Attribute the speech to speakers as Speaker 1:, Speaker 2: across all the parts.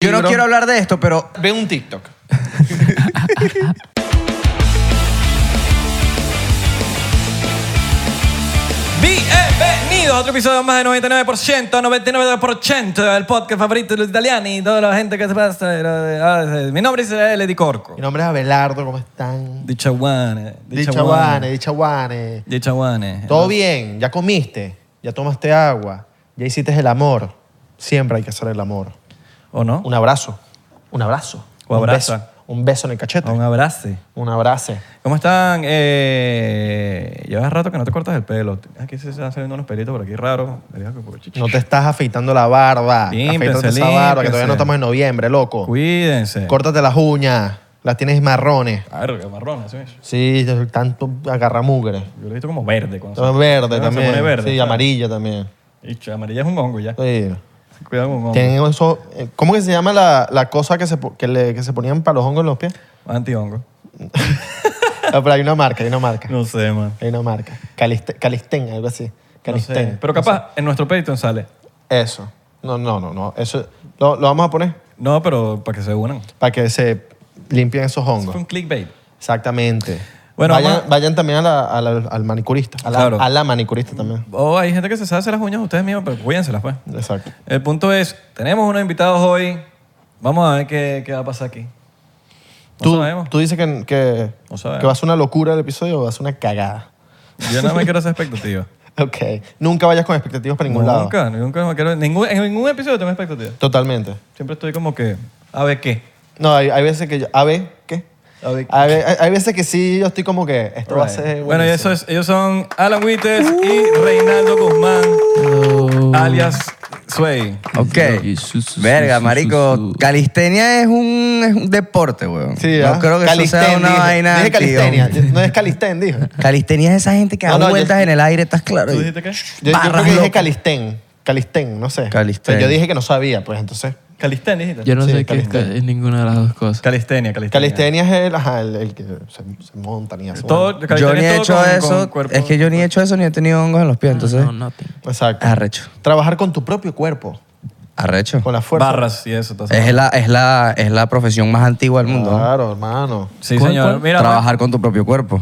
Speaker 1: Yo no
Speaker 2: libro.
Speaker 1: quiero hablar de esto, pero
Speaker 3: Ve un TikTok. Bienvenidos a otro episodio más de 99%, 99% del podcast favorito de los italianos y toda la gente que se pasa. de la- de- ah, de- Mi nombre es Israel Di Corco.
Speaker 2: Mi nombre es Abelardo, ¿cómo están?
Speaker 3: Dicha guane.
Speaker 2: Dicha guane, dicha guane.
Speaker 3: Dicha guane.
Speaker 2: Todo bien, ya comiste, ya tomaste agua, ya hiciste el amor. Siempre hay que hacer el amor.
Speaker 3: ¿O no?
Speaker 2: Un abrazo. Un abrazo.
Speaker 3: O abraza.
Speaker 2: Un beso, un beso en el cachete.
Speaker 3: Un abrazo.
Speaker 2: Un abrazo.
Speaker 3: ¿Cómo están? Eh, llevas rato que no te cortas el pelo. Aquí se están saliendo unos pelitos por aquí raros.
Speaker 2: No te estás afeitando la barba.
Speaker 3: Límpiense,
Speaker 2: Afeítate esa barba, que
Speaker 3: límpiense.
Speaker 2: todavía no estamos en noviembre, loco.
Speaker 3: Cuídense.
Speaker 2: Córtate las uñas, las tienes marrones.
Speaker 3: Claro, que marrón, eso es.
Speaker 2: Sí, tanto agarramugre.
Speaker 3: Yo lo he visto como verde. cuando
Speaker 2: Todo
Speaker 3: se-
Speaker 2: verde
Speaker 3: cuando
Speaker 2: también.
Speaker 3: Se pone verde.
Speaker 2: sí,
Speaker 3: ¿sabes?
Speaker 2: amarilla también.
Speaker 3: Icho, amarilla es un hongo ya.
Speaker 2: Sí.
Speaker 3: Cuidado con un hongo.
Speaker 2: Tienen eso, eh, ¿Cómo que se llama la, la cosa que se, po- que, le- que se ponían para los hongos en los pies?
Speaker 3: Antihongo.
Speaker 2: No, pero hay una marca, hay una marca.
Speaker 3: No sé, man.
Speaker 2: Hay una marca. Caliste- calistén, algo así.
Speaker 3: No
Speaker 2: Calistén.
Speaker 3: sé. Pero capaz en nuestro Patreon sale.
Speaker 2: Eso. No, no, no, no. Eso lo, lo vamos a poner
Speaker 3: No, pero para que se unan.
Speaker 2: para que se limpien esos hongos.
Speaker 3: Fue un clickbait.
Speaker 2: Exactamente.
Speaker 3: Bueno,
Speaker 2: vayan,
Speaker 3: vamos a-
Speaker 2: vayan también a la- a la- al manicurista. A la,
Speaker 3: Claro.
Speaker 2: a la manicurista también.
Speaker 3: O hay gente que se sabe hacer las uñas ustedes mismos, pero cuídenselas, pues.
Speaker 2: Exacto.
Speaker 3: El punto es, tenemos unos invitados hoy. Vamos a ver qué, qué va a pasar aquí. No
Speaker 2: ¿Tú,
Speaker 3: sabemos.
Speaker 2: tú dices que, que,
Speaker 3: No sabemos.
Speaker 2: que va a ser una locura el episodio o va a ser una cagada.
Speaker 3: Yo no me quiero hacer expectativas.
Speaker 2: Ok. Nunca vayas con expectativas para ningún lado.
Speaker 3: Nunca, nunca me quiero... Ningún, en ningún episodio tengo expectativas.
Speaker 2: Totalmente.
Speaker 3: Siempre estoy como que, a ver qué.
Speaker 2: No, hay, hay veces que yo... A ver, ¿qué?
Speaker 3: A ver qué.
Speaker 2: A ver, hay, hay veces que sí, yo estoy como que esto va a ser...
Speaker 3: Ah, Bueno, y eso es, ellos son Alan Wittes y Reinaldo Guzmán, alias Sway.
Speaker 1: Ok.
Speaker 4: Sí, sí, sí,
Speaker 1: Verga,
Speaker 4: sí, sí,
Speaker 1: marico.
Speaker 4: sí.
Speaker 1: Calistenia es un, es un deporte, weón.
Speaker 2: Sí,
Speaker 1: no
Speaker 2: ¿ah?
Speaker 1: creo que
Speaker 2: Calistén,
Speaker 1: eso sea una
Speaker 2: dije.
Speaker 1: vaina.
Speaker 2: Dije
Speaker 1: anti-
Speaker 2: calistenia. No es calistén, dije.
Speaker 1: Calistenia es esa gente que
Speaker 2: No,
Speaker 1: da
Speaker 2: no, yo-
Speaker 1: vueltas en el aire, ¿estás claro?
Speaker 3: ¿Tú dijiste qué?
Speaker 2: Yo, yo creo
Speaker 1: Barras
Speaker 2: que dije
Speaker 1: locas.
Speaker 2: calistén. Calistén, no sé.
Speaker 1: Calistén.
Speaker 2: Pero yo dije que no sabía, pues entonces...
Speaker 3: Calistenia, dijiste.
Speaker 4: Yo no
Speaker 2: Sí,
Speaker 4: sé qué es,
Speaker 2: calistenia.
Speaker 4: ca- es ninguna de las dos cosas.
Speaker 3: Calistenia, calistenia.
Speaker 2: Calistenia es el, ajá, el, el que se, se montan y hacen.
Speaker 3: Todo, calistenia
Speaker 1: Yo ni
Speaker 3: es todo
Speaker 1: he hecho
Speaker 3: con- con
Speaker 1: eso.
Speaker 3: cuerpo.
Speaker 1: es que yo ni he hecho eso ni he tenido hongos en los pies, entonces.
Speaker 4: No, nothing.
Speaker 2: Exacto.
Speaker 1: Arrecho.
Speaker 2: Trabajar con tu propio cuerpo,
Speaker 1: Arrecho.
Speaker 2: con la fuerza.
Speaker 3: Barras y eso. todo eso.
Speaker 1: Es la, es, la, es la profesión más antigua del mundo. ¿no?
Speaker 2: Claro, hermano.
Speaker 3: Sí,
Speaker 4: ¿Cuál,
Speaker 3: señor.
Speaker 4: cuál?
Speaker 3: Mira,
Speaker 1: Trabajar con tu propio cuerpo.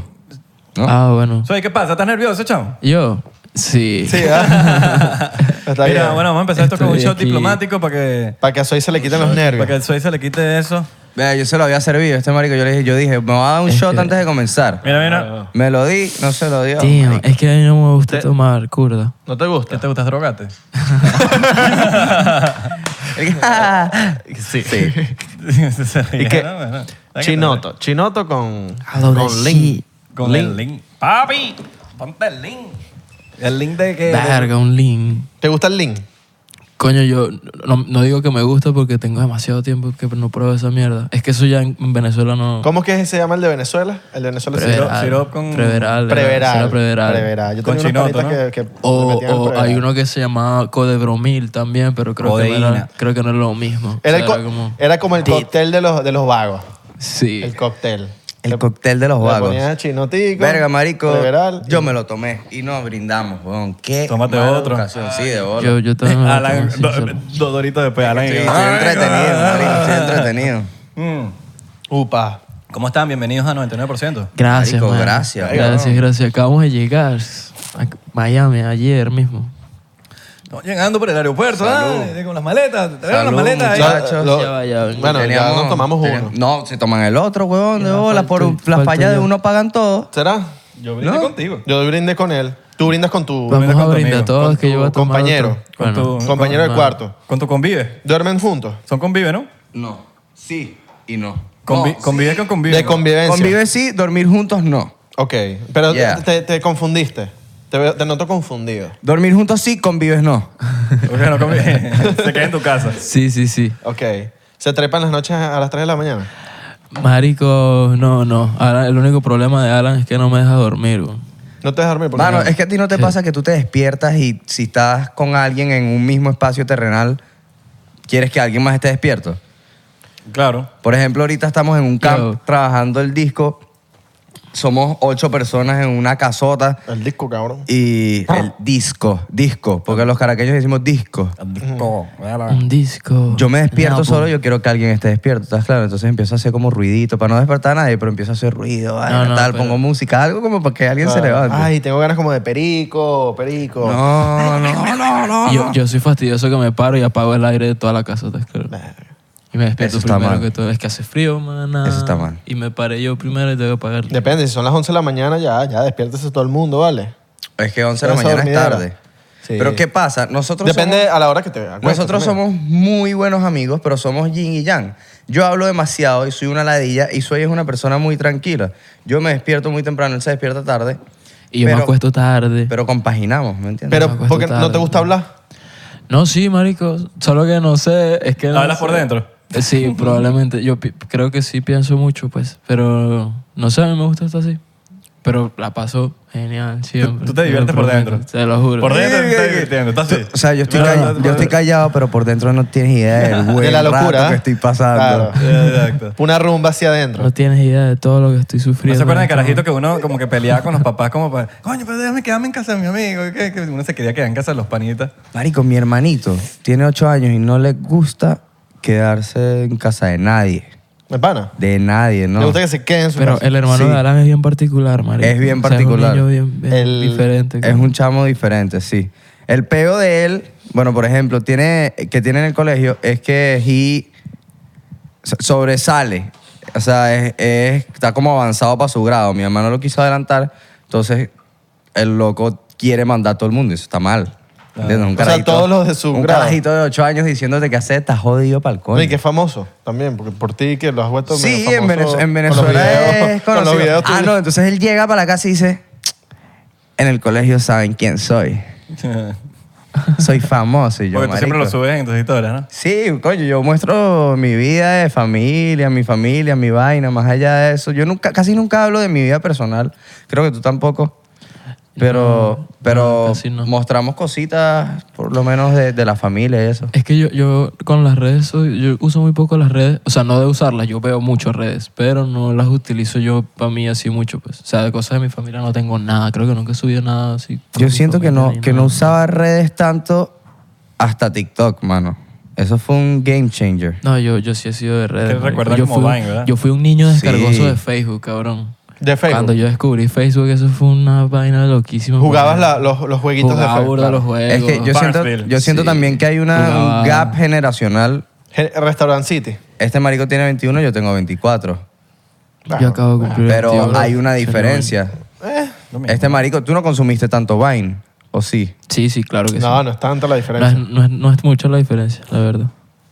Speaker 1: ¿no?
Speaker 4: Ah, bueno.
Speaker 3: Sway, ¿qué pasa? ¿Estás nervioso, chamo?
Speaker 4: Yo, sí.
Speaker 2: Sí, ¿verdad? Está
Speaker 3: Mira,
Speaker 2: bien.
Speaker 3: bueno, vamos a empezar esto con un
Speaker 4: Estoy
Speaker 3: shot
Speaker 4: aquí.
Speaker 3: diplomático para que,
Speaker 2: Para que a Soy se le quiten los nervios.
Speaker 3: para que el Sway se le quite eso.
Speaker 1: Vea, yo se lo había servido a este marico. Yo le dije, yo dije, me va a dar un shot antes de comenzar.
Speaker 3: Mira, mira.
Speaker 1: Me lo di, no se lo dio.
Speaker 4: Damn,
Speaker 1: marico.
Speaker 4: es que a mí no me gusta tomar curda.
Speaker 2: ¿No te
Speaker 3: ¿Qué
Speaker 2: gusta?
Speaker 3: te gusta drogarte?
Speaker 1: sí.
Speaker 2: ¿Y
Speaker 3: ¿Y
Speaker 2: qué? Chinoto. Chinoto con, con
Speaker 4: Hello, that
Speaker 2: Link.
Speaker 4: shit.
Speaker 3: Con el link. Papi, ponte el link. El link de que...
Speaker 4: Verga, un link.
Speaker 2: ¿Te gusta el Link?
Speaker 4: Coño, yo no, no digo que me gusta porque tengo demasiado tiempo que no pruebo esa mierda. Es que eso ya en en Venezuela no...
Speaker 2: ¿Cómo es que se llama el de Venezuela? El de Venezuela se
Speaker 3: Preveral.
Speaker 2: llama
Speaker 3: Sirop con-
Speaker 4: Preveral.
Speaker 2: Preveral.
Speaker 4: era Preveral.
Speaker 2: Yo
Speaker 3: Con
Speaker 2: tenía unos
Speaker 3: Chinoto,
Speaker 2: panitas
Speaker 3: ¿no?
Speaker 2: que, que le
Speaker 4: O,
Speaker 2: metían el
Speaker 4: o
Speaker 2: Preveral.
Speaker 4: hay uno que se llamaba Codebromil también, pero creo que, no
Speaker 3: Codeína.
Speaker 4: era, creo que no era lo mismo.
Speaker 2: Era, el
Speaker 4: O
Speaker 2: co-
Speaker 4: sea, como...
Speaker 2: era como el cóctel de los, de los vagos.
Speaker 4: Sí.
Speaker 2: El cóctel.
Speaker 1: El cóctel de los
Speaker 2: Le
Speaker 1: vagos.
Speaker 2: ponían chinotico.
Speaker 1: Verga, marico.
Speaker 2: Preveral.
Speaker 1: Yo me lo tomé y nos brindamos, weón. Qué
Speaker 3: Tómate
Speaker 1: mala
Speaker 3: otro.
Speaker 1: educación, Sí, de bola.
Speaker 4: Yo, Ah, yo también... me la tomo
Speaker 3: Alan,
Speaker 4: así,
Speaker 3: do-
Speaker 4: solo.
Speaker 3: dos doritos después, Alan.
Speaker 1: Estoy,
Speaker 3: y-
Speaker 1: estoy entretenido, marico. Estoy entretenido.
Speaker 3: Mm.
Speaker 2: Upa.
Speaker 3: ¿Cómo están? Bienvenidos a 99%.
Speaker 4: Gracias,
Speaker 1: Marico,
Speaker 4: man.
Speaker 1: gracias,
Speaker 4: Gracias,
Speaker 1: weón.
Speaker 4: gracias. Acabamos de llegar a Miami ayer mismo.
Speaker 3: Estamos llegando por el aeropuerto, ¿ah? Con las maletas. Te trajeron las
Speaker 1: Salud,
Speaker 3: maletas ahí.
Speaker 1: muchachos.
Speaker 2: Lo-
Speaker 4: Ya va, ya va.
Speaker 2: bueno, ya
Speaker 1: Teníamos-
Speaker 2: nos tomamos uno.
Speaker 1: teníamos- No, se toman el otro, weón, de
Speaker 4: Ya,
Speaker 1: bola.
Speaker 4: falto-
Speaker 1: Por un- las
Speaker 4: falto
Speaker 1: fallas de
Speaker 4: yo.
Speaker 1: uno pagan todo.
Speaker 2: ¿Será?
Speaker 3: Yo vine contigo.
Speaker 2: Yo brindé con él. Tú brindas con tu
Speaker 4: Vamos
Speaker 3: con
Speaker 4: a
Speaker 3: tu
Speaker 4: brindar
Speaker 3: amigo,
Speaker 4: a todos
Speaker 2: con
Speaker 4: que
Speaker 2: tu
Speaker 4: yo voy a tomar
Speaker 2: compañero,
Speaker 4: otro.
Speaker 3: con
Speaker 4: Bueno,
Speaker 3: tu-
Speaker 2: compañero del
Speaker 4: con-
Speaker 2: cuarto.
Speaker 3: Con tu convive.
Speaker 2: Duermen juntos.
Speaker 3: Son convive, ¿no?
Speaker 1: No, sí y no.
Speaker 3: Convi-
Speaker 1: No,
Speaker 3: convive
Speaker 1: sí.
Speaker 3: con convive.
Speaker 2: De
Speaker 3: ¿no?
Speaker 2: convivencia.
Speaker 1: Convive sí, dormir juntos no.
Speaker 2: Ok, pero te-
Speaker 1: Yeah.
Speaker 2: te, te confundiste. Te, veo- te noto confundido.
Speaker 1: Dormir juntos sí, convives no.
Speaker 3: Porque no convive. Se queda en tu casa.
Speaker 4: Sí, sí, sí.
Speaker 2: Ok. ¿Se trepan las noches a las 3 de la mañana?
Speaker 4: Marico, no, no. Ahora el único problema de Alan es que no me deja dormir. güey.
Speaker 2: ¿No te dejas dormir? por
Speaker 1: Mano, eh,
Speaker 2: ejemplo?
Speaker 1: es que a ti no te pasa que tú te despiertas y si estás con alguien en un mismo espacio terrenal, quieres que alguien más esté despierto.
Speaker 3: Claro.
Speaker 1: Por ejemplo, ahorita estamos en un camp
Speaker 4: Claro.
Speaker 1: trabajando el disco somos ocho personas en una casota
Speaker 2: El disco, cabrón.
Speaker 1: y
Speaker 2: Ah.
Speaker 1: el disco, disco, porque los caraqueños decimos disco.
Speaker 3: Oh,
Speaker 5: Todo, verga.
Speaker 4: Un disco.
Speaker 1: Ah. Yo me despierto
Speaker 4: Napo.
Speaker 1: solo, yo quiero que alguien esté despierto, ¿estás claro? Entonces empiezo a hacer como ruidito, para no despertar a nadie, pero empiezo a hacer ruido, vaina,
Speaker 4: no,
Speaker 1: tal,
Speaker 4: pero-
Speaker 1: pongo música, algo como para que alguien se levante.
Speaker 2: Ay, tengo ganas como de perico, perico.
Speaker 1: No, no, no, no.
Speaker 4: Yo, yo soy fastidioso que me paro y apago el aire de toda la casa, ¿estás claro? Y me despierto
Speaker 1: Eso está
Speaker 4: primero
Speaker 1: mal.
Speaker 4: que todo. Es que hace frío, maná.
Speaker 1: Eso está mal.
Speaker 4: Y me paré yo primero y tengo que apagar.
Speaker 2: Depende, si son las 11 de la mañana, ya, ya despiértese todo el mundo, ¿vale?
Speaker 1: Es que 11 de la
Speaker 2: Esa
Speaker 1: mañana es
Speaker 2: dormidera.
Speaker 1: tarde.
Speaker 2: Sí.
Speaker 1: Pero ¿qué pasa? Nosotros
Speaker 2: Depende
Speaker 1: somos-
Speaker 2: a la hora que te acuestes
Speaker 1: Nosotros
Speaker 2: también.
Speaker 1: somos muy buenos amigos, pero somos yin y yang. Yo hablo demasiado y soy una ladilla y soy es una persona muy tranquila. Yo me despierto muy temprano, él se despierta tarde,
Speaker 4: Y yo me
Speaker 1: Pero-
Speaker 4: acuesto tarde.
Speaker 1: pero compaginamos, ¿me entiendes?
Speaker 4: Me
Speaker 2: Pero,
Speaker 4: acuesto
Speaker 2: porque no
Speaker 4: tarde.
Speaker 2: te gusta hablar?
Speaker 4: No, sí, marico. Solo que no sé. Es que no
Speaker 3: ¿Hablas
Speaker 4: sé.
Speaker 3: por dentro?
Speaker 4: Eh, Sí, probablemente. Yo pi- creo que sí pienso mucho, pues. Pero no sé, a mí me gusta estar así. Pero la paso genial siempre.
Speaker 3: Tú te
Speaker 4: lo
Speaker 3: diviertes por
Speaker 4: prometo,
Speaker 3: dentro.
Speaker 4: Te lo juro.
Speaker 3: Por
Speaker 1: Sí,
Speaker 3: dentro te
Speaker 1: que-
Speaker 3: estás
Speaker 1: que-
Speaker 3: divirtiendo, estás así.
Speaker 1: O sea, yo estoy,
Speaker 3: No, no,
Speaker 1: calla-
Speaker 3: no, no,
Speaker 1: yo estoy callado, pero por dentro no tienes idea del buen
Speaker 2: de la locura.
Speaker 1: rato que
Speaker 2: ¿eh?
Speaker 1: estoy pasando.
Speaker 2: Claro.
Speaker 3: Exacto.
Speaker 2: Una rumba hacia adentro.
Speaker 4: No tienes idea de todo lo que estoy
Speaker 3: ¿No
Speaker 4: sufriendo.
Speaker 3: se acuerdan de
Speaker 4: en este esta-
Speaker 3: carajito que uno como que peleaba con los papás como para, coño, pero déjame quedarme en casa de mi amigo? Que, que uno se quería quedar en casa de los panitas.
Speaker 1: Marico, mi hermanito tiene ocho años y no le gusta quedarse en casa de nadie.
Speaker 2: ¿Me pana?
Speaker 1: De nadie, ¿no?
Speaker 2: ¿Le gusta que se quede en su
Speaker 4: Pero
Speaker 2: casa?
Speaker 4: el hermano
Speaker 1: Sí.
Speaker 4: de Alan es bien particular, marico.
Speaker 1: Es bien
Speaker 4: O sea,
Speaker 1: particular.
Speaker 4: es un niño bien, bien
Speaker 2: El-
Speaker 4: diferente.
Speaker 1: Es un chamo diferente, sí. El peo de él, bueno, por ejemplo, tiene, que tiene en el colegio es que he so- sobresale. O sea, es- es- está como avanzado para su grado. Mi hermano lo quiso adelantar, entonces el loco quiere mandar a todo el mundo. Eso está mal. ¿Entiendes? Un
Speaker 2: O sea, todos los de su
Speaker 1: un
Speaker 2: grado.
Speaker 1: carajito de 8 años diciéndote que hacer, estás jodido para el
Speaker 2: No, y que
Speaker 1: coño.
Speaker 2: es famoso también, porque por ti que lo has vuelto
Speaker 1: Sí,
Speaker 2: medio
Speaker 1: en,
Speaker 2: famoso
Speaker 1: Venez- en
Speaker 2: con los
Speaker 1: Venezuela
Speaker 2: videos-
Speaker 1: es
Speaker 2: con los
Speaker 1: conocido.
Speaker 2: videos
Speaker 1: ah,
Speaker 2: tuyos.
Speaker 1: no, entonces él llega para la casa y dice, en el colegio saben quién soy. soy famoso y yo,
Speaker 3: Porque tú siempre
Speaker 1: marico.
Speaker 3: lo subes en tus historias, ¿no?
Speaker 1: Sí, coño, yo muestro mi vida de familia, mi familia, mi vaina, más allá de eso. Yo nunca, casi nunca hablo de mi vida personal. Creo que tú tampoco. Pero,
Speaker 4: No,
Speaker 1: pero
Speaker 4: no, casi no.
Speaker 1: mostramos cositas, por lo menos de, de la familia y eso.
Speaker 4: Es que yo, yo con las redes, soy- yo uso muy poco las redes, o sea, no de usarlas, yo veo mucho redes, pero no las utilizo yo para mí así mucho, pues. O sea, de cosas de mi familia no tengo nada, creo que nunca he subido nada así. con
Speaker 1: Yo
Speaker 4: mi
Speaker 1: siento que
Speaker 4: familia
Speaker 1: no,
Speaker 4: ni
Speaker 1: que no
Speaker 4: nada.
Speaker 1: usaba redes tanto hasta TikTok, mano. Eso fue un game changer.
Speaker 4: No, yo, yo sí he sido de redes.
Speaker 3: que
Speaker 4: marico.
Speaker 3: recuerda
Speaker 4: yo
Speaker 3: como
Speaker 4: fui un-
Speaker 3: Vine, ¿verdad?
Speaker 4: Yo fui un niño descargoso
Speaker 1: Sí.
Speaker 4: de Facebook, cabrón.
Speaker 2: De Facebook.
Speaker 4: Cuando yo descubrí Facebook, eso fue una vaina loquísima.
Speaker 2: Jugabas la- los, los jueguitos
Speaker 4: Jugaba
Speaker 2: de Facebook.
Speaker 4: burda los
Speaker 2: claro.
Speaker 3: Eh,
Speaker 4: juegos.
Speaker 1: Es que yo siento,
Speaker 3: Barnesville.
Speaker 1: yo siento
Speaker 4: Sí.
Speaker 1: también que hay una,
Speaker 4: Jugaba-
Speaker 1: un gap generacional.
Speaker 2: Gen- Restaurant City.
Speaker 1: Este marico tiene 21, yo tengo 24.
Speaker 4: Yo acabo de cumplir.
Speaker 1: Pero
Speaker 4: 22,
Speaker 1: hay una
Speaker 4: soy
Speaker 1: diferencia. Este marico, tú no consumiste tanto Vine, ¿o sí?
Speaker 4: noventa. Sí, sí, claro que sí.
Speaker 2: No, no es tanta la
Speaker 4: No es,
Speaker 2: diferencia.
Speaker 4: no, es, no es mucho la diferencia, la verdad.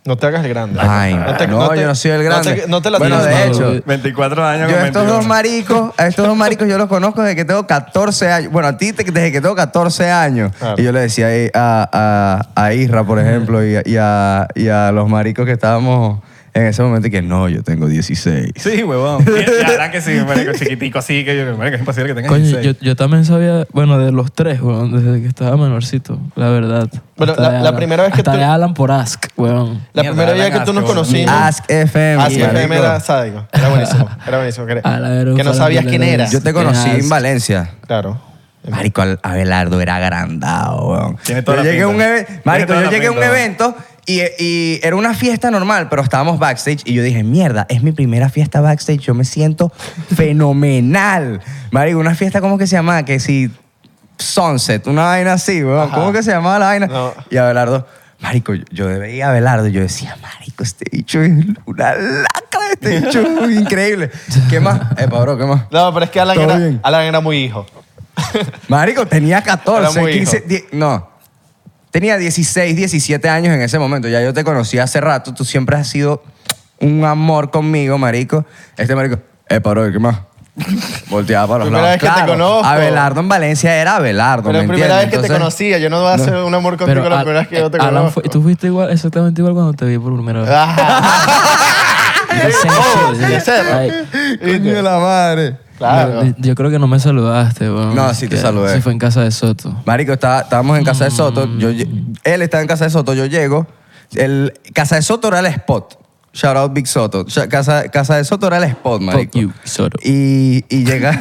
Speaker 2: No te hagas el grande.
Speaker 1: Vine.
Speaker 2: no,
Speaker 1: No,
Speaker 2: te- no te-
Speaker 1: yo no soy el
Speaker 2: no te-
Speaker 1: grande.
Speaker 2: no te la
Speaker 1: bueno,
Speaker 2: tienes,
Speaker 1: de
Speaker 4: no.
Speaker 1: hecho,
Speaker 3: 24 años
Speaker 1: Yo
Speaker 3: con
Speaker 1: a estos
Speaker 3: 21.
Speaker 1: dos maricos, a estos dos maricos yo los conozco desde que tengo 14 años. Bueno, a ti te- desde que tengo 14 años.
Speaker 2: Claro.
Speaker 1: Y yo le decía ahí a, a, a Isra, por ejemplo, y, a- y a, y a los maricos que estábamos en ese momento y que no, yo tengo 16.
Speaker 3: Sí, huevón. Y y Alan que sí, marico, chiquitico así, que yo, marico, es imposible que tengas
Speaker 4: Coño,
Speaker 3: 16.
Speaker 4: yo, yo también sabía, bueno, de los tres, weón, desde que estaba menorcito, la verdad.
Speaker 2: Bueno,
Speaker 4: Hasta
Speaker 2: la-
Speaker 4: de
Speaker 2: la
Speaker 4: Alan-
Speaker 2: primera vez que
Speaker 4: hasta
Speaker 2: tú-
Speaker 4: de Alan por Ask, weón.
Speaker 2: La
Speaker 3: Mierda,
Speaker 2: primera vez
Speaker 3: Alan
Speaker 2: que tú nos
Speaker 3: Askew, boludo.
Speaker 2: conocimos.
Speaker 1: Ask FM.
Speaker 2: Así FM
Speaker 1: marico.
Speaker 2: era sádico. Era buenísimo. Era buenísimo. Que,
Speaker 4: Alan era un
Speaker 2: que no sabías
Speaker 4: farandulero.
Speaker 2: quién era.
Speaker 1: Yo te conocí en Valencia.
Speaker 2: Claro.
Speaker 1: Marico, Al- Abelardo era agrandado, weón.
Speaker 3: Tiene toda
Speaker 1: yo
Speaker 3: la
Speaker 1: llegué a un
Speaker 3: pinta.
Speaker 1: eve-
Speaker 3: Tiene
Speaker 1: Marico,
Speaker 3: toda
Speaker 1: yo
Speaker 3: la
Speaker 1: llegué a un
Speaker 3: pinta, weón.
Speaker 1: evento y, y era una fiesta normal, pero estábamos backstage y yo dije, mierda, es mi primera fiesta backstage, yo me siento fenomenal. Marico, una fiesta, ¿cómo que se llamaba? Que si Sunset, una vaina así, weón.
Speaker 2: Ajá.
Speaker 1: ¿Cómo que se llamaba la vaina?
Speaker 2: No.
Speaker 1: Y Abelardo, marico, yo, yo veía a Abelardo y yo decía, marico, este bicho es una lacra, este bicho es increíble. ¿Qué más? Eh, bro, ¿qué más?
Speaker 2: No, pero es que Alan
Speaker 1: Todo
Speaker 2: era,
Speaker 1: bien.
Speaker 2: Alan era muy hijo.
Speaker 1: Marico, tenía 14,
Speaker 2: Era muy
Speaker 1: 15,
Speaker 2: hijo.
Speaker 1: 10 no. Tenía 16, 17 años en ese momento. Ya yo te conocí hace rato. Tú siempre has sido un amor conmigo, marico. Este marico, eh, paró, ¿qué más? Volteaba para los
Speaker 2: Primera
Speaker 1: lados.
Speaker 2: vez que te conozco.
Speaker 1: Abelardo en Valencia era Abelardo,
Speaker 2: Pero
Speaker 1: ¿me
Speaker 2: la primera vez que
Speaker 1: entiendes?
Speaker 2: te
Speaker 1: Entonces,
Speaker 2: conocía, yo no voy a hacer un amor contigo la
Speaker 4: Al-
Speaker 2: primera vez que yo te
Speaker 4: Alan
Speaker 2: conozco.
Speaker 4: fue- tú fuiste igual, exactamente igual cuando te vi por primera vez. The same
Speaker 2: Oh,
Speaker 4: shit,
Speaker 2: sí,
Speaker 4: sí.
Speaker 2: sí.
Speaker 4: Ay,
Speaker 1: Coño de la madre.
Speaker 2: Claro.
Speaker 4: yo- Yo creo que Ah, no me saludaste, weón.
Speaker 1: No, sí te
Speaker 4: Que-
Speaker 1: saludé.
Speaker 4: Sí, fue en casa de Soto.
Speaker 1: Marico, está- estábamos en
Speaker 4: Mm.
Speaker 1: casa de Soto. Yo lle- él estaba en casa de Soto, yo llego. El, casa de Soto era el spot. Shout out Big Soto. Sha- Casa, Casa de Soto era el spot, marico.
Speaker 4: you, Soto.
Speaker 1: Y, y llega-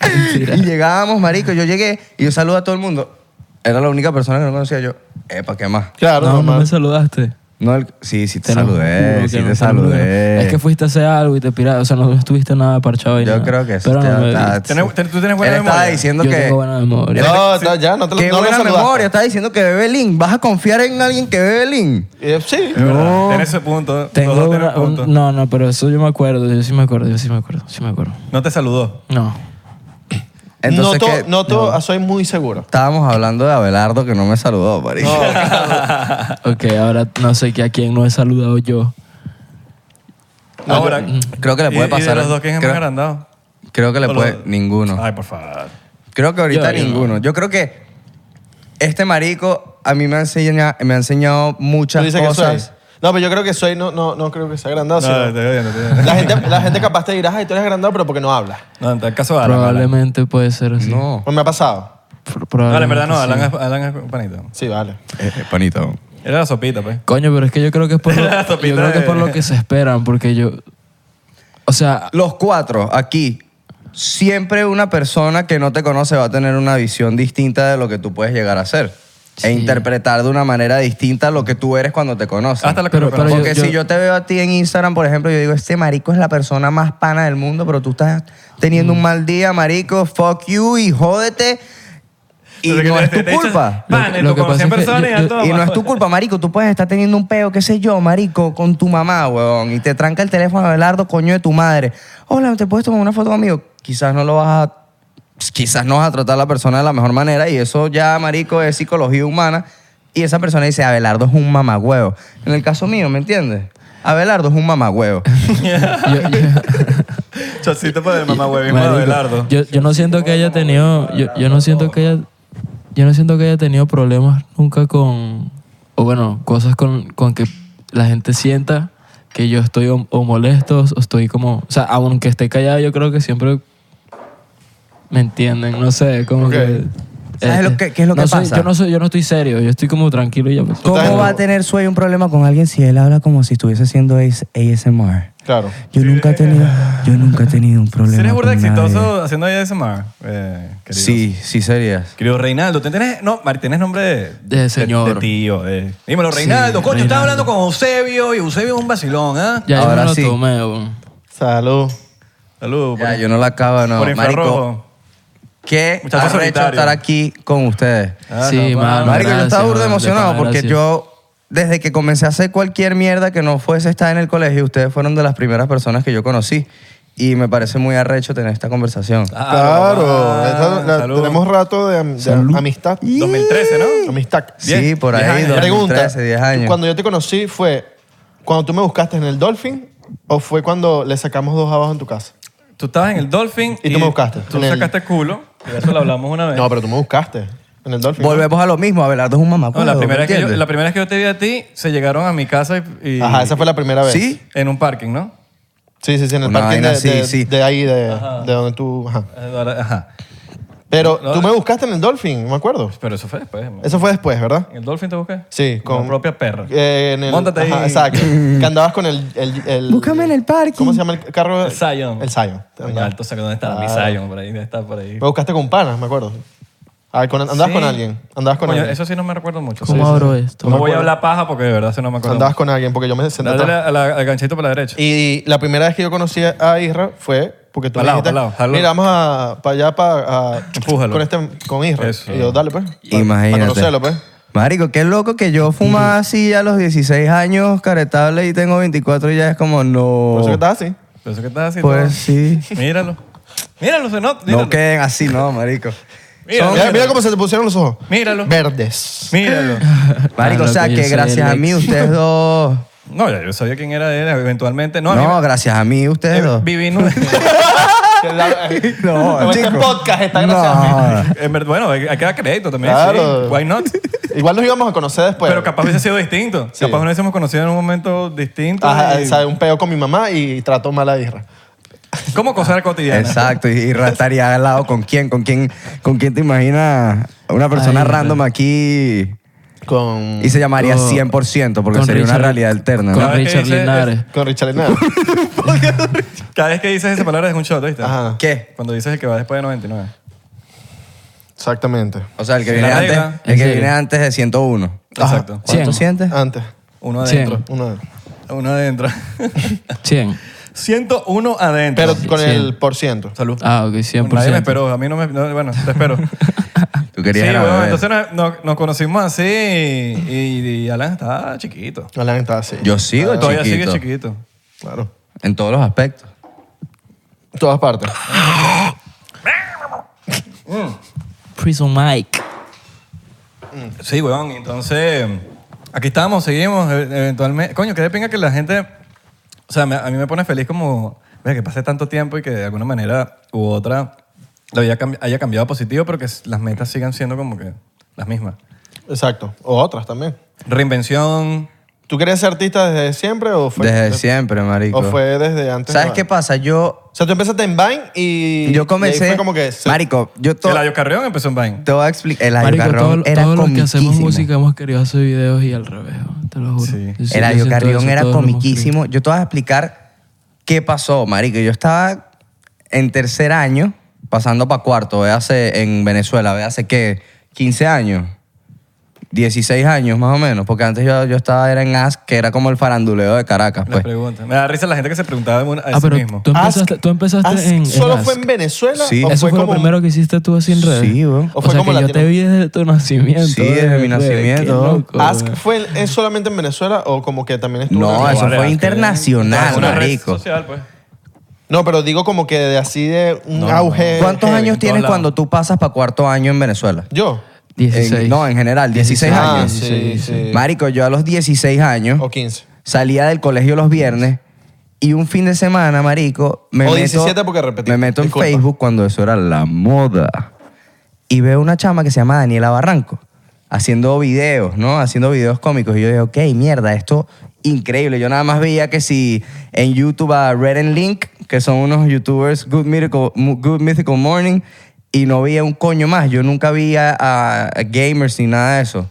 Speaker 4: Mentira.
Speaker 1: y llegábamos, marico. Yo llegué y yo saludo a todo el mundo. Era la única persona que no conocía yo. Epa, ¿qué más?
Speaker 2: Claro,
Speaker 4: no, no
Speaker 2: normal.
Speaker 4: me saludaste.
Speaker 1: No, el- sí, sí te,
Speaker 4: lo juro
Speaker 1: saludé,
Speaker 4: que
Speaker 1: sí
Speaker 4: no
Speaker 1: te saludé.
Speaker 4: Es que fuiste a hacer algo y te piraste. O sea, no estuviste nada parchado y
Speaker 1: Yo
Speaker 4: nada.
Speaker 1: creo que sí.
Speaker 4: Pero
Speaker 1: ya
Speaker 4: no, me-
Speaker 1: está.
Speaker 3: Tienes- ten- tú tienes buena
Speaker 1: Él estaba
Speaker 3: memoria.
Speaker 1: diciendo
Speaker 4: yo
Speaker 1: que...
Speaker 4: tengo buena memoria.
Speaker 2: No, está- ya, no te lo
Speaker 1: Qué
Speaker 2: no lo
Speaker 1: buena
Speaker 2: saludaste.
Speaker 1: memoria. Estás diciendo que bebe Lin. ¿Vas a confiar en alguien que bebe Lin?
Speaker 2: Eh, sí.
Speaker 3: Es verdad, Tienes ese punto.
Speaker 4: Tengo
Speaker 3: Los dos
Speaker 4: una-
Speaker 3: tienen
Speaker 4: un-
Speaker 3: punto.
Speaker 4: no, no, pero eso yo me acuerdo. Yo sí me acuerdo, yo sí me acuerdo, sí me acuerdo.
Speaker 3: No te saludó.
Speaker 4: No.
Speaker 1: Entonces,
Speaker 2: noto,
Speaker 1: ¿qué?
Speaker 2: noto- ah, soy muy seguro.
Speaker 1: Estábamos hablando de Abelardo que no me saludó, marico.
Speaker 2: No,
Speaker 4: Ok, ahora no sé que a quién no he saludado yo.
Speaker 3: Ahora.
Speaker 1: mm, Creo que le puede
Speaker 3: ¿Y- ¿Y de
Speaker 1: pasar.
Speaker 3: los dos quién es
Speaker 1: creo,
Speaker 3: más agrandado?
Speaker 1: creo que le
Speaker 3: O
Speaker 1: puede.
Speaker 3: los-
Speaker 1: Ninguno.
Speaker 3: Ay, por favor.
Speaker 1: Creo que ahorita
Speaker 4: Yo- yo no.
Speaker 1: ninguno. Yo creo que este marico a mí me ha enseñado, me ha enseñado
Speaker 2: tú
Speaker 1: muchas
Speaker 2: dices que soy.
Speaker 1: cosas.
Speaker 2: No, pero yo creo que soy, no, no, no creo que sea agrandado.
Speaker 3: No,
Speaker 2: sino-
Speaker 3: te estoy odiando, te estoy odiando.
Speaker 2: la, gente, la gente capaz te dirá, ay, tú eres agrandado, pero porque no hablas.
Speaker 3: No, en el caso de Alan. Alan.
Speaker 4: Probablemente puede ser así.
Speaker 1: No.
Speaker 2: Pues me ha pasado.
Speaker 4: Pr-
Speaker 3: Vale,
Speaker 4: probablemente
Speaker 3: en verdad no,
Speaker 4: sí.
Speaker 3: Alan es, Alan es panito.
Speaker 2: Sí, vale.
Speaker 1: Eh, eh, panito.
Speaker 3: Era la sopita, pues.
Speaker 4: Coño, pero es que yo creo que es por lo,
Speaker 3: La
Speaker 4: yo
Speaker 3: sopita
Speaker 4: creo que es por
Speaker 3: de-
Speaker 4: lo que se esperan, porque yo. O sea,
Speaker 1: Los cuatro aquí. Siempre una persona que no te conoce va a tener una visión distinta de lo que tú puedes llegar a ser. E
Speaker 4: Sí.
Speaker 1: interpretar de una manera distinta lo que tú eres cuando te conoces.
Speaker 3: Hasta la
Speaker 4: Pero-
Speaker 3: pero,
Speaker 4: pero
Speaker 1: Porque
Speaker 4: yo-
Speaker 1: si
Speaker 4: yo-
Speaker 1: yo te veo a ti en Instagram, por ejemplo, yo digo, este marico es la persona más pana del mundo, pero tú estás teniendo
Speaker 4: Mm.
Speaker 1: un mal día, marico, fuck you y jódete. Y no es tu culpa.
Speaker 4: Lo
Speaker 3: Pan,
Speaker 4: que-
Speaker 3: en
Speaker 4: lo
Speaker 3: tu
Speaker 4: que
Speaker 3: conocen
Speaker 4: pasa es que yo-
Speaker 3: personas
Speaker 4: yo-
Speaker 3: todo.
Speaker 1: Y no es tu culpa, marico. Tú puedes estar teniendo un peo, qué sé yo, marico, con tu mamá, weón. Y te tranca el teléfono Abelardo, coño de tu madre. Hola, ¿te puedes tomar una foto conmigo? Quizás no lo vas a... Quizás no vas a tratar a la persona de la mejor manera. Y eso ya, marico, es psicología humana. Y esa persona dice, Abelardo es un mamagüeo. En el caso mío, ¿me entiendes? Abelardo es un mamagüeo.
Speaker 4: yo- yo-
Speaker 3: Chocito para el mamá huevín de
Speaker 4: Marico,
Speaker 3: Abelardo.
Speaker 4: Yo, yo no siento que haya tenido. Yo, yo no siento que haya. Yo no siento que haya tenido problemas nunca con. O bueno, cosas con, con que la gente sienta que yo estoy o, o molesto o estoy como. O sea, aunque esté callado, yo creo que siempre me entienden. No sé, como
Speaker 2: Ok.
Speaker 4: que. este,
Speaker 1: ¿Sabes lo que- qué es lo
Speaker 4: no
Speaker 1: que
Speaker 4: soy-
Speaker 1: pasa?
Speaker 4: Yo no, soy, yo no estoy serio, yo estoy como tranquilo y ya. pues.
Speaker 1: ¿Cómo va a tener Suey un problema con alguien si él habla como si estuviese haciendo AS- ASMR?
Speaker 2: Claro.
Speaker 1: Yo nunca he tenido, yo nunca he tenido un problema
Speaker 3: Si eres
Speaker 1: con
Speaker 3: burda
Speaker 1: nadie.
Speaker 3: exitoso haciendo ASMR, eh, querido.
Speaker 1: Sí, sí serías.
Speaker 3: Querido Reinaldo, ¿tú tienes, no, Mari, tienes nombre de,
Speaker 4: De señor.
Speaker 3: de tío. eh. Dímelo,
Speaker 4: Sí,
Speaker 3: Reinaldo. Coño, estaba
Speaker 4: Reinaldo.
Speaker 3: hablando con Eusebio y Eusebio es un vacilón, ¿ah?
Speaker 4: Ya
Speaker 1: Ahora
Speaker 4: yo me lo
Speaker 1: sí.
Speaker 4: tomé, weón.
Speaker 2: Salud.
Speaker 3: Saludos.
Speaker 1: Ya,
Speaker 3: por-
Speaker 1: yo no la acabo, no.
Speaker 3: por infrarrojo.
Speaker 1: Marico, qué
Speaker 3: Muchacho
Speaker 1: arrecho
Speaker 3: solitario.
Speaker 1: estar aquí con ustedes.
Speaker 3: Ah,
Speaker 4: sí,
Speaker 3: no,
Speaker 4: mano.
Speaker 1: Marico, yo
Speaker 4: gracias,
Speaker 1: estaba burda
Speaker 4: weón, de
Speaker 1: emocionado
Speaker 4: pana,
Speaker 1: porque
Speaker 4: gracias.
Speaker 1: yo, desde que comencé a hacer cualquier mierda que no fuese estar en el colegio, ustedes fueron de las primeras personas que yo conocí. Y me parece muy arrecho tener esta conversación.
Speaker 3: Ah,
Speaker 2: Ah, Claro.
Speaker 3: papá.
Speaker 2: Esta- la-
Speaker 3: Salud.
Speaker 2: tenemos rato de, am- de amistad.
Speaker 3: 2013, ¿no?
Speaker 2: Amistad.
Speaker 1: sí,
Speaker 3: diez-
Speaker 1: por
Speaker 3: diez
Speaker 1: ahí,
Speaker 3: años ya.
Speaker 1: 2013, 10 años.
Speaker 2: Cuando yo te conocí fue cuando tú me buscaste en el Dolphin o fue cuando le sacamos dos abajo en tu casa.
Speaker 3: Tú estabas en el Dolphin.
Speaker 2: Y tú me buscaste,
Speaker 3: Tú
Speaker 2: en el-
Speaker 3: sacaste culo. y Eso lo hablamos una vez.
Speaker 2: No, pero tú me buscaste en el Dolphin. ¿no?
Speaker 1: Volvemos a lo mismo, Abelardo es un mamá.
Speaker 3: No, la, primera vez que yo, la primera vez que yo te vi a ti, se llegaron a mi casa y. y-
Speaker 2: Ajá, esa fue la primera vez.
Speaker 1: ¿Sí?
Speaker 3: En un parking, ¿no?
Speaker 2: Sí, sí, sí, en el
Speaker 1: Una
Speaker 2: parking
Speaker 1: vaina
Speaker 2: de,
Speaker 1: así,
Speaker 2: de-
Speaker 1: sí.
Speaker 2: de ahí, de, de donde tú... Ajá.
Speaker 3: Ajá.
Speaker 2: Pero
Speaker 3: No,
Speaker 2: tú
Speaker 3: no.
Speaker 2: me buscaste en el Dolphin, me acuerdo.
Speaker 3: Pero eso fue después. ¿no?
Speaker 2: Eso fue después, ¿verdad?
Speaker 3: ¿En el Dolphin te busqué?
Speaker 2: Sí,
Speaker 3: Con
Speaker 2: con...
Speaker 3: la propia perra.
Speaker 2: Eh, en el,
Speaker 3: Móntate ahí.
Speaker 2: ajá, Exacto. que andabas con el, el, el-
Speaker 1: Búscame en el parking.
Speaker 2: ¿Cómo se llama el carro?
Speaker 3: El Zion.
Speaker 2: El Zion.
Speaker 3: Coño, alto, sé dónde está mi
Speaker 2: Claro.
Speaker 3: Zion, por ahí, debe estar por ahí.
Speaker 2: Me buscaste con panas, me acuerdo. Ah, con- andabas
Speaker 3: Sí.
Speaker 2: con alguien. Andabas con
Speaker 3: Coño,
Speaker 2: alguien.
Speaker 3: eso sí no me recuerdo mucho.
Speaker 4: ¿Cómo
Speaker 3: Sí, sí,
Speaker 4: abro
Speaker 3: sí.
Speaker 4: esto?
Speaker 3: No
Speaker 2: me
Speaker 3: voy a
Speaker 2: acuerdo.
Speaker 3: hablar paja porque de verdad eso no me acuerdo.
Speaker 2: Andabas con alguien porque yo me senté
Speaker 3: Dale
Speaker 2: atrás.
Speaker 3: a la- al ganchito para la derecha.
Speaker 2: Y la primera vez que yo conocí a Isra fue porque tú
Speaker 3: Al
Speaker 2: me
Speaker 3: lado,
Speaker 2: dijiste,
Speaker 3: al lado, al lado.
Speaker 2: mira, vamos a, para allá, para... a-
Speaker 3: Empújalo.
Speaker 2: Con, este, con Isra.
Speaker 3: Eso.
Speaker 2: Y yo, dale, pues. pa-
Speaker 1: Imagínate.
Speaker 2: Para conocerlo, pues.
Speaker 1: Marico, qué loco que yo fumaba así a los 16 años, caretable, y tengo 24 y ya es como, no.
Speaker 2: Por eso que estás así.
Speaker 3: Pero eso que estás haciendo.
Speaker 1: Pues sí.
Speaker 3: Míralo. Míralo, se nota. Míralo.
Speaker 1: No queden así, no, marico.
Speaker 3: Míralo.
Speaker 2: Mira, mira cómo se te pusieron los ojos.
Speaker 3: Míralo.
Speaker 2: Verdes.
Speaker 3: Míralo.
Speaker 1: Marico,
Speaker 4: Ah,
Speaker 1: o sea
Speaker 4: loco, yo
Speaker 1: que
Speaker 4: soy
Speaker 1: gracias
Speaker 4: el
Speaker 1: a mí
Speaker 4: ex.
Speaker 1: ustedes dos.
Speaker 3: No, ya yo sabía quién era él eventualmente. No,
Speaker 1: No,
Speaker 3: a mí me-
Speaker 1: gracias a mí ustedes dos.
Speaker 3: Viví nueve.
Speaker 1: No,
Speaker 2: Este
Speaker 1: chico.
Speaker 2: podcast está gracias a
Speaker 1: No.
Speaker 3: En verdad, bueno, hay hay que dar crédito también.
Speaker 2: Ah. Claro.
Speaker 3: Sí. Why not?
Speaker 2: Igual nos íbamos a conocer después.
Speaker 3: Pero capaz hubiese sido distinto.
Speaker 2: Sí.
Speaker 3: Capaz nos hubiésemos conocido en un momento distinto.
Speaker 2: Ajá,
Speaker 3: y-
Speaker 2: sabe, un peo con mi mamá y trató mal a Isra.
Speaker 3: ¿Cómo
Speaker 1: Ah,
Speaker 3: cosas cotidianas?
Speaker 1: Exacto, y, y estaría al lado con quién, con quién, con quién te imaginas una persona
Speaker 4: Ay,
Speaker 1: random aquí
Speaker 2: Con,
Speaker 1: Y se llamaría
Speaker 4: Con-
Speaker 1: 100% porque
Speaker 4: con
Speaker 1: sería una
Speaker 4: Richard-
Speaker 1: realidad alterna.
Speaker 4: Con
Speaker 1: ¿no?
Speaker 3: Cada vez que
Speaker 4: Richard
Speaker 3: dice-
Speaker 4: Linares.
Speaker 2: con Richard Hernández.
Speaker 3: Cada vez que dices esa palabra es un shot, ¿viste?
Speaker 2: Ajá.
Speaker 1: ¿Qué?
Speaker 3: Cuando dices el que va después de 99.
Speaker 2: Exactamente.
Speaker 1: O sea, el que
Speaker 3: Sí,
Speaker 1: viene
Speaker 3: la
Speaker 1: antes,
Speaker 3: regla.
Speaker 1: el
Speaker 4: ¿En
Speaker 1: que
Speaker 4: serio?
Speaker 1: viene antes de 101.
Speaker 3: Exacto.
Speaker 4: Cien.
Speaker 1: ¿Cuánto sientes?
Speaker 2: Antes.
Speaker 3: Uno
Speaker 4: Cien.
Speaker 3: adentro.
Speaker 2: Uno.
Speaker 3: Uno adentro.
Speaker 4: 100.
Speaker 3: 101 adentro.
Speaker 2: Pero con
Speaker 4: Sí.
Speaker 2: el por ciento.
Speaker 3: Salud.
Speaker 4: Ah, ok, 100%.
Speaker 3: Nadie me esperó. A mí no me... no, bueno, te espero.
Speaker 1: Tú
Speaker 3: Ah. sí,
Speaker 1: querías ir a
Speaker 3: bueno,
Speaker 1: beber.
Speaker 3: entonces nos, nos- nos conocimos así y, y Alan estaba chiquito.
Speaker 2: Alan está así.
Speaker 1: Yo sigo
Speaker 3: Ah, Todavía
Speaker 1: chiquito,
Speaker 3: sigue chiquito.
Speaker 2: Claro.
Speaker 1: En todos los aspectos.
Speaker 2: Todas partes.
Speaker 4: Prison Mike.
Speaker 3: Sí, weón. Entonces, aquí estamos, seguimos e- eventualmente. Coño, qué de pinga que la gente... O sea, me- a mí me pone feliz como mira, que pase tanto tiempo y que de alguna manera u otra la vida cambi- haya cambiado positivo, pero que s- las metas sigan siendo como que las mismas.
Speaker 2: Exacto. O otras también.
Speaker 3: Reinvención.
Speaker 2: ¿Tú querías ser artista desde siempre o fue
Speaker 1: Desde siempre, marico.
Speaker 2: o fue desde antes?
Speaker 1: ¿Sabes
Speaker 2: de
Speaker 1: qué
Speaker 2: Vine?
Speaker 1: pasa? Yo,
Speaker 2: O sea, tú empezaste en Vine y
Speaker 1: yo
Speaker 2: y ahí
Speaker 1: comencé...
Speaker 2: fue como que se-
Speaker 1: Marico, yo to-
Speaker 3: El Ayo Carrión empezó en Vine.
Speaker 1: te voy a explicar. El
Speaker 4: Marico,
Speaker 1: Ayocarrón
Speaker 4: todo-
Speaker 1: era
Speaker 4: todos los que hacemos
Speaker 1: comiquísimo.
Speaker 4: música hemos querido hacer videos y al revés, ¿no? te lo juro.
Speaker 3: Sí.
Speaker 4: Yo sí-
Speaker 1: el
Speaker 4: yo
Speaker 1: Ayo
Speaker 4: siento
Speaker 1: Carrión
Speaker 4: eso,
Speaker 1: era
Speaker 4: todos lo hemos
Speaker 1: comiquísimo. Yo te voy a explicar qué pasó, marico. Yo estaba en tercer año, pasando para cuarto, hace en Venezuela, ve hace qué, 15 años, 16 años más o menos, porque antes yo, yo estaba era en ASK, que era como el faranduleo de Caracas,
Speaker 3: La
Speaker 1: pues.
Speaker 3: pregunta. Me da risa la gente que se preguntaba a
Speaker 4: Ah,
Speaker 3: sí
Speaker 4: pero
Speaker 3: mismo.
Speaker 4: tú
Speaker 2: Ask-
Speaker 4: empezaste, tú empezaste
Speaker 2: Ask-
Speaker 4: en, en
Speaker 2: ¿Solo fue
Speaker 4: Ask.
Speaker 2: en Venezuela?
Speaker 1: Sí.
Speaker 2: o
Speaker 4: Eso fue,
Speaker 2: como
Speaker 4: lo
Speaker 2: un-
Speaker 4: primero que hiciste tú así en redes.
Speaker 1: Sí, weón.
Speaker 4: O,
Speaker 2: ¿O fue
Speaker 4: sea
Speaker 2: como
Speaker 4: que yo te
Speaker 2: latino?
Speaker 4: vi desde tu nacimiento.
Speaker 1: Sí, desde mi
Speaker 4: bebé,
Speaker 1: nacimiento.
Speaker 4: qué loco,
Speaker 2: Ask
Speaker 4: weón.
Speaker 2: fue el- es solamente en Venezuela o como que también estuvo en
Speaker 1: No,
Speaker 2: otro
Speaker 1: eso
Speaker 2: lugar?
Speaker 1: fue internacional,
Speaker 3: Una red
Speaker 1: marico.
Speaker 3: social, pues.
Speaker 2: No, pero digo como que de así de un auge.
Speaker 1: ¿Cuántos
Speaker 2: heavy.
Speaker 1: años tienes
Speaker 3: lados.
Speaker 1: cuando tú pasas para cuarto año en Venezuela?
Speaker 2: Yo.
Speaker 4: 16.
Speaker 1: En- Eh, no, en general, 16
Speaker 2: Ah,
Speaker 1: años.
Speaker 2: sí, sí.
Speaker 1: Marico, yo a los 16 años...
Speaker 2: O 15.
Speaker 1: salía del colegio los viernes y un fin de semana, marico, me
Speaker 2: O
Speaker 1: meto,
Speaker 2: 17 porque repetí.
Speaker 1: me meto en
Speaker 2: Disculpa.
Speaker 1: Facebook cuando eso era la moda y veo una chama que se llama Daniela Barranco haciendo videos, ¿no? Haciendo videos cómicos y yo dije, ok, mierda, esto increíble. Yo nada más veía que si en YouTube a Red and Link, que son unos youtubers Good Mythical, Good Mythical Morning y no veía un coño más. Yo nunca vi a, a- a gamers ni nada de eso.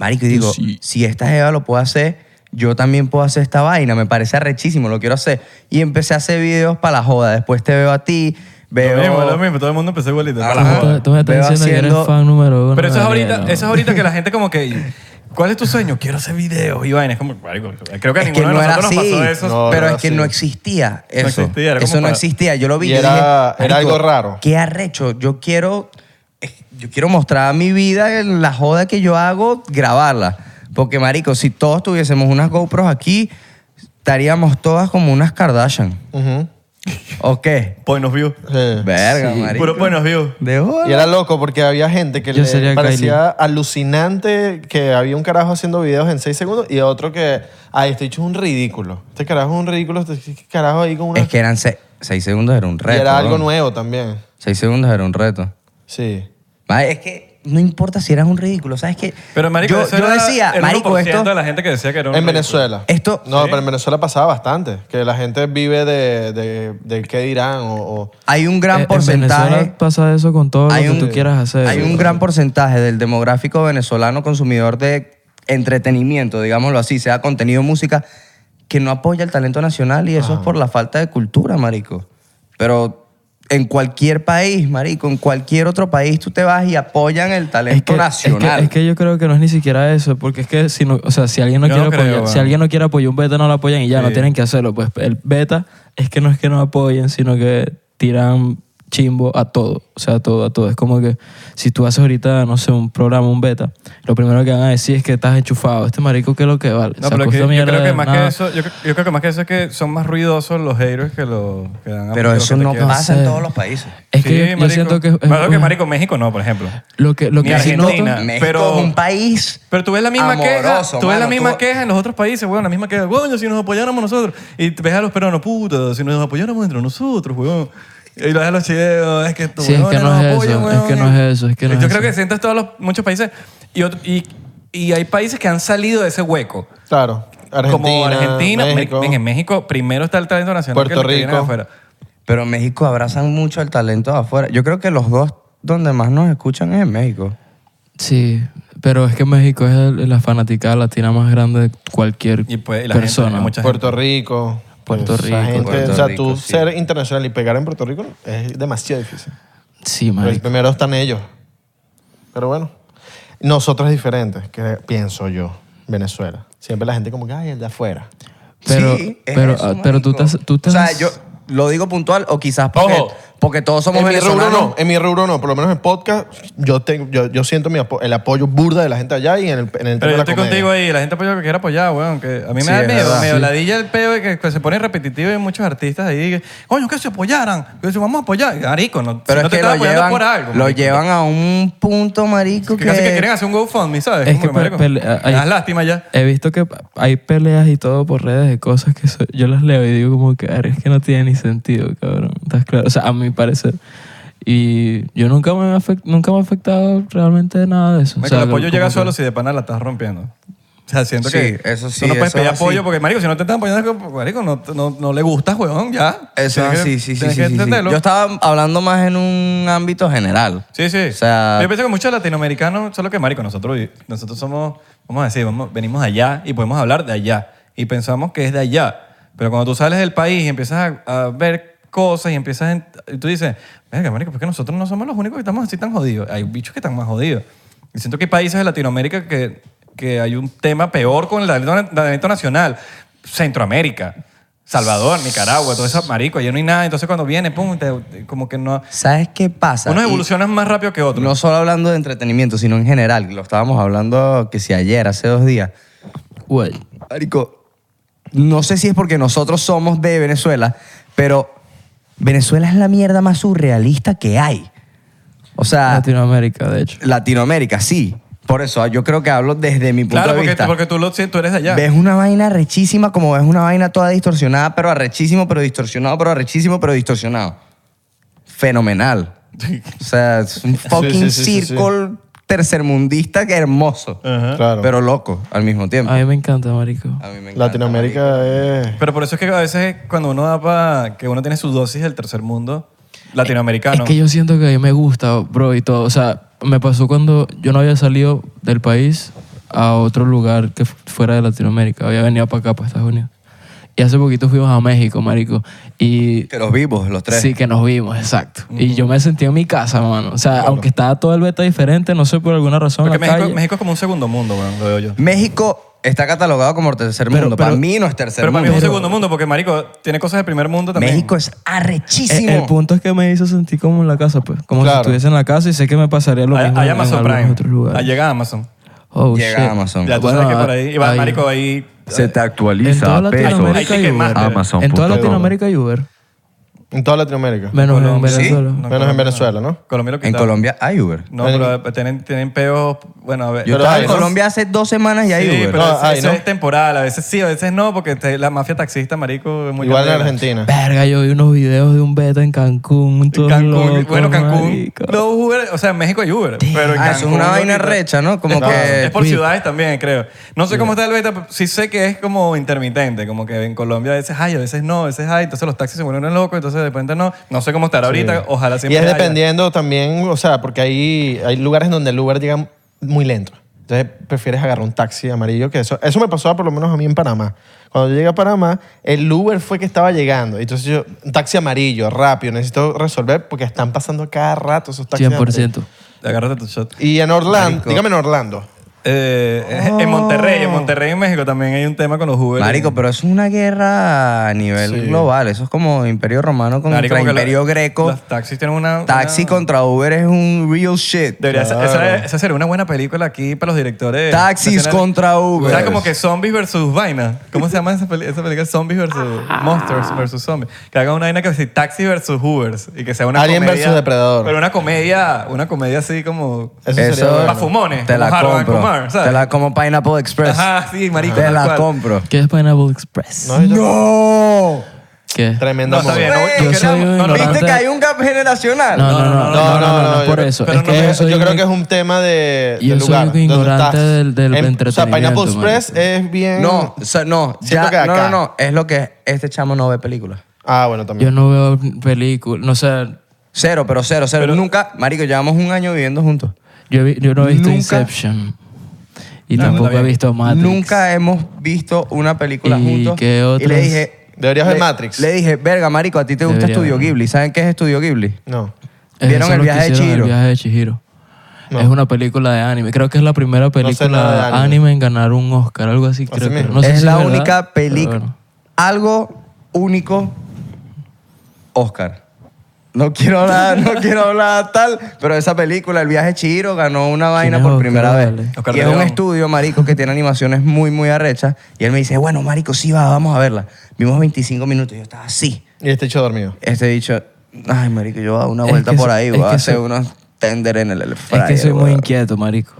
Speaker 1: Marico, y digo,
Speaker 4: Sí.
Speaker 1: si esta jeva lo puede hacer, yo también puedo hacer esta vaina. Me parece arrechísimo, lo quiero hacer. Y empecé a hacer videos para la joda. Después te veo a ti, veo...
Speaker 3: Lo mismo, lo mismo. Todo el mundo empezó igualito.
Speaker 1: Ajá.
Speaker 3: Para la
Speaker 4: Tú-
Speaker 3: joda.
Speaker 4: Tú me estás
Speaker 1: Veo
Speaker 4: diciendo que eres
Speaker 1: haciendo-
Speaker 4: fan número uno.
Speaker 3: Pero eso es
Speaker 4: de
Speaker 3: ahorita,
Speaker 4: Ariana,
Speaker 3: eso es ahorita que la gente como que... ¿Cuál es tu sueño? Quiero hacer videos y vainas. Como, marico, creo que a
Speaker 1: Es que
Speaker 3: ninguno
Speaker 1: no
Speaker 3: de
Speaker 1: era
Speaker 3: nosotros
Speaker 1: así,
Speaker 3: nos pasó eso.
Speaker 2: No,
Speaker 1: pero
Speaker 2: era
Speaker 1: es que
Speaker 2: así.
Speaker 1: no existía eso.
Speaker 3: existía, era como
Speaker 1: eso no
Speaker 3: para-
Speaker 1: exista existía. Yo lo vi.
Speaker 2: Y
Speaker 1: yo
Speaker 2: era-
Speaker 1: dije,
Speaker 2: era
Speaker 1: "Marico,
Speaker 2: algo raro".
Speaker 1: Qué arrecho. Yo quiero, eh, yo quiero mostrar mi vida, en la joda que yo hago, grabarla. Porque, marico, si todos tuviésemos unas GoPros aquí, estaríamos todas como unas Kardashian.
Speaker 2: Ujú.
Speaker 1: ¿O qué?
Speaker 3: Point of view.
Speaker 2: Sí.
Speaker 1: Verga, marico.
Speaker 3: Puro point of view.
Speaker 1: De joda.
Speaker 2: Y era loco porque había gente que
Speaker 4: Yo
Speaker 2: le
Speaker 4: sería
Speaker 2: parecía alucinante que había un carajo haciendo videos en 6 segundos y otro que, ay, este hecho es un ridículo. Este carajo es un ridículo, este carajo ahí con una...
Speaker 1: Es que eran se- seis segundos, era un
Speaker 2: y
Speaker 1: reto.
Speaker 2: era algo
Speaker 1: weón.
Speaker 2: nuevo también.
Speaker 1: Seis segundos era un reto.
Speaker 2: Sí.
Speaker 1: Ma, Es que no importa si eras un ridículo, ¿sabes qué?
Speaker 3: Pero, marico,
Speaker 1: yo,
Speaker 3: eso
Speaker 1: yo
Speaker 3: era
Speaker 1: decía,
Speaker 3: el
Speaker 1: marico,
Speaker 3: 1%
Speaker 1: esto...
Speaker 3: de la gente que decía que era un
Speaker 2: En
Speaker 3: ridículo.
Speaker 2: Venezuela.
Speaker 1: Esto-
Speaker 2: No, pero en Venezuela pasaba bastante. Que la gente vive de, de, de qué dirán o... o-
Speaker 1: Hay un
Speaker 2: Eh,
Speaker 1: gran
Speaker 4: Eh, En- en
Speaker 1: porcentaje.
Speaker 4: Venezuela pasa eso con todo lo
Speaker 1: hay
Speaker 4: que
Speaker 1: un-
Speaker 4: tú quieras hacer.
Speaker 1: Hay un gran porcentaje del demográfico venezolano consumidor de entretenimiento, digámoslo así, sea contenido, música, que no apoya el talento nacional y eso es por la falta de cultura, marico. Pero en cualquier país, marico, en cualquier otro país tú te vas y apoyan el talento
Speaker 4: es que, Es
Speaker 1: nacional.
Speaker 4: que, es que yo creo que no es ni siquiera eso, porque es que si no, o sea, si alguien no
Speaker 3: Yo no
Speaker 4: quiere
Speaker 3: creo,
Speaker 4: apoyar, si
Speaker 3: weón.
Speaker 4: alguien no quiere apoyar un beta no lo apoyan y ya no
Speaker 3: Sí.
Speaker 4: tienen que hacerlo, pues el beta es que no es que no apoyen, sino que tiran chimbo a todo, o sea, a todo, a todo. Es como que si tú haces ahorita, no sé, un programa, un beta, lo primero que van a decir es que estás enchufado, este marico que es lo que vale.
Speaker 3: No,
Speaker 4: Sacó
Speaker 3: pero es que
Speaker 4: esta
Speaker 3: yo
Speaker 4: mierda
Speaker 3: creo que
Speaker 4: de
Speaker 3: más
Speaker 4: nada.
Speaker 3: que eso, yo, creo- yo creo que más que eso es que son más ruidosos los haters que los que dan
Speaker 1: Pero
Speaker 3: que los
Speaker 1: eso
Speaker 3: que te
Speaker 1: no
Speaker 3: quieren.
Speaker 1: pasa en
Speaker 4: Sí.
Speaker 1: todos los países.
Speaker 4: Es
Speaker 3: Sí,
Speaker 4: que yo
Speaker 3: marico.
Speaker 4: siento que es- es-
Speaker 3: Más lo que marico México no, por ejemplo.
Speaker 4: lo que lo
Speaker 3: Ni
Speaker 4: que sí noto-
Speaker 3: Argentina.
Speaker 1: México
Speaker 3: pero-
Speaker 1: es un país.
Speaker 3: Pero tú ves la misma
Speaker 1: Amoroso,
Speaker 3: queja, tú ves la
Speaker 1: mano,
Speaker 3: misma
Speaker 1: tú-
Speaker 3: queja en los otros países, weón, la misma queja, weón, si nos apoyáramos nosotros. Y ves a los peruanos, puta, si nos apoyáramos entre nosotros, weón. Y lo ves a los chilenos, es que estos
Speaker 4: Sí, es que
Speaker 3: weones
Speaker 4: no
Speaker 3: nos
Speaker 4: es eso,
Speaker 3: apoyan,
Speaker 4: es que no es eso, es que no
Speaker 3: Yo
Speaker 4: es
Speaker 3: creo
Speaker 4: eso.
Speaker 3: que sientes todos los, muchos países y, otro- y, y hay países que han salido de ese hueco.
Speaker 2: Claro. Argentina,
Speaker 3: como Argentina, Me-
Speaker 2: México.
Speaker 3: en México primero está el talento nacional
Speaker 2: Puerto
Speaker 3: que el que viene de
Speaker 2: Rico.
Speaker 3: afuera.
Speaker 1: Pero en México abrazan mucho el talento de afuera. Yo creo que los dos donde más nos escuchan es en México.
Speaker 4: Sí, Pero es que México es el- la fanaticada latina más grande de cualquier
Speaker 3: Y pues, y la gente,
Speaker 4: persona.
Speaker 3: hay mucha
Speaker 2: Puerto Rico.
Speaker 4: Puerto
Speaker 2: esa
Speaker 4: Rico.
Speaker 2: gente-
Speaker 1: Puerto
Speaker 2: o sea,
Speaker 1: Rico,
Speaker 2: tú
Speaker 1: sí.
Speaker 2: ser internacional y pegar en Puerto Rico es demasiado difícil.
Speaker 4: Sí,
Speaker 2: Pero el
Speaker 4: marico.
Speaker 2: primero están ellos. Pero bueno, nosotros es diferente, que pienso yo, Venezuela. Siempre la gente como que, ay, el de afuera.
Speaker 4: Pero,
Speaker 1: Sí, es
Speaker 4: pero,
Speaker 1: eso,
Speaker 4: ah, pero tú
Speaker 1: marico.
Speaker 4: te, has- tú te
Speaker 1: O sea,
Speaker 4: has-
Speaker 1: yo lo digo puntual o quizás porque,
Speaker 2: Ojo.
Speaker 1: porque todos somos
Speaker 2: en mi rubro
Speaker 1: venezolanos.
Speaker 2: no, en mi rubro no, por lo menos en podcast yo, tengo, yo, yo siento mi apo- el apoyo burda de la gente allá y en el, en el tema
Speaker 3: Pero yo
Speaker 2: de la
Speaker 3: estoy
Speaker 2: comedia.
Speaker 3: contigo ahí, la gente apoya lo que quiera apoyar, weón. Que a mí me
Speaker 1: Sí,
Speaker 3: da
Speaker 1: es
Speaker 3: miedo,
Speaker 1: verdad.
Speaker 3: me
Speaker 1: Sí.
Speaker 3: ladilla el peo de que, que se pone repetitivo y hay muchos artistas ahí que, coño, que se apoyaran, que se vamos a apoyar. Marico, no,
Speaker 1: Pero
Speaker 3: si no
Speaker 1: es
Speaker 3: te
Speaker 1: que
Speaker 3: estás
Speaker 1: lo
Speaker 3: apoyando
Speaker 1: llevan,
Speaker 3: por algo.
Speaker 1: lo
Speaker 3: marico.
Speaker 1: llevan a un punto, marico,
Speaker 3: que
Speaker 1: que...
Speaker 3: casi que quieren hacer un GoFundMe, ¿sabes?
Speaker 4: Es
Speaker 3: Como
Speaker 4: que pe-
Speaker 3: marico,
Speaker 1: eh,
Speaker 4: pele-
Speaker 3: me
Speaker 4: hay-
Speaker 3: das lástima ya.
Speaker 4: He visto que hay peleas y todo por redes de cosas que so- yo las leo y digo como que "Verga, es que no tiene ni sentido, cabrón. ¿Estás claro? O sea, a mi parecer. Y yo nunca me, ha afect- nunca me ha afectado realmente de nada de eso.
Speaker 3: Marico,
Speaker 4: O sea,
Speaker 3: el apoyo
Speaker 4: como
Speaker 3: llega
Speaker 4: que-
Speaker 3: solo si de pana la estás rompiendo. O sea, siento
Speaker 1: Sí,
Speaker 3: que
Speaker 1: eso sí,
Speaker 3: tú no puedes
Speaker 1: eso
Speaker 3: pedir
Speaker 1: es así.
Speaker 3: apoyo porque, marico, si no te están apoyando, es que, marico, no, no, no le gustas, weón, ya.
Speaker 1: Eso,
Speaker 3: Tienes que-
Speaker 1: Ah, sí, sí, sí,
Speaker 3: tienes
Speaker 1: sí,
Speaker 3: que
Speaker 1: sí, sí.
Speaker 3: entenderlo.
Speaker 1: Yo estaba hablando más en un ámbito general.
Speaker 3: Sí, sí.
Speaker 1: O sea-
Speaker 3: yo pienso que muchos latinoamericanos, solo que marico, nosotros, vi- nosotros somos, vamos a decir, vamos- venimos allá y podemos hablar de allá. Y pensamos que es de allá. Pero cuando tú sales del país y empiezas a, a ver cosas y empiezas a ent- y tú dices, venga, marico, ¿por qué nosotros no somos los únicos que estamos así tan jodidos? Hay bichos que están más jodidos. Y siento que hay países de Latinoamérica que, que hay un tema peor con el talento nacional. Centroamérica, Salvador, Nicaragua, todo eso, marico, allá no hay nada. Entonces cuando viene, pum, te- como que no...
Speaker 1: ¿Sabes qué pasa?
Speaker 3: Unos
Speaker 1: Y-
Speaker 3: evolucionan más rápido que otros.
Speaker 1: No solo hablando de entretenimiento, sino en general. Lo estábamos hablando que si ayer, hace dos días.
Speaker 4: Güey,
Speaker 1: Marico, no sé si es porque nosotros somos de Venezuela, pero Venezuela es la mierda más surrealista que hay. O sea,
Speaker 4: Latinoamérica, de hecho.
Speaker 1: Latinoamérica, sí. Por eso ah, yo creo que hablo desde mi punto
Speaker 3: Claro,
Speaker 1: de
Speaker 3: porque,
Speaker 1: vista.
Speaker 3: porque tú, lo, sí, tú eres de allá.
Speaker 1: Ves una vaina rechísima, como ves una vaina toda distorsionada, pero arrechísimo, pero distorsionado, pero arrechísimo, pero distorsionado. Fenomenal. O sea, es un
Speaker 2: sí, sí,
Speaker 1: fucking
Speaker 2: sí, sí.
Speaker 1: círculo tercermundista que hermoso.
Speaker 3: Ajá.
Speaker 2: Claro.
Speaker 1: Pero loco al mismo tiempo.
Speaker 4: A mí me encanta, marico.
Speaker 1: A mí me encanta,
Speaker 2: Latinoamérica es...
Speaker 3: Pero por eso es que a veces cuando uno da para que uno tiene su dosis del tercer mundo latinoamericano.
Speaker 4: Es que yo siento que a mí me gusta, bro, y todo. O sea, me pasó cuando yo no había salido del país a otro lugar que fu- fuera de Latinoamérica. Había venido para acá, para Estados Unidos. Y hace poquito fuimos a México, marico. Y
Speaker 1: Que los vivos, los tres.
Speaker 4: sí que nos vimos, exacto. Y yo me sentí en mi casa, mano. O sea, aunque estaba todo el beta diferente, no sé por alguna razón.
Speaker 3: porque
Speaker 4: la
Speaker 3: México,
Speaker 4: calle-
Speaker 3: México es como un segundo mundo, weón, lo veo yo.
Speaker 1: México está catalogado como tercer
Speaker 4: Pero-
Speaker 1: mundo. para
Speaker 4: pero-
Speaker 1: mí no es tercer
Speaker 3: Pero para mí
Speaker 1: mundo.
Speaker 3: es un segundo mundo porque, marico, tiene cosas del primer mundo también.
Speaker 1: México es
Speaker 4: El,
Speaker 1: arrechísimo.
Speaker 4: el punto es que me hizo sentir como en la casa, pues. Como si
Speaker 2: Claro.
Speaker 4: estuviese en la casa y sé que me pasaría lo
Speaker 3: Hay-
Speaker 4: mismo
Speaker 3: hay
Speaker 4: en- en
Speaker 3: Amazon
Speaker 4: algunos
Speaker 3: Prime.
Speaker 4: otros lugares.
Speaker 3: Ahí Llega Amazon.
Speaker 4: Oh,
Speaker 1: Llega
Speaker 4: shit.
Speaker 1: Amazon.
Speaker 3: Ya tú
Speaker 4: Bueno,
Speaker 3: sabes que por ahí... Y va,
Speaker 4: ahí-
Speaker 3: marico, ahí...
Speaker 5: Se te
Speaker 4: En toda
Speaker 5: actualiza a peso.
Speaker 3: Ahí
Speaker 4: Latinoamérica
Speaker 3: sí que
Speaker 4: hay
Speaker 3: más,
Speaker 4: Uber.
Speaker 3: pero-
Speaker 5: Amazon
Speaker 4: En toda
Speaker 5: punto com.
Speaker 4: Latinoamérica hay Uber.
Speaker 2: En toda Latinoamérica.
Speaker 4: Menos en
Speaker 3: Colombia.
Speaker 4: Venezuela.
Speaker 3: Sí. No,
Speaker 2: menos en
Speaker 3: Colombia.
Speaker 2: Venezuela, ¿no?
Speaker 3: Colombia lo
Speaker 1: en
Speaker 3: quitaron.
Speaker 1: Colombia hay Uber.
Speaker 3: No, pero eh, tienen, tienen peos... Bueno, a ver...
Speaker 1: Yo
Speaker 2: Pero
Speaker 1: estaba
Speaker 2: hay,
Speaker 1: en
Speaker 2: ¿no?
Speaker 1: Colombia hace dos semanas y hay
Speaker 3: Ah, sí,
Speaker 1: Uber.
Speaker 3: pero
Speaker 2: No,
Speaker 3: eso,
Speaker 2: hay,
Speaker 3: eso
Speaker 2: Ah, ¿no?
Speaker 3: es temporal. A veces sí, a veces no, porque te- la mafia taxista, marico, es muy
Speaker 2: Igual en
Speaker 3: cabrera.
Speaker 2: Argentina.
Speaker 4: Verga, yo vi unos videos de un beta en Cancún. todo
Speaker 3: Cancún,
Speaker 4: loco,
Speaker 3: bueno, Cancún.
Speaker 4: marico.
Speaker 3: No Uber, o sea, en México hay Uber. Pero en
Speaker 1: Ah, eso es
Speaker 3: Cancún
Speaker 1: una
Speaker 3: no
Speaker 1: vaina
Speaker 3: quita-
Speaker 1: recha, ¿no? Como
Speaker 3: es, por-
Speaker 1: que-
Speaker 3: es por ciudades también, creo. No sé cómo está el beta, pero sí sé que es como intermitente. Como que en Colombia a veces hay, a veces no, a veces hay. Entonces los taxis se vuelven locos, entonces de repente no. No sé cómo estará ahorita, ojalá
Speaker 2: Y
Speaker 3: siempre
Speaker 2: es
Speaker 3: haya.
Speaker 2: dependiendo también, o sea, porque hay, hay lugares donde el Uber llega muy lento. Entonces prefieres agarrar un taxi amarillo que eso. Eso me pasó por lo menos a mí en Panamá. Cuando yo llegué a Panamá, el Uber fue que estaba llegando. Entonces yo, un taxi amarillo, rápido, necesito resolver porque están pasando cada rato esos taxis.
Speaker 4: 100%.
Speaker 3: Agárrate tu shot.
Speaker 2: Y en Orlando, dígame en Orlando.
Speaker 3: Eh, En Monterrey,
Speaker 2: Ah.
Speaker 3: en Monterrey, en México también hay un tema con los Uber.
Speaker 1: Marico, pero es una guerra a nivel global. Eso es como Imperio Romano contra
Speaker 3: Marico, porque
Speaker 1: Imperio
Speaker 3: los-
Speaker 1: Greco.
Speaker 3: Los taxis tienen una.
Speaker 1: Taxi
Speaker 3: una-
Speaker 1: contra Uber es un real shit.
Speaker 3: Debería ser- esa, esa sería una buena película aquí para los directores.
Speaker 1: Taxis
Speaker 3: nacionales.
Speaker 1: contra Uber.
Speaker 3: O sea, como que zombies versus vainas. ¿Cómo se llama esa, peli- esa película? Zombies versus monsters versus zombies. Que haga una vaina que sea taxi versus Ubers y que sea una
Speaker 2: Alien
Speaker 3: comedia.
Speaker 2: versus depredador.
Speaker 3: Pero una comedia, una comedia así como Eh,
Speaker 2: Eso sería
Speaker 1: Eso-
Speaker 2: bueno.
Speaker 3: para fumones.
Speaker 1: Te la
Speaker 3: como Harold and
Speaker 1: compro.
Speaker 3: Kumar, ¿sabes?
Speaker 1: Te la como Pineapple Express.
Speaker 3: Ajá, sí, marico.
Speaker 1: Te
Speaker 3: tal
Speaker 1: la
Speaker 3: cual.
Speaker 1: compro.
Speaker 4: ¿Qué es Pineapple Express?
Speaker 2: No, yo-
Speaker 1: ¡No!
Speaker 4: ¿Qué?
Speaker 3: No,
Speaker 2: Tremenda
Speaker 3: está
Speaker 2: movida.
Speaker 3: bien. No,
Speaker 4: Yo soy
Speaker 3: no,
Speaker 4: un
Speaker 3: no, no,
Speaker 4: ignorante.
Speaker 1: ¿Viste que hay un gap generacional?
Speaker 4: No, no, no, no, no, no, no,
Speaker 2: yo
Speaker 4: por
Speaker 2: creo-
Speaker 4: eso.
Speaker 3: pero
Speaker 4: es
Speaker 3: no
Speaker 4: que
Speaker 3: me-
Speaker 4: yo soy
Speaker 2: creo
Speaker 4: un-
Speaker 2: que es un tema de,
Speaker 4: Yo
Speaker 2: del
Speaker 4: soy
Speaker 2: lugar.
Speaker 4: un
Speaker 2: donde
Speaker 4: ignorante
Speaker 2: estás.
Speaker 4: del- del
Speaker 2: O sea,
Speaker 4: entretenimiento,
Speaker 2: Pineapple Express es bien...
Speaker 1: No, o sea, no,
Speaker 2: Siento que
Speaker 1: ya, no,
Speaker 2: acá.
Speaker 1: no, no, es lo que este chamo no ve películas.
Speaker 2: Ah, bueno, también.
Speaker 4: Yo no veo películas. No sé.
Speaker 1: Cero, pero cero, cero. Nunca, marico, llevamos un año viviendo juntos.
Speaker 4: Yo, vi- yo no he visto
Speaker 1: Nunca.
Speaker 4: Inception. Y
Speaker 3: No, no,
Speaker 4: tampoco
Speaker 3: está
Speaker 4: he
Speaker 3: bien.
Speaker 4: visto Matrix.
Speaker 1: Nunca hemos visto una película
Speaker 4: ¿Y
Speaker 1: juntos.
Speaker 4: qué
Speaker 1: Y le
Speaker 4: otras?
Speaker 1: dije...
Speaker 2: Deberías ver
Speaker 1: le-
Speaker 2: Matrix.
Speaker 1: Le dije, verga, marico, a ti te gusta
Speaker 4: Debería
Speaker 1: Estudio
Speaker 4: ver.
Speaker 1: Ghibli. ¿Saben qué es Estudio Ghibli?
Speaker 2: No.
Speaker 4: Eh,
Speaker 1: ¿Vieron
Speaker 4: son
Speaker 1: el
Speaker 4: los que
Speaker 1: viaje de
Speaker 4: hicieron
Speaker 1: Chihiro?
Speaker 4: El viaje de Chihiro.
Speaker 2: No.
Speaker 4: Es una película de anime. Creo que es la primera película
Speaker 2: nada de
Speaker 4: de
Speaker 2: anime.
Speaker 4: anime. en ganar un Oscar, algo así. Creo que.
Speaker 2: mismo.
Speaker 4: No sé
Speaker 1: es
Speaker 4: si
Speaker 1: la
Speaker 4: verdad,
Speaker 1: única
Speaker 4: pero
Speaker 1: película.
Speaker 4: bueno.
Speaker 1: Algo único. Oscar. No quiero hablar, no quiero hablar tal, pero esa película, El viaje de Chihiro, ganó una vaina
Speaker 4: es
Speaker 1: por
Speaker 4: Oscar,
Speaker 1: primera vez.
Speaker 4: vale?
Speaker 3: Oscar
Speaker 1: y
Speaker 3: de
Speaker 1: es un
Speaker 3: León.
Speaker 1: estudio, marico, que tiene animaciones muy, muy arrechas. Y él me dice, bueno, marico, sí va, vamos a verla. Vimos 25 minutos y yo estaba así.
Speaker 2: Y este hecho dormido.
Speaker 1: Este dicho, ay, marico, yo voy a dar una
Speaker 4: Es
Speaker 1: vuelta
Speaker 4: que
Speaker 1: por
Speaker 4: so-
Speaker 1: ahí,
Speaker 4: es
Speaker 1: voy a
Speaker 4: que
Speaker 1: hacer
Speaker 4: so-
Speaker 1: unos tender en el
Speaker 4: Es que soy muy
Speaker 1: inquieto.
Speaker 4: inquieto, marico.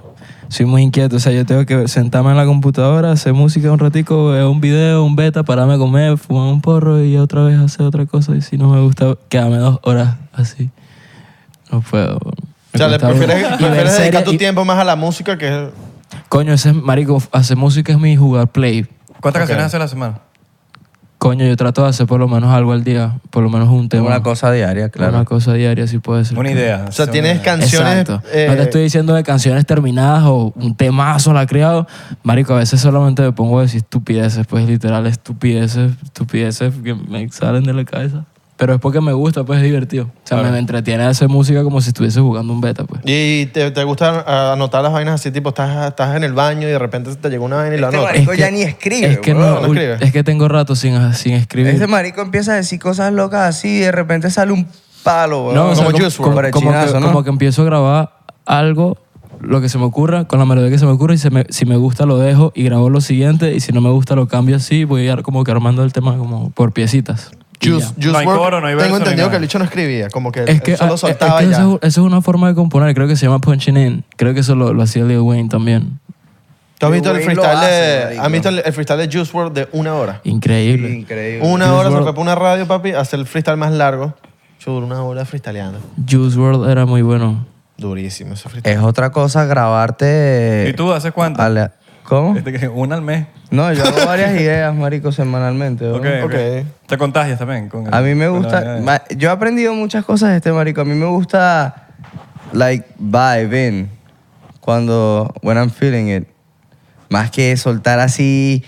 Speaker 4: Soy muy inquieto. O sea, yo tengo que sentarme en la computadora, hacer música un ratico, ver un video, un beta, pararme a comer, fumar un porro y otra vez hacer otra cosa. Y si no me gusta, quedarme dos horas así. No puedo.
Speaker 2: O sea, le
Speaker 4: Está bien.
Speaker 2: prefieres,
Speaker 4: Y ver
Speaker 2: prefieres dedicar
Speaker 4: series
Speaker 2: tu
Speaker 4: y-
Speaker 2: tiempo más a la música que...
Speaker 4: Coño, ese es, marico, hacer música es mi jugar play.
Speaker 3: ¿Cuántas canciones hace a la semana?
Speaker 4: Coño, yo trato de hacer por lo menos algo al día, por lo menos un tema.
Speaker 1: Una cosa diaria, claro.
Speaker 4: Una cosa diaria, si puede ser.
Speaker 3: Buena
Speaker 4: que-
Speaker 3: idea.
Speaker 2: O sea, tienes canciones...
Speaker 4: Exacto.
Speaker 2: eh,
Speaker 4: no te estoy diciendo de canciones terminadas o un temazo la ha creado. Marico, a veces solamente me pongo a decir estupideces, pues literal estupideces, estupideces que me salen de la cabeza. Pero es porque me gusta, pues es divertido. O sea, me, me entretiene hacer música como si estuviese jugando un beta, pues.
Speaker 2: Y te, te gusta ah, anotar las vainas así, tipo, estás, estás en el baño y de repente te llegó una vaina y la
Speaker 1: Este
Speaker 2: anotas.
Speaker 1: marico ya ni escribe,
Speaker 4: Es que,
Speaker 1: weón.
Speaker 4: no,
Speaker 2: No escribe.
Speaker 4: es que tengo rato sin, sin escribir.
Speaker 1: Ese marico empieza a decir cosas locas así y de repente sale un palo, weón.
Speaker 4: No, o sea,
Speaker 2: Como
Speaker 4: como,
Speaker 2: Juice
Speaker 4: como-
Speaker 1: WRLD.
Speaker 4: como
Speaker 1: Parechinazo,
Speaker 4: que,
Speaker 1: ¿no?
Speaker 4: como que empiezo a grabar algo, lo que se me ocurra, con la melodía que se me ocurra, y se me- si me gusta lo dejo y grabo lo siguiente, y si no me gusta lo cambio así, voy a ir como que armando el tema como por piecitas. y
Speaker 2: Juice,
Speaker 4: ya.
Speaker 2: Juice
Speaker 3: No hay
Speaker 2: WRLD,
Speaker 3: coro, no hay verso,
Speaker 2: Tengo
Speaker 3: ni
Speaker 2: entendido
Speaker 3: nada.
Speaker 2: que el bicho no escribía, como que,
Speaker 4: Es que,
Speaker 2: él
Speaker 4: ah,
Speaker 2: solo
Speaker 4: es- es que
Speaker 2: soltaba y ya.
Speaker 4: eso, es- eso es una forma de componer, creo que se llama punching in, creo que eso lo, lo hacía Lil Wayne también.
Speaker 2: ¿Tú has
Speaker 1: Lil
Speaker 2: visto el
Speaker 1: Wayne lo
Speaker 2: freestyle,
Speaker 1: hace,
Speaker 2: de,
Speaker 1: marico.
Speaker 2: ¿has visto el, el freestyle de Juice WRLD de una hora?
Speaker 4: Increíble.
Speaker 1: Increíble.
Speaker 2: Una
Speaker 4: Juice
Speaker 2: hora se
Speaker 4: WRLD.
Speaker 2: fue para una radio, papi, a hacer el freestyle más largo. Chulo, una hora freestyleando.
Speaker 4: Juice World era muy bueno.
Speaker 2: Durísimo ese freestyle.
Speaker 1: Es otra cosa grabarte.
Speaker 3: ¿Y tú haces cuánto?
Speaker 1: a la- ¿Cómo?
Speaker 3: Este que- Una al mes.
Speaker 1: No, yo hago varias ideas, marico, semanalmente. weón.
Speaker 3: Ok, ok.
Speaker 2: Ok.
Speaker 3: Te contagias también. con el-
Speaker 1: A mí me
Speaker 3: con la
Speaker 1: gusta.
Speaker 3: vaina de-
Speaker 1: ma- yo he aprendido muchas cosas de este marico. A mí me gusta, like, vibe in. Cuando, when I'm feeling it. Más que soltar así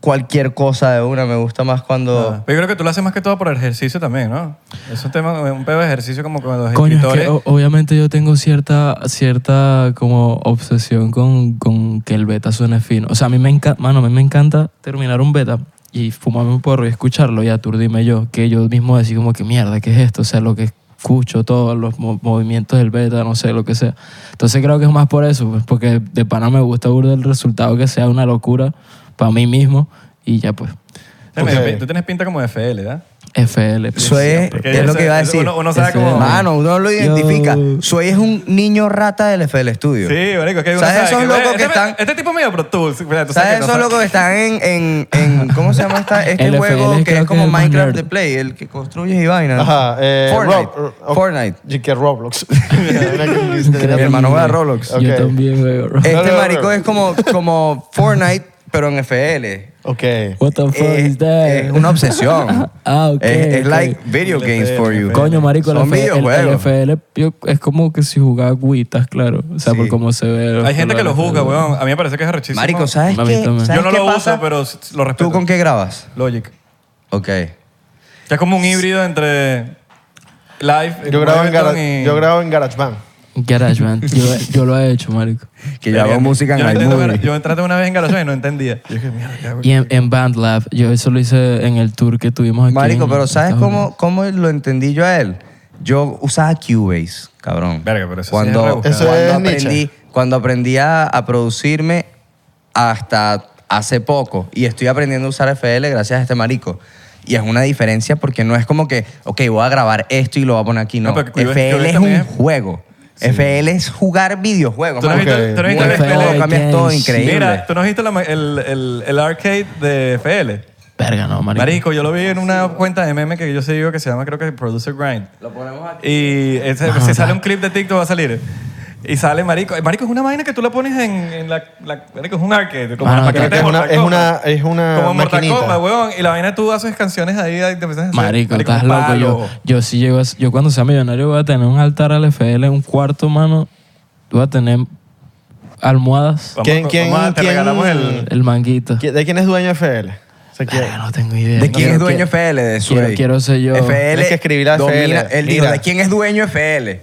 Speaker 1: cualquier cosa de una. Me gusta más cuando.
Speaker 3: Ah, Pero yo creo que tú lo haces más que todo por el ejercicio también, ¿no? Es un tema, un pedo de ejercicio como con los
Speaker 4: Coño, es
Speaker 1: oh,
Speaker 3: escritores.
Speaker 4: que o- obviamente yo tengo cierta, cierta como obsesión con, con que el beta suene fino. O sea, a mí me encanta, mano, a mí me encanta terminar un beta y fumarme un porro y escucharlo y aturdirme yo, que yo mismo decir como que mierda, ¿qué es esto? O sea, lo que escucho, todos los mo- movimientos del beta, no sé, lo que sea. Entonces creo que es más por eso, pues, porque de pana me gusta burda el resultado que sea una locura para mí mismo y ya pues,
Speaker 3: Dame,
Speaker 2: Ok.
Speaker 3: Tú tienes pinta como de FL, ¿verdad?
Speaker 4: FL. pues.
Speaker 1: Soy es,
Speaker 3: porque
Speaker 1: es lo
Speaker 3: ese-
Speaker 1: que iba a
Speaker 3: ese
Speaker 1: decir.
Speaker 3: uno- uno sabe
Speaker 1: Ese-
Speaker 3: cómo-
Speaker 1: Mano, uno lo identifica. Soy es un niño rata del FL Studio.
Speaker 3: Sí, marico, es que uno
Speaker 1: ¿Sabes
Speaker 3: sabe
Speaker 1: esos
Speaker 3: que,
Speaker 1: locos
Speaker 3: "Ve,
Speaker 1: que
Speaker 3: este,
Speaker 1: están-
Speaker 3: Este tipo es medio pro tools. Mira, tú
Speaker 1: ¿Sabes
Speaker 3: que
Speaker 1: esos
Speaker 3: no
Speaker 1: locos que están en, en, en- ¿cómo se llama esta, este
Speaker 4: El FL
Speaker 1: juego
Speaker 4: creo
Speaker 1: que
Speaker 4: que
Speaker 1: es
Speaker 4: es
Speaker 1: como
Speaker 4: el más
Speaker 1: Minecraft
Speaker 4: nerd.
Speaker 1: de Play, el que construye y vaina?
Speaker 2: Ajá. eh,
Speaker 1: Fortnite.
Speaker 2: Rob- ok.
Speaker 1: Fortnite.
Speaker 2: Y que Roblox.
Speaker 1: Mi hermano juega Roblox.
Speaker 2: Ok.
Speaker 4: Yo también, güey. bro.
Speaker 1: Este
Speaker 2: No, no, no,
Speaker 1: marico
Speaker 2: no.
Speaker 1: es como, como Fortnite, pero en FL.
Speaker 2: ok.
Speaker 4: What the Oh, fuck
Speaker 1: Eh,
Speaker 4: is that?
Speaker 1: Es una obsesión.
Speaker 4: Ah, ok,
Speaker 1: Es, es
Speaker 4: ok.
Speaker 1: like video games for you.
Speaker 4: Coño, marico, el,
Speaker 1: Son
Speaker 4: F- el- el
Speaker 1: videojuegos.
Speaker 4: FL yo- es como que si jugaba agüitas, claro. O sea,
Speaker 1: Sí.
Speaker 4: por cómo se ve.
Speaker 3: Hay gente que lo
Speaker 4: juzga,
Speaker 3: juzga, weón. A mí me parece que es arrechísimo.
Speaker 1: Marico, ¿sabes
Speaker 4: Mami,
Speaker 1: qué?
Speaker 4: toma.
Speaker 1: ¿Sabes
Speaker 3: Yo no
Speaker 1: qué
Speaker 3: lo
Speaker 1: pasa?
Speaker 3: uso, pero s- lo respeto.
Speaker 1: ¿Tú con qué grabas?
Speaker 3: Logic.
Speaker 1: Ok.
Speaker 3: Ya es como un híbrido entre live,
Speaker 2: Yo grabo, en
Speaker 3: Ableton
Speaker 2: Gara-
Speaker 3: y-
Speaker 2: yo grabo en GarageBand.
Speaker 4: GarageBand. Yo, yo lo he hecho, marico.
Speaker 1: Que yo hago música
Speaker 3: yo
Speaker 1: en
Speaker 3: intento gra-
Speaker 1: iMovie.
Speaker 3: Yo entré una vez en GarageBand y no entendía. Yo dije, mierda, ¿qué hago?
Speaker 4: Y en, en BandLab. Yo eso lo hice en el tour que tuvimos aquí.
Speaker 1: Marico,
Speaker 4: en
Speaker 1: pero ¿sabes
Speaker 4: Estados
Speaker 1: cómo, cómo lo entendí yo a él? Yo usaba Cubase, cabrón.
Speaker 3: Verga, pero eso sí
Speaker 1: cuando,
Speaker 3: es
Speaker 2: Eso
Speaker 3: rebuscado.
Speaker 1: cuando
Speaker 2: es
Speaker 1: aprendí,
Speaker 2: Nietzsche.
Speaker 1: cuando aprendí a, a producirme hasta hace poco. Y estoy aprendiendo a usar FL gracias a este marico. Y es una diferencia porque no es como que, ok, voy a grabar esto y lo voy a poner aquí. No,
Speaker 3: No, pero Cubase-
Speaker 1: FL
Speaker 3: Cubase
Speaker 1: es
Speaker 3: también
Speaker 1: un
Speaker 3: es-
Speaker 1: juego. FL es jugar videojuegos.
Speaker 3: ¿Tú no has
Speaker 1: marico.
Speaker 3: visto- tú no has visto
Speaker 1: Mueves
Speaker 3: el
Speaker 1: todo,
Speaker 3: FL
Speaker 1: cambias todo,
Speaker 4: Games?
Speaker 1: increíble.
Speaker 3: Mira, ¿tú no has visto la ma- el, el, el arcade de FL?
Speaker 4: Unidos. Verga, no, marico.
Speaker 3: Marico, yo lo vi en una cuenta de meme que yo sigo que se llama, creo que Producer Grind. Lo ponemos aquí. Y ese- si sale un clip de TikTok va a salir. Y sale Marico. Eh, Marico es una vaina que tú la pones en, en la, la- Marico es un arcade. Como
Speaker 4: Ah,
Speaker 3: la
Speaker 4: no,
Speaker 3: maquinita
Speaker 4: creo que
Speaker 3: de
Speaker 2: es una-
Speaker 3: Mortal
Speaker 2: es
Speaker 3: Kombat.
Speaker 2: una- es una
Speaker 3: Como Mortal
Speaker 2: maquinita.
Speaker 3: Kombat, weón. Y la vaina tú haces canciones ahí. ahí te empiezas a hacer,
Speaker 4: Marico, estás
Speaker 3: un
Speaker 4: loco.
Speaker 3: palo.
Speaker 4: Yo, yo sí llego a- Yo cuando sea millonario voy a tener un altar al FL, un cuarto, mano. Voy a tener almohadas,
Speaker 3: Vamos,
Speaker 2: ¿Quién- quién-
Speaker 3: vamos a- te
Speaker 2: quién-
Speaker 3: regalamos el...
Speaker 4: el manguito.
Speaker 2: ¿Qui- ¿De quién es dueño FL? O sea, ¿quién-
Speaker 4: Verga, Ah, no tengo idea.
Speaker 1: ¿De quién
Speaker 4: No,
Speaker 1: es dueño
Speaker 4: quiero-
Speaker 1: FL? De
Speaker 4: quiero-
Speaker 1: Suey.
Speaker 4: quiero ser yo.
Speaker 1: FL.
Speaker 2: Hay que escribir a
Speaker 1: domina-
Speaker 2: FL.
Speaker 1: Él dijo,
Speaker 2: Mira.
Speaker 1: ¿de quién es dueño FL?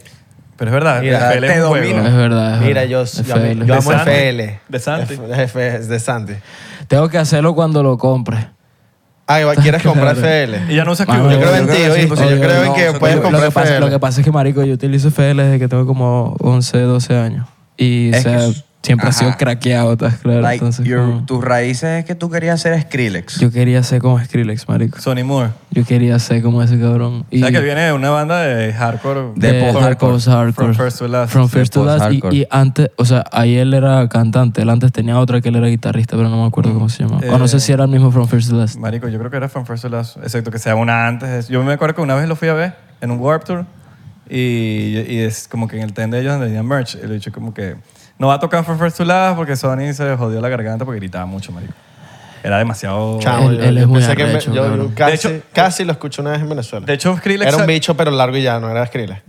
Speaker 3: Pero es verdad,
Speaker 2: Mira,
Speaker 3: FL es
Speaker 1: te
Speaker 3: un
Speaker 1: domino.
Speaker 3: juego.
Speaker 4: Es verdad. es
Speaker 2: Mira,
Speaker 4: verdad.
Speaker 2: yo, yo, a mí-
Speaker 4: FL.
Speaker 2: yo
Speaker 3: De
Speaker 2: amo
Speaker 3: Santi.
Speaker 2: FL.
Speaker 3: De Santi.
Speaker 2: F- F- de Santi.
Speaker 4: Tengo que hacerlo cuando lo compre.
Speaker 2: Ah, igual, ¿quieres comprar
Speaker 4: Claro.
Speaker 2: FL?
Speaker 3: Y ya no usas
Speaker 4: Mano,
Speaker 3: Cube.
Speaker 2: Yo creo en
Speaker 1: Yo creo
Speaker 2: ti,
Speaker 1: que sí,
Speaker 2: oíste.
Speaker 3: Pues
Speaker 1: porque
Speaker 2: Yo
Speaker 1: yo
Speaker 2: creo en
Speaker 1: no
Speaker 2: que
Speaker 1: uso
Speaker 2: puedes
Speaker 1: Cube.
Speaker 4: lo, que
Speaker 2: comprar
Speaker 4: pasa, lo que
Speaker 2: FL.
Speaker 4: pasa es que, marico, yo utilizo FL desde que tengo como 11, 12 años. Y
Speaker 1: Es
Speaker 4: o sea,
Speaker 1: que-
Speaker 4: siempre ha sido
Speaker 1: ajá.
Speaker 4: craqueado, ¿estás claro?
Speaker 1: Like,
Speaker 4: Entonces,
Speaker 1: your-
Speaker 4: como-
Speaker 1: tus raíces es que tú querías ser Skrillex.
Speaker 4: yo quería ser como Skrillex, marico.
Speaker 3: Sonny Moore.
Speaker 4: Yo quería ser como ese cabrón.
Speaker 3: O
Speaker 4: Y
Speaker 3: sea, que viene de una banda de hardcore.
Speaker 1: de post-hardcore.
Speaker 4: post
Speaker 3: From
Speaker 4: hardcore.
Speaker 3: First to Last.
Speaker 4: From
Speaker 1: de
Speaker 4: First to Last. Y-
Speaker 1: post-hardcore.
Speaker 4: Y, antes, o sea, ahí él era cantante. Él antes tenía otra que él era guitarrista, pero no me acuerdo cómo se llamaba. o no sé si era el mismo From First to Last.
Speaker 3: Marico, yo creo que era From First to Last, excepto que sea una antes. de eso. Yo me acuerdo que una vez lo fui a ver en un Warp Tour y, y es como que en el tent de ellos donde tenían merch, el dicho como que no va a tocar From First to Last porque Sony se jodió la garganta porque gritaba mucho, marico. Era demasiado...
Speaker 2: Chamo,
Speaker 4: Él-
Speaker 2: yo-
Speaker 4: él
Speaker 2: yo
Speaker 4: es muy
Speaker 2: pensé que me-
Speaker 4: arrecho,
Speaker 2: yo- yo
Speaker 4: cabrón.
Speaker 2: casi,
Speaker 3: De hecho-
Speaker 2: casi lo escuché una vez en Venezuela.
Speaker 3: De hecho, Skrillex...
Speaker 2: era un bicho, pero largo y ya, no era Skrillex.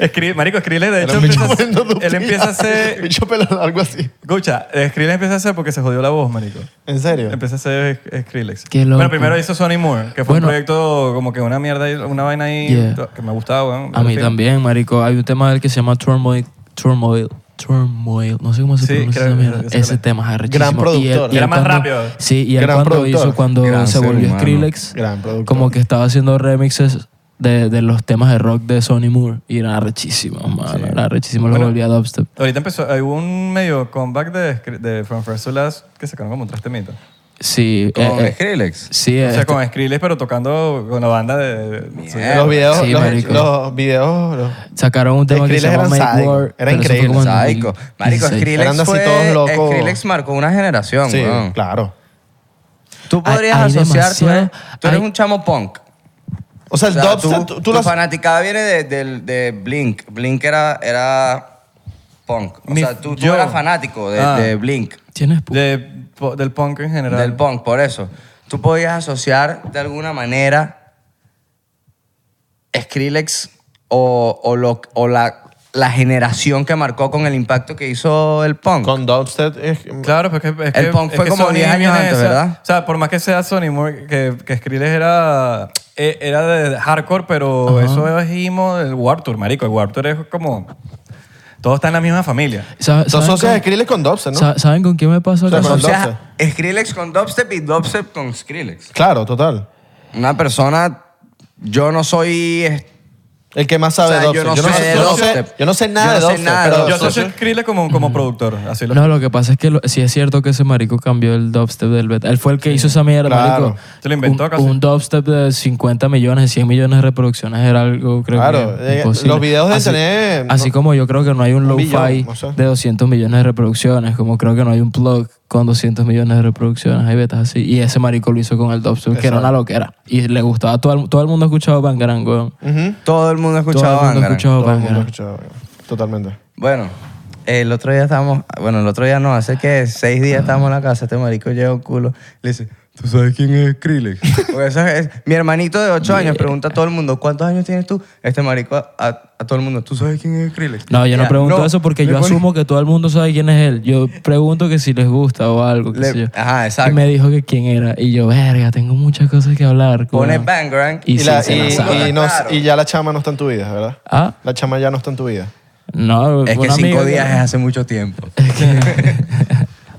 Speaker 3: Skri- marico, Skrillex, de
Speaker 2: Era
Speaker 3: hecho,
Speaker 2: un bicho
Speaker 3: empieza a hacer-
Speaker 2: poniendo
Speaker 3: él
Speaker 2: duplicado.
Speaker 3: empieza a
Speaker 2: Un
Speaker 3: hacer...
Speaker 2: bicho pelo largo así.
Speaker 3: Escucha, Skrillex empieza a hacer porque se jodió la voz, marico.
Speaker 2: ¿En serio?
Speaker 3: Empecé a hacer Sk- Skrillex.
Speaker 4: Qué loco.
Speaker 3: Bueno, primero hizo Sonny Moore, que fue
Speaker 4: Bueno.
Speaker 3: un proyecto como que una mierda, ahí, una vaina ahí
Speaker 4: Yeah.
Speaker 3: to- que me gustaba, weón.
Speaker 4: A mí
Speaker 3: Sí.
Speaker 4: también, marico. Hay un tema del que se llama Turmoil. Turmoil. Turmoil. No sé cómo se
Speaker 3: Sí,
Speaker 4: pronuncia
Speaker 3: creo
Speaker 4: esa
Speaker 3: que-
Speaker 4: mierda.
Speaker 3: creo que
Speaker 4: Ese
Speaker 3: es.
Speaker 4: tema es arrechísimo.
Speaker 2: Gran productor.
Speaker 3: Era más
Speaker 4: cuando-
Speaker 3: rápido.
Speaker 4: Sí, y él
Speaker 2: Gran
Speaker 4: cuando
Speaker 2: productor.
Speaker 4: hizo, cuando
Speaker 1: Gran
Speaker 4: se
Speaker 1: ser
Speaker 4: volvió
Speaker 1: humano.
Speaker 4: Skrillex,
Speaker 2: Gran productor.
Speaker 4: como que estaba haciendo remixes de, de los temas de rock de Sonny Moore. Y era arrechísimo, mano. Era arrechísimo. Lo
Speaker 3: Bueno.
Speaker 4: volví a dubstep.
Speaker 3: Ahorita empezó, hay un medio comeback de, Skri- de From First to Last que sacaron como un trastemitas.
Speaker 4: Sí.
Speaker 1: ¿Con
Speaker 4: eh, eh,
Speaker 1: Skrillex?
Speaker 4: sí,
Speaker 3: O sea,
Speaker 4: este-
Speaker 3: con Skrillex, pero tocando con la banda de...
Speaker 1: Mierda.
Speaker 2: Los videos,
Speaker 4: Sí,
Speaker 2: los,
Speaker 4: marico.
Speaker 2: los videos, los-
Speaker 4: sacaron un tema que se
Speaker 2: Skrillex
Speaker 4: llama
Speaker 2: eran
Speaker 4: Make
Speaker 2: sádico.
Speaker 4: War.
Speaker 2: Era
Speaker 4: pero eso fue
Speaker 2: increíble.
Speaker 4: como en
Speaker 1: Sádico. Marico,
Speaker 4: 2016.
Speaker 1: Skrillex
Speaker 2: Eran así
Speaker 1: fue-
Speaker 2: todos locos.
Speaker 1: Skrillex marcó una generación,
Speaker 2: Sí,
Speaker 1: weón.
Speaker 2: claro.
Speaker 1: Tú
Speaker 4: Hay-
Speaker 1: podrías
Speaker 4: hay
Speaker 1: asociar, tú eres,
Speaker 4: demasiado-
Speaker 1: tú eres
Speaker 4: hay-
Speaker 1: un chamo punk.
Speaker 2: O sea,
Speaker 1: O
Speaker 2: el
Speaker 1: sea,
Speaker 2: dubstep, tú,
Speaker 1: tu,
Speaker 2: tú
Speaker 1: tu
Speaker 2: lo-
Speaker 1: fanaticada viene de, del- de Blink. Blink era, era punk. O
Speaker 3: Mi-
Speaker 1: sea, tú, tú
Speaker 3: yo-
Speaker 1: eras fanático de,
Speaker 3: Ah.
Speaker 1: de Blink,
Speaker 4: Tienes pu-
Speaker 3: de- po- del punk en general.
Speaker 1: del punk, por eso. Tú podías asociar de alguna manera Skrillex o, o, lo- o la, la generación que marcó con el impacto que hizo el punk.
Speaker 2: con dubstep es-
Speaker 3: Claro, pero es que... es
Speaker 1: El
Speaker 3: que-
Speaker 1: punk
Speaker 3: es
Speaker 1: fue
Speaker 3: que
Speaker 1: como
Speaker 3: Sony
Speaker 1: 10 años
Speaker 3: viene de
Speaker 1: antes,
Speaker 3: esa-
Speaker 1: ¿verdad?
Speaker 3: O sea, por más que sea Sonny Moore, que, que Skrillex era... eh, Era de hardcore, pero eso es imo del Warp Tour, marico. El Warp Tour es como... Todos están en la misma familia.
Speaker 4: ¿Sabe-
Speaker 2: Tú
Speaker 4: saben
Speaker 2: asocias
Speaker 4: con-
Speaker 2: Skrillex con dubstep, ¿no?
Speaker 4: sa- ¿Saben con quién me pasó?
Speaker 2: O sea,
Speaker 4: acá?
Speaker 1: o
Speaker 2: con
Speaker 1: sea, Skrillex con dubstep y dubstep con Skrillex.
Speaker 2: Claro, total.
Speaker 1: Una persona, yo no soy... eh,
Speaker 2: El que más sabe
Speaker 1: O sea,
Speaker 2: de
Speaker 1: yo
Speaker 2: dubstep.
Speaker 1: no sé de
Speaker 2: yo no sé-
Speaker 1: dubstep.
Speaker 2: yo no sé nada de
Speaker 1: Yo no sé
Speaker 2: dubstep,
Speaker 1: nada de
Speaker 2: pero
Speaker 3: Yo
Speaker 1: dubstep.
Speaker 2: asocio-
Speaker 3: asocio Skrillex como, como productor. Así lo
Speaker 4: No, lo que pasa es que lo- sí es cierto que ese marico cambió el dubstep del beta. Él fue el que hizo esa mierda,
Speaker 2: claro.
Speaker 4: marico.
Speaker 3: Se lo inventó
Speaker 4: un,
Speaker 3: casi.
Speaker 4: un dubstep de 50 millones, 100 millones de reproducciones era algo, creo
Speaker 2: Claro,
Speaker 4: que
Speaker 2: eh,
Speaker 4: imposible.
Speaker 2: los videos de
Speaker 4: así,
Speaker 2: tener-
Speaker 4: Así como yo creo que no hay un,
Speaker 2: Un
Speaker 4: lo-fi
Speaker 2: billón, o sea.
Speaker 4: de 200 millones de reproducciones, como creo que no hay un plug con 200 millones de reproducciones, hay betas así. Y ese marico lo hizo con el dubstep, que era una loquera. Y le gustaba, a todo el, todo el mundo ha escuchado Bangarang, weón.
Speaker 2: Ujú.
Speaker 1: Todo el mundo ha
Speaker 4: Todo el
Speaker 1: escuchado
Speaker 4: mundo ha
Speaker 1: Bangarang.
Speaker 4: escuchado
Speaker 2: Todo el mundo ha
Speaker 4: Bangarang.
Speaker 2: escuchado. Totalmente.
Speaker 1: Bueno, el otro día estábamos, bueno, el otro día no, hace que seis días estábamos en la casa, este marico llega un culo, le dice, ¿tú sabes quién es Skrillex? Porque eso es, mi hermanito de ocho años pregunta a todo el mundo, ¿cuántos años tienes tú? Este marico a, a- a todo el mundo, ¿tú sabes quién es Skrillex?
Speaker 4: No, yo no
Speaker 1: Ya,
Speaker 4: pregunto eso porque
Speaker 1: le
Speaker 4: yo
Speaker 1: pone-
Speaker 4: asumo que todo el mundo sabe quién es él. Yo pregunto que si les gusta o algo, qué
Speaker 1: Le-
Speaker 4: sé yo.
Speaker 1: ajá, exacto.
Speaker 4: Y me dijo que quién era. Y yo, verga, tengo muchas cosas que hablar.
Speaker 1: Pone
Speaker 4: weón".
Speaker 1: Bangarang
Speaker 4: Y,
Speaker 2: Y,
Speaker 4: sí,
Speaker 2: la-
Speaker 4: se
Speaker 2: y-
Speaker 4: la sabe.
Speaker 2: y no-
Speaker 1: Claro.
Speaker 2: y ya la chama no está en tu vida, ¿verdad?
Speaker 4: Ah,
Speaker 2: La chama ya no está en tu vida.
Speaker 4: no.
Speaker 1: Es que
Speaker 4: una
Speaker 1: cinco
Speaker 4: amiga-
Speaker 1: días es hace mucho tiempo.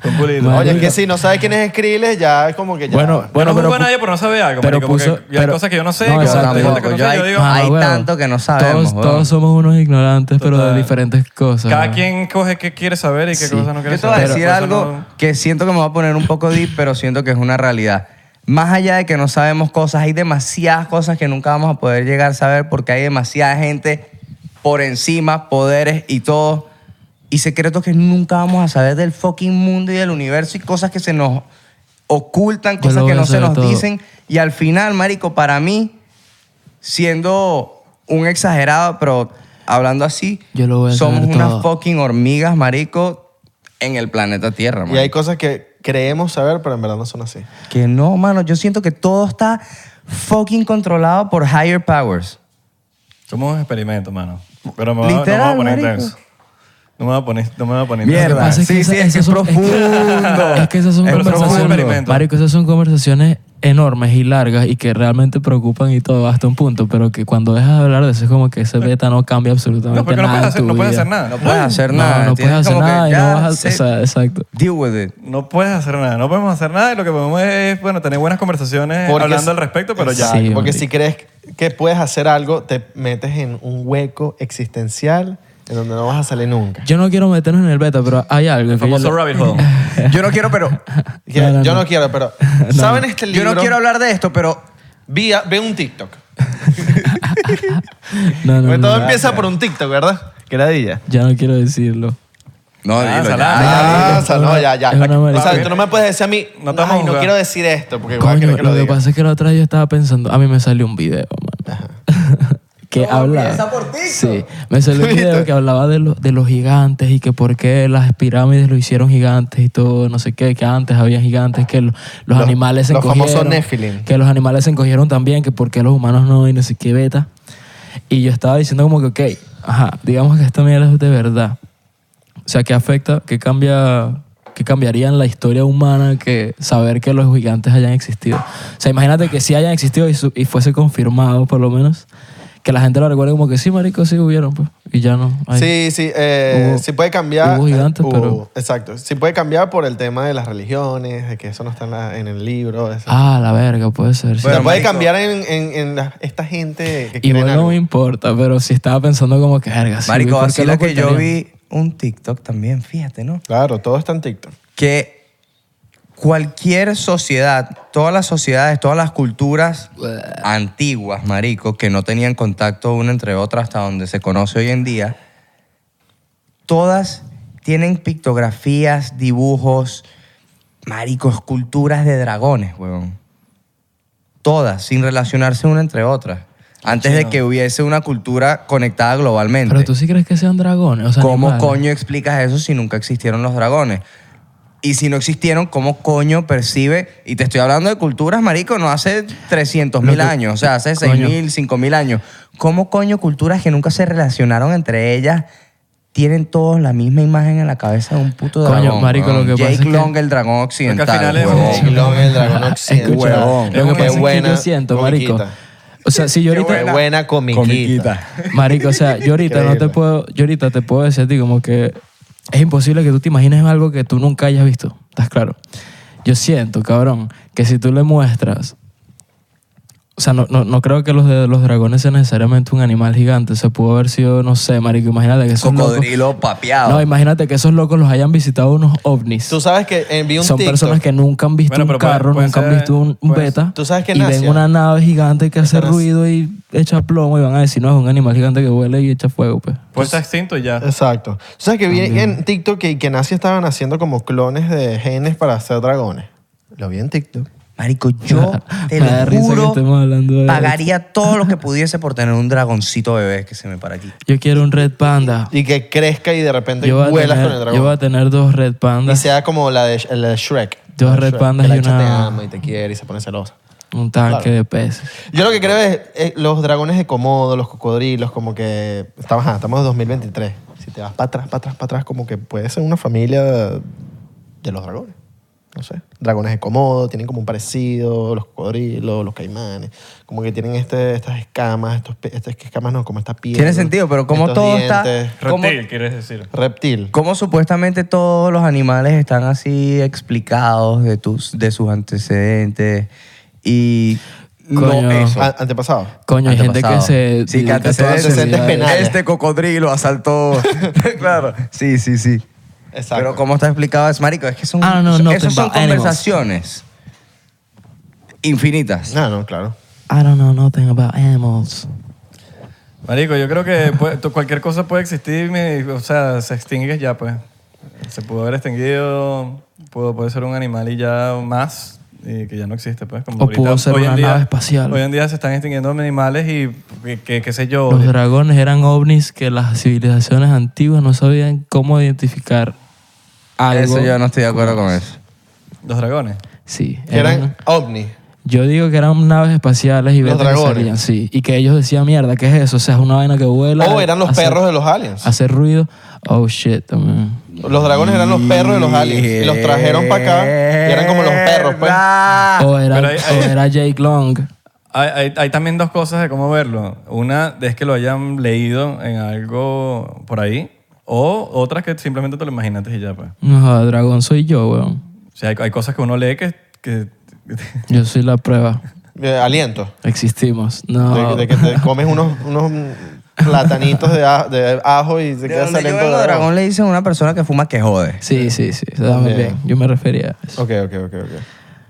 Speaker 3: Un pulido.
Speaker 4: Madre
Speaker 2: Oye, es que
Speaker 4: mía.
Speaker 2: si no sabes quién es Skrillex, ya es como que ya.
Speaker 4: Bueno,
Speaker 3: Yo
Speaker 4: bueno,
Speaker 3: no
Speaker 4: pero.
Speaker 3: juzgo a
Speaker 4: pu-
Speaker 3: nadie por no saber algo,
Speaker 4: pero
Speaker 3: marico, porque
Speaker 4: puso-
Speaker 3: yo hay
Speaker 4: pero-
Speaker 3: cosas que yo no sé.
Speaker 4: No,
Speaker 3: que
Speaker 4: exacto.
Speaker 3: hay gente que
Speaker 1: Tampoco,
Speaker 3: no
Speaker 1: yo
Speaker 3: sabe,
Speaker 1: hay-
Speaker 3: yo digo,
Speaker 1: ah,
Speaker 4: Mano, weón.
Speaker 1: tanto que no sabemos,
Speaker 4: Todos,
Speaker 1: weón.
Speaker 4: todos somos unos ignorantes, pero de
Speaker 3: Total.
Speaker 4: diferentes cosas.
Speaker 3: Cada
Speaker 4: ¿no?
Speaker 3: quien coge qué quiere saber y qué
Speaker 4: Sí.
Speaker 3: cosas no quiere
Speaker 1: Yo te voy a
Speaker 3: saber.
Speaker 1: decir
Speaker 3: Por eso
Speaker 1: algo
Speaker 3: no-
Speaker 1: que siento que me va a poner un poco deep, pero siento que es una realidad. Más allá de que no sabemos cosas, hay demasiadas cosas que nunca vamos a poder llegar a saber porque hay demasiada gente por encima, poderes y todo, y secretos que nunca vamos a saber del fucking mundo y del universo y cosas que se nos ocultan,
Speaker 4: Yo
Speaker 1: cosas
Speaker 4: lo
Speaker 1: que
Speaker 4: voy a
Speaker 1: no se
Speaker 4: saber
Speaker 1: nos
Speaker 4: todo.
Speaker 1: dicen. Y al final, marico, para mí, siendo un exagerado, pero hablando así,
Speaker 4: Yo lo voy a
Speaker 1: somos
Speaker 4: saber
Speaker 1: unas
Speaker 4: todo.
Speaker 1: fucking hormigas, marico, en el planeta Tierra,
Speaker 2: Y hay
Speaker 1: marico.
Speaker 2: cosas que creemos saber, pero en verdad no son así.
Speaker 1: Que no, mano, yo siento que todo está fucking controlado por higher powers.
Speaker 3: Somos un experimento, mano. Pero me va- nos vamos a
Speaker 1: Literal,
Speaker 3: poner
Speaker 1: marico.
Speaker 3: intenso. No me va a poner, no me va a poner.
Speaker 1: Mierda.
Speaker 4: Lo que pasa es que
Speaker 1: Sí,
Speaker 4: esa-
Speaker 1: sí, es que
Speaker 4: esas
Speaker 1: es
Speaker 4: son-
Speaker 1: profundo.
Speaker 4: Es que esas son
Speaker 1: Es profundo.
Speaker 4: conversaciones.
Speaker 3: Experimento.
Speaker 4: Marico, esas son conversaciones enormes y largas y que realmente preocupan y todo hasta un punto, pero que cuando dejas de hablar de eso es como que ese beta no cambia absolutamente
Speaker 3: No, porque no
Speaker 4: nada.
Speaker 3: puedes hacer,
Speaker 4: en tu
Speaker 3: no puedes
Speaker 4: vida.
Speaker 3: hacer nada.
Speaker 1: No puedes hacer
Speaker 4: No,
Speaker 1: nada.
Speaker 4: No, puedes
Speaker 1: Tienes
Speaker 4: hacer
Speaker 1: como que
Speaker 4: nada y no
Speaker 1: ya
Speaker 4: vas a.
Speaker 1: sé-
Speaker 4: o sea, exacto.
Speaker 1: Deal with it.
Speaker 3: No puedes hacer nada, no podemos hacer nada y lo que podemos es, bueno, tener buenas conversaciones
Speaker 2: Porque
Speaker 3: Eh, hablando
Speaker 2: si-
Speaker 3: al respecto, pero ya.
Speaker 4: Sí,
Speaker 2: porque
Speaker 4: marico.
Speaker 2: si crees que puedes hacer algo, te metes en un hueco existencial en donde no vas a salir nunca.
Speaker 4: Yo no quiero meternos en el beta, pero hay algo.
Speaker 3: El
Speaker 4: que yo
Speaker 3: famoso
Speaker 4: le-
Speaker 3: rabbit hole.
Speaker 1: Yo no quiero, pero.
Speaker 2: Que
Speaker 4: No, no,
Speaker 2: yo no,
Speaker 4: no.
Speaker 2: quiero, pero ¿saben este libro?
Speaker 1: Yo no quiero hablar de esto, pero.
Speaker 2: Vi, a- ve un TikTok.
Speaker 4: No, no,
Speaker 1: Pues
Speaker 2: Porque
Speaker 4: no,
Speaker 2: todo
Speaker 4: no.
Speaker 2: empieza por un TikTok, ¿verdad? Que era ella.
Speaker 4: Ya no quiero decirlo.
Speaker 1: No,
Speaker 3: Ah,
Speaker 1: dilo
Speaker 3: salada.
Speaker 1: ya.
Speaker 2: Ah, o sea, no, ya, ya.
Speaker 4: Es una
Speaker 2: O sea,
Speaker 4: marica.
Speaker 2: tú no me puedes decir a mí,
Speaker 3: No
Speaker 2: no,
Speaker 3: te vamos a
Speaker 2: no
Speaker 3: juzgar".
Speaker 2: quiero decir esto, porque igual
Speaker 4: Coño,
Speaker 2: quieres que lo,
Speaker 4: lo que
Speaker 2: diga.
Speaker 4: pasa es que la otra vez yo estaba pensando, a mí me salió un video, man. que hablaba. Sí, me salió un video que hablaba de, lo- de los gigantes y que por qué las pirámides lo hicieron gigantes y todo, no sé qué, que antes había gigantes, que lo- los,
Speaker 2: Los-
Speaker 4: animales se
Speaker 2: los
Speaker 4: encogieron.
Speaker 2: famosos Nephilim.
Speaker 4: Que los animales se encogieron también, que por qué los humanos no y no sé qué, beta. Y yo estaba diciendo como que, ok, ajá, digamos que esta mierda es de verdad. O sea, ¿qué afecta? ¿Qué cambia? ¿Qué cambiaría en la historia humana que saber que los gigantes hayan existido? O sea, imagínate que sí hayan existido y, su- y fuese confirmado, por lo menos, que la gente lo recuerde como que sí, marico, sí hubieron, pues, y ya no. hay.
Speaker 2: Sí, sí, eh,
Speaker 4: Hubo-
Speaker 2: sí puede cambiar.
Speaker 4: hubo gigantes,
Speaker 2: eh,
Speaker 4: pero-
Speaker 2: Exacto. Sí puede cambiar por el tema de las religiones, de que eso no está en, la- en el libro. Eso.
Speaker 4: Ah, la verga, puede ser. sí.
Speaker 2: O sea,
Speaker 1: Bueno, pues,
Speaker 2: puede
Speaker 1: marico.
Speaker 2: cambiar en, en- en la- esta gente que quiere
Speaker 4: Igual no me importa, pero sí estaba pensando como que, verga, sí,
Speaker 1: Marico,
Speaker 4: ¿por qué
Speaker 1: así
Speaker 4: lo
Speaker 1: la que yo
Speaker 4: ocultarían?
Speaker 1: vi un TikTok también, fíjate, ¿no?
Speaker 2: Claro, todo está en TikTok.
Speaker 1: Que cualquier sociedad, todas las sociedades, todas las culturas antiguas, marico, que no tenían contacto una entre otra hasta donde se conoce hoy en día, todas tienen pictografías, dibujos, marico, esculturas de dragones, huevón. Todas, sin relacionarse una entre otras. Antes de que hubiese una cultura conectada globalmente.
Speaker 4: Pero tú sí crees que sean dragones, o sea,
Speaker 1: ¿Cómo
Speaker 4: animales.
Speaker 1: coño explicas eso si nunca existieron los dragones? Y si no existieron, ¿cómo coño percibe? Y te estoy hablando de culturas, marico, no hace 300 mil
Speaker 4: Lo que-
Speaker 1: años, o sea, hace
Speaker 4: Coño.
Speaker 1: 6 mil, 5 mil años. ¿Cómo coño culturas que nunca se relacionaron entre ellas tienen todos la misma imagen en la cabeza de un puto
Speaker 4: Coño,
Speaker 1: dragón?
Speaker 4: marico, lo
Speaker 1: weón?
Speaker 4: que pasa
Speaker 1: Jake
Speaker 4: es que-
Speaker 1: Long, el dragón occidental.
Speaker 3: final es
Speaker 1: huevón.
Speaker 3: un-
Speaker 2: Chilón, el dragón occidental.
Speaker 4: Escucha,
Speaker 1: Huevón.
Speaker 4: Lo
Speaker 2: Qué
Speaker 4: que pasa es que
Speaker 2: buena
Speaker 4: yo siento,
Speaker 2: comiquita.
Speaker 4: marico. O sea, si yo
Speaker 2: Qué
Speaker 4: ahorita...
Speaker 2: buena, comiquita.
Speaker 4: Marico, o sea, yo ahorita no
Speaker 2: Increíble.
Speaker 4: te puedo, yo ahorita te puedo decir a ti como que es imposible que tú te imagines algo que tú nunca hayas visto. ¿Estás claro? Yo siento, cabrón, que si tú le muestras. O sea, no, no, no creo que los de los dragones sea necesariamente un animal gigante. Se pudo haber sido, no sé, marico, imagínate que esos locos-
Speaker 1: Cocodrilo papeado.
Speaker 4: No, imagínate que esos locos los hayan visitado unos ovnis.
Speaker 2: Tú sabes que eh, vi un
Speaker 4: Son
Speaker 2: TikTok.
Speaker 4: personas que nunca han visto
Speaker 3: Bueno,
Speaker 4: un
Speaker 3: pero puede-
Speaker 4: carro,
Speaker 3: puede
Speaker 4: nunca han
Speaker 3: ser-
Speaker 4: visto un un
Speaker 3: puede ser.
Speaker 4: beta.
Speaker 2: Tú sabes que en
Speaker 4: y ven
Speaker 2: Asia-
Speaker 4: una nave gigante que hace
Speaker 2: Están así.
Speaker 4: ruido y echa plomo y van a decir, no, es un animal gigante que huele y echa fuego, pues.
Speaker 3: Pues está extinto y ya.
Speaker 2: Exacto. Tú sabes que vi en TikTok que, que en Asia estaban haciendo como clones de genes para hacer dragones. Lo vi en TikTok.
Speaker 1: Marico, yo te
Speaker 4: Me da
Speaker 1: lo
Speaker 4: risa que
Speaker 1: juro,
Speaker 4: estemos hablando de esto.
Speaker 1: pagaría todo lo que pudiese por tener un dragoncito bebé que se me para aquí.
Speaker 4: Yo quiero un red panda.
Speaker 2: Y que crezca y de repente
Speaker 4: Yo voy, a
Speaker 2: vuelas
Speaker 4: tener,
Speaker 2: con el
Speaker 4: yo voy a
Speaker 2: dragón.
Speaker 4: tener dos red
Speaker 2: Y
Speaker 4: pandas,
Speaker 2: sea como la de, la de Shrek.
Speaker 4: Dos
Speaker 2: La de
Speaker 4: red
Speaker 2: Shrek,
Speaker 4: pandas
Speaker 2: que la
Speaker 4: y
Speaker 2: bicha
Speaker 4: una-
Speaker 2: te ama y te quiere y se pone celosa.
Speaker 4: un tanque
Speaker 2: Claro.
Speaker 4: de peces.
Speaker 2: Yo lo que creo es eh, los dragones de Komodo, los cocodrilos, como que estamos, ajá, estamos en 2023. Si te vas para atrás, para atrás, para atrás, como que puede ser una familia de los dragones. No sé. Dragones de Komodo tienen como un parecido, los cocodrilos, los caimanes, como que tienen este, estas escamas, estos, pe- estas escamas no, como esta piel.
Speaker 1: Tiene sentido, pero como
Speaker 2: estos
Speaker 1: todo está-
Speaker 2: dientes.
Speaker 1: ¿Cómo?
Speaker 3: Reptil, quieres decir.
Speaker 2: reptil.
Speaker 1: ¿Cómo supuestamente todos los animales están así explicados de, tus, de sus antecedentes? Y
Speaker 4: Coño.
Speaker 1: no eso.
Speaker 2: A- Antepasado.
Speaker 4: Coño, hay gente que
Speaker 1: Antepasado.
Speaker 4: se.
Speaker 1: Sí, que
Speaker 4: dedica a toda su
Speaker 1: antecedentes
Speaker 4: vida.
Speaker 2: penales.
Speaker 1: Este cocodrilo asaltó. claro. Sí, sí, sí.
Speaker 2: Exacto.
Speaker 1: Pero ¿cómo está explicado eso, marico? Es que son,
Speaker 4: Ah, no, no,
Speaker 1: esos son
Speaker 4: about animals.
Speaker 1: conversaciones infinitas.
Speaker 2: Ah, No, no, claro.
Speaker 4: I don't know nothing about animals.
Speaker 3: Marico, yo creo que puede- tú- cualquier cosa puede existir, me- o sea, se extingue ya, pues. Se pudo haber extinguido, pudo, puede ser un animal y ya más, y que ya no existe, pues. Como
Speaker 4: O pudo ser una nave espacial.
Speaker 3: Hoy en día se están extinguiendo animales y, que- que- qué sé yo,
Speaker 4: Los dragones eran ovnis que las civilizaciones antiguas no sabían cómo identificar algo.
Speaker 1: Eso yo no estoy de acuerdo con eso.
Speaker 3: los dragones.
Speaker 4: Sí.
Speaker 2: Que eran ovnis.
Speaker 4: Yo digo que eran naves espaciales y
Speaker 2: Los
Speaker 4: vete que
Speaker 2: dragones.
Speaker 4: salían, sí. Y que ellos decían, mierda, ¿qué es eso? O sea, es una vaina que vuela.
Speaker 2: Oh, eran los
Speaker 4: hace-
Speaker 2: perros de los aliens.
Speaker 4: Hacer ruido. Oh, shit, también.
Speaker 2: Los dragones eran los perros de los aliens. Y los trajeron para acá y eran como los perros, pues.
Speaker 1: Mierda.
Speaker 4: O era,
Speaker 3: pero ahí- ahí-
Speaker 4: o era Jake Long.
Speaker 3: Hay, hay- hay también dos cosas de cómo verlo. Una es que lo hayan leído en algo por ahí, o otras que simplemente te lo imaginaste y ya, pues.
Speaker 4: No, joda, dragón soy yo, weón.
Speaker 3: O sea, hay, hay cosas que uno lee que... que-
Speaker 4: Yo soy la prueba.
Speaker 2: Eh, aliento.
Speaker 4: Existimos. No.
Speaker 2: De, de que te comes unos, unos platanitos de, a- de ajo y te
Speaker 1: De
Speaker 2: queda
Speaker 1: donde yo
Speaker 2: saliendo
Speaker 1: vengo,
Speaker 2: dragón.
Speaker 1: dragón le dicen a una persona que fuma que jode.
Speaker 4: Sí, sí, sí. Dame bien. Yo me refería a eso.
Speaker 2: Ok, ok, ok, ok.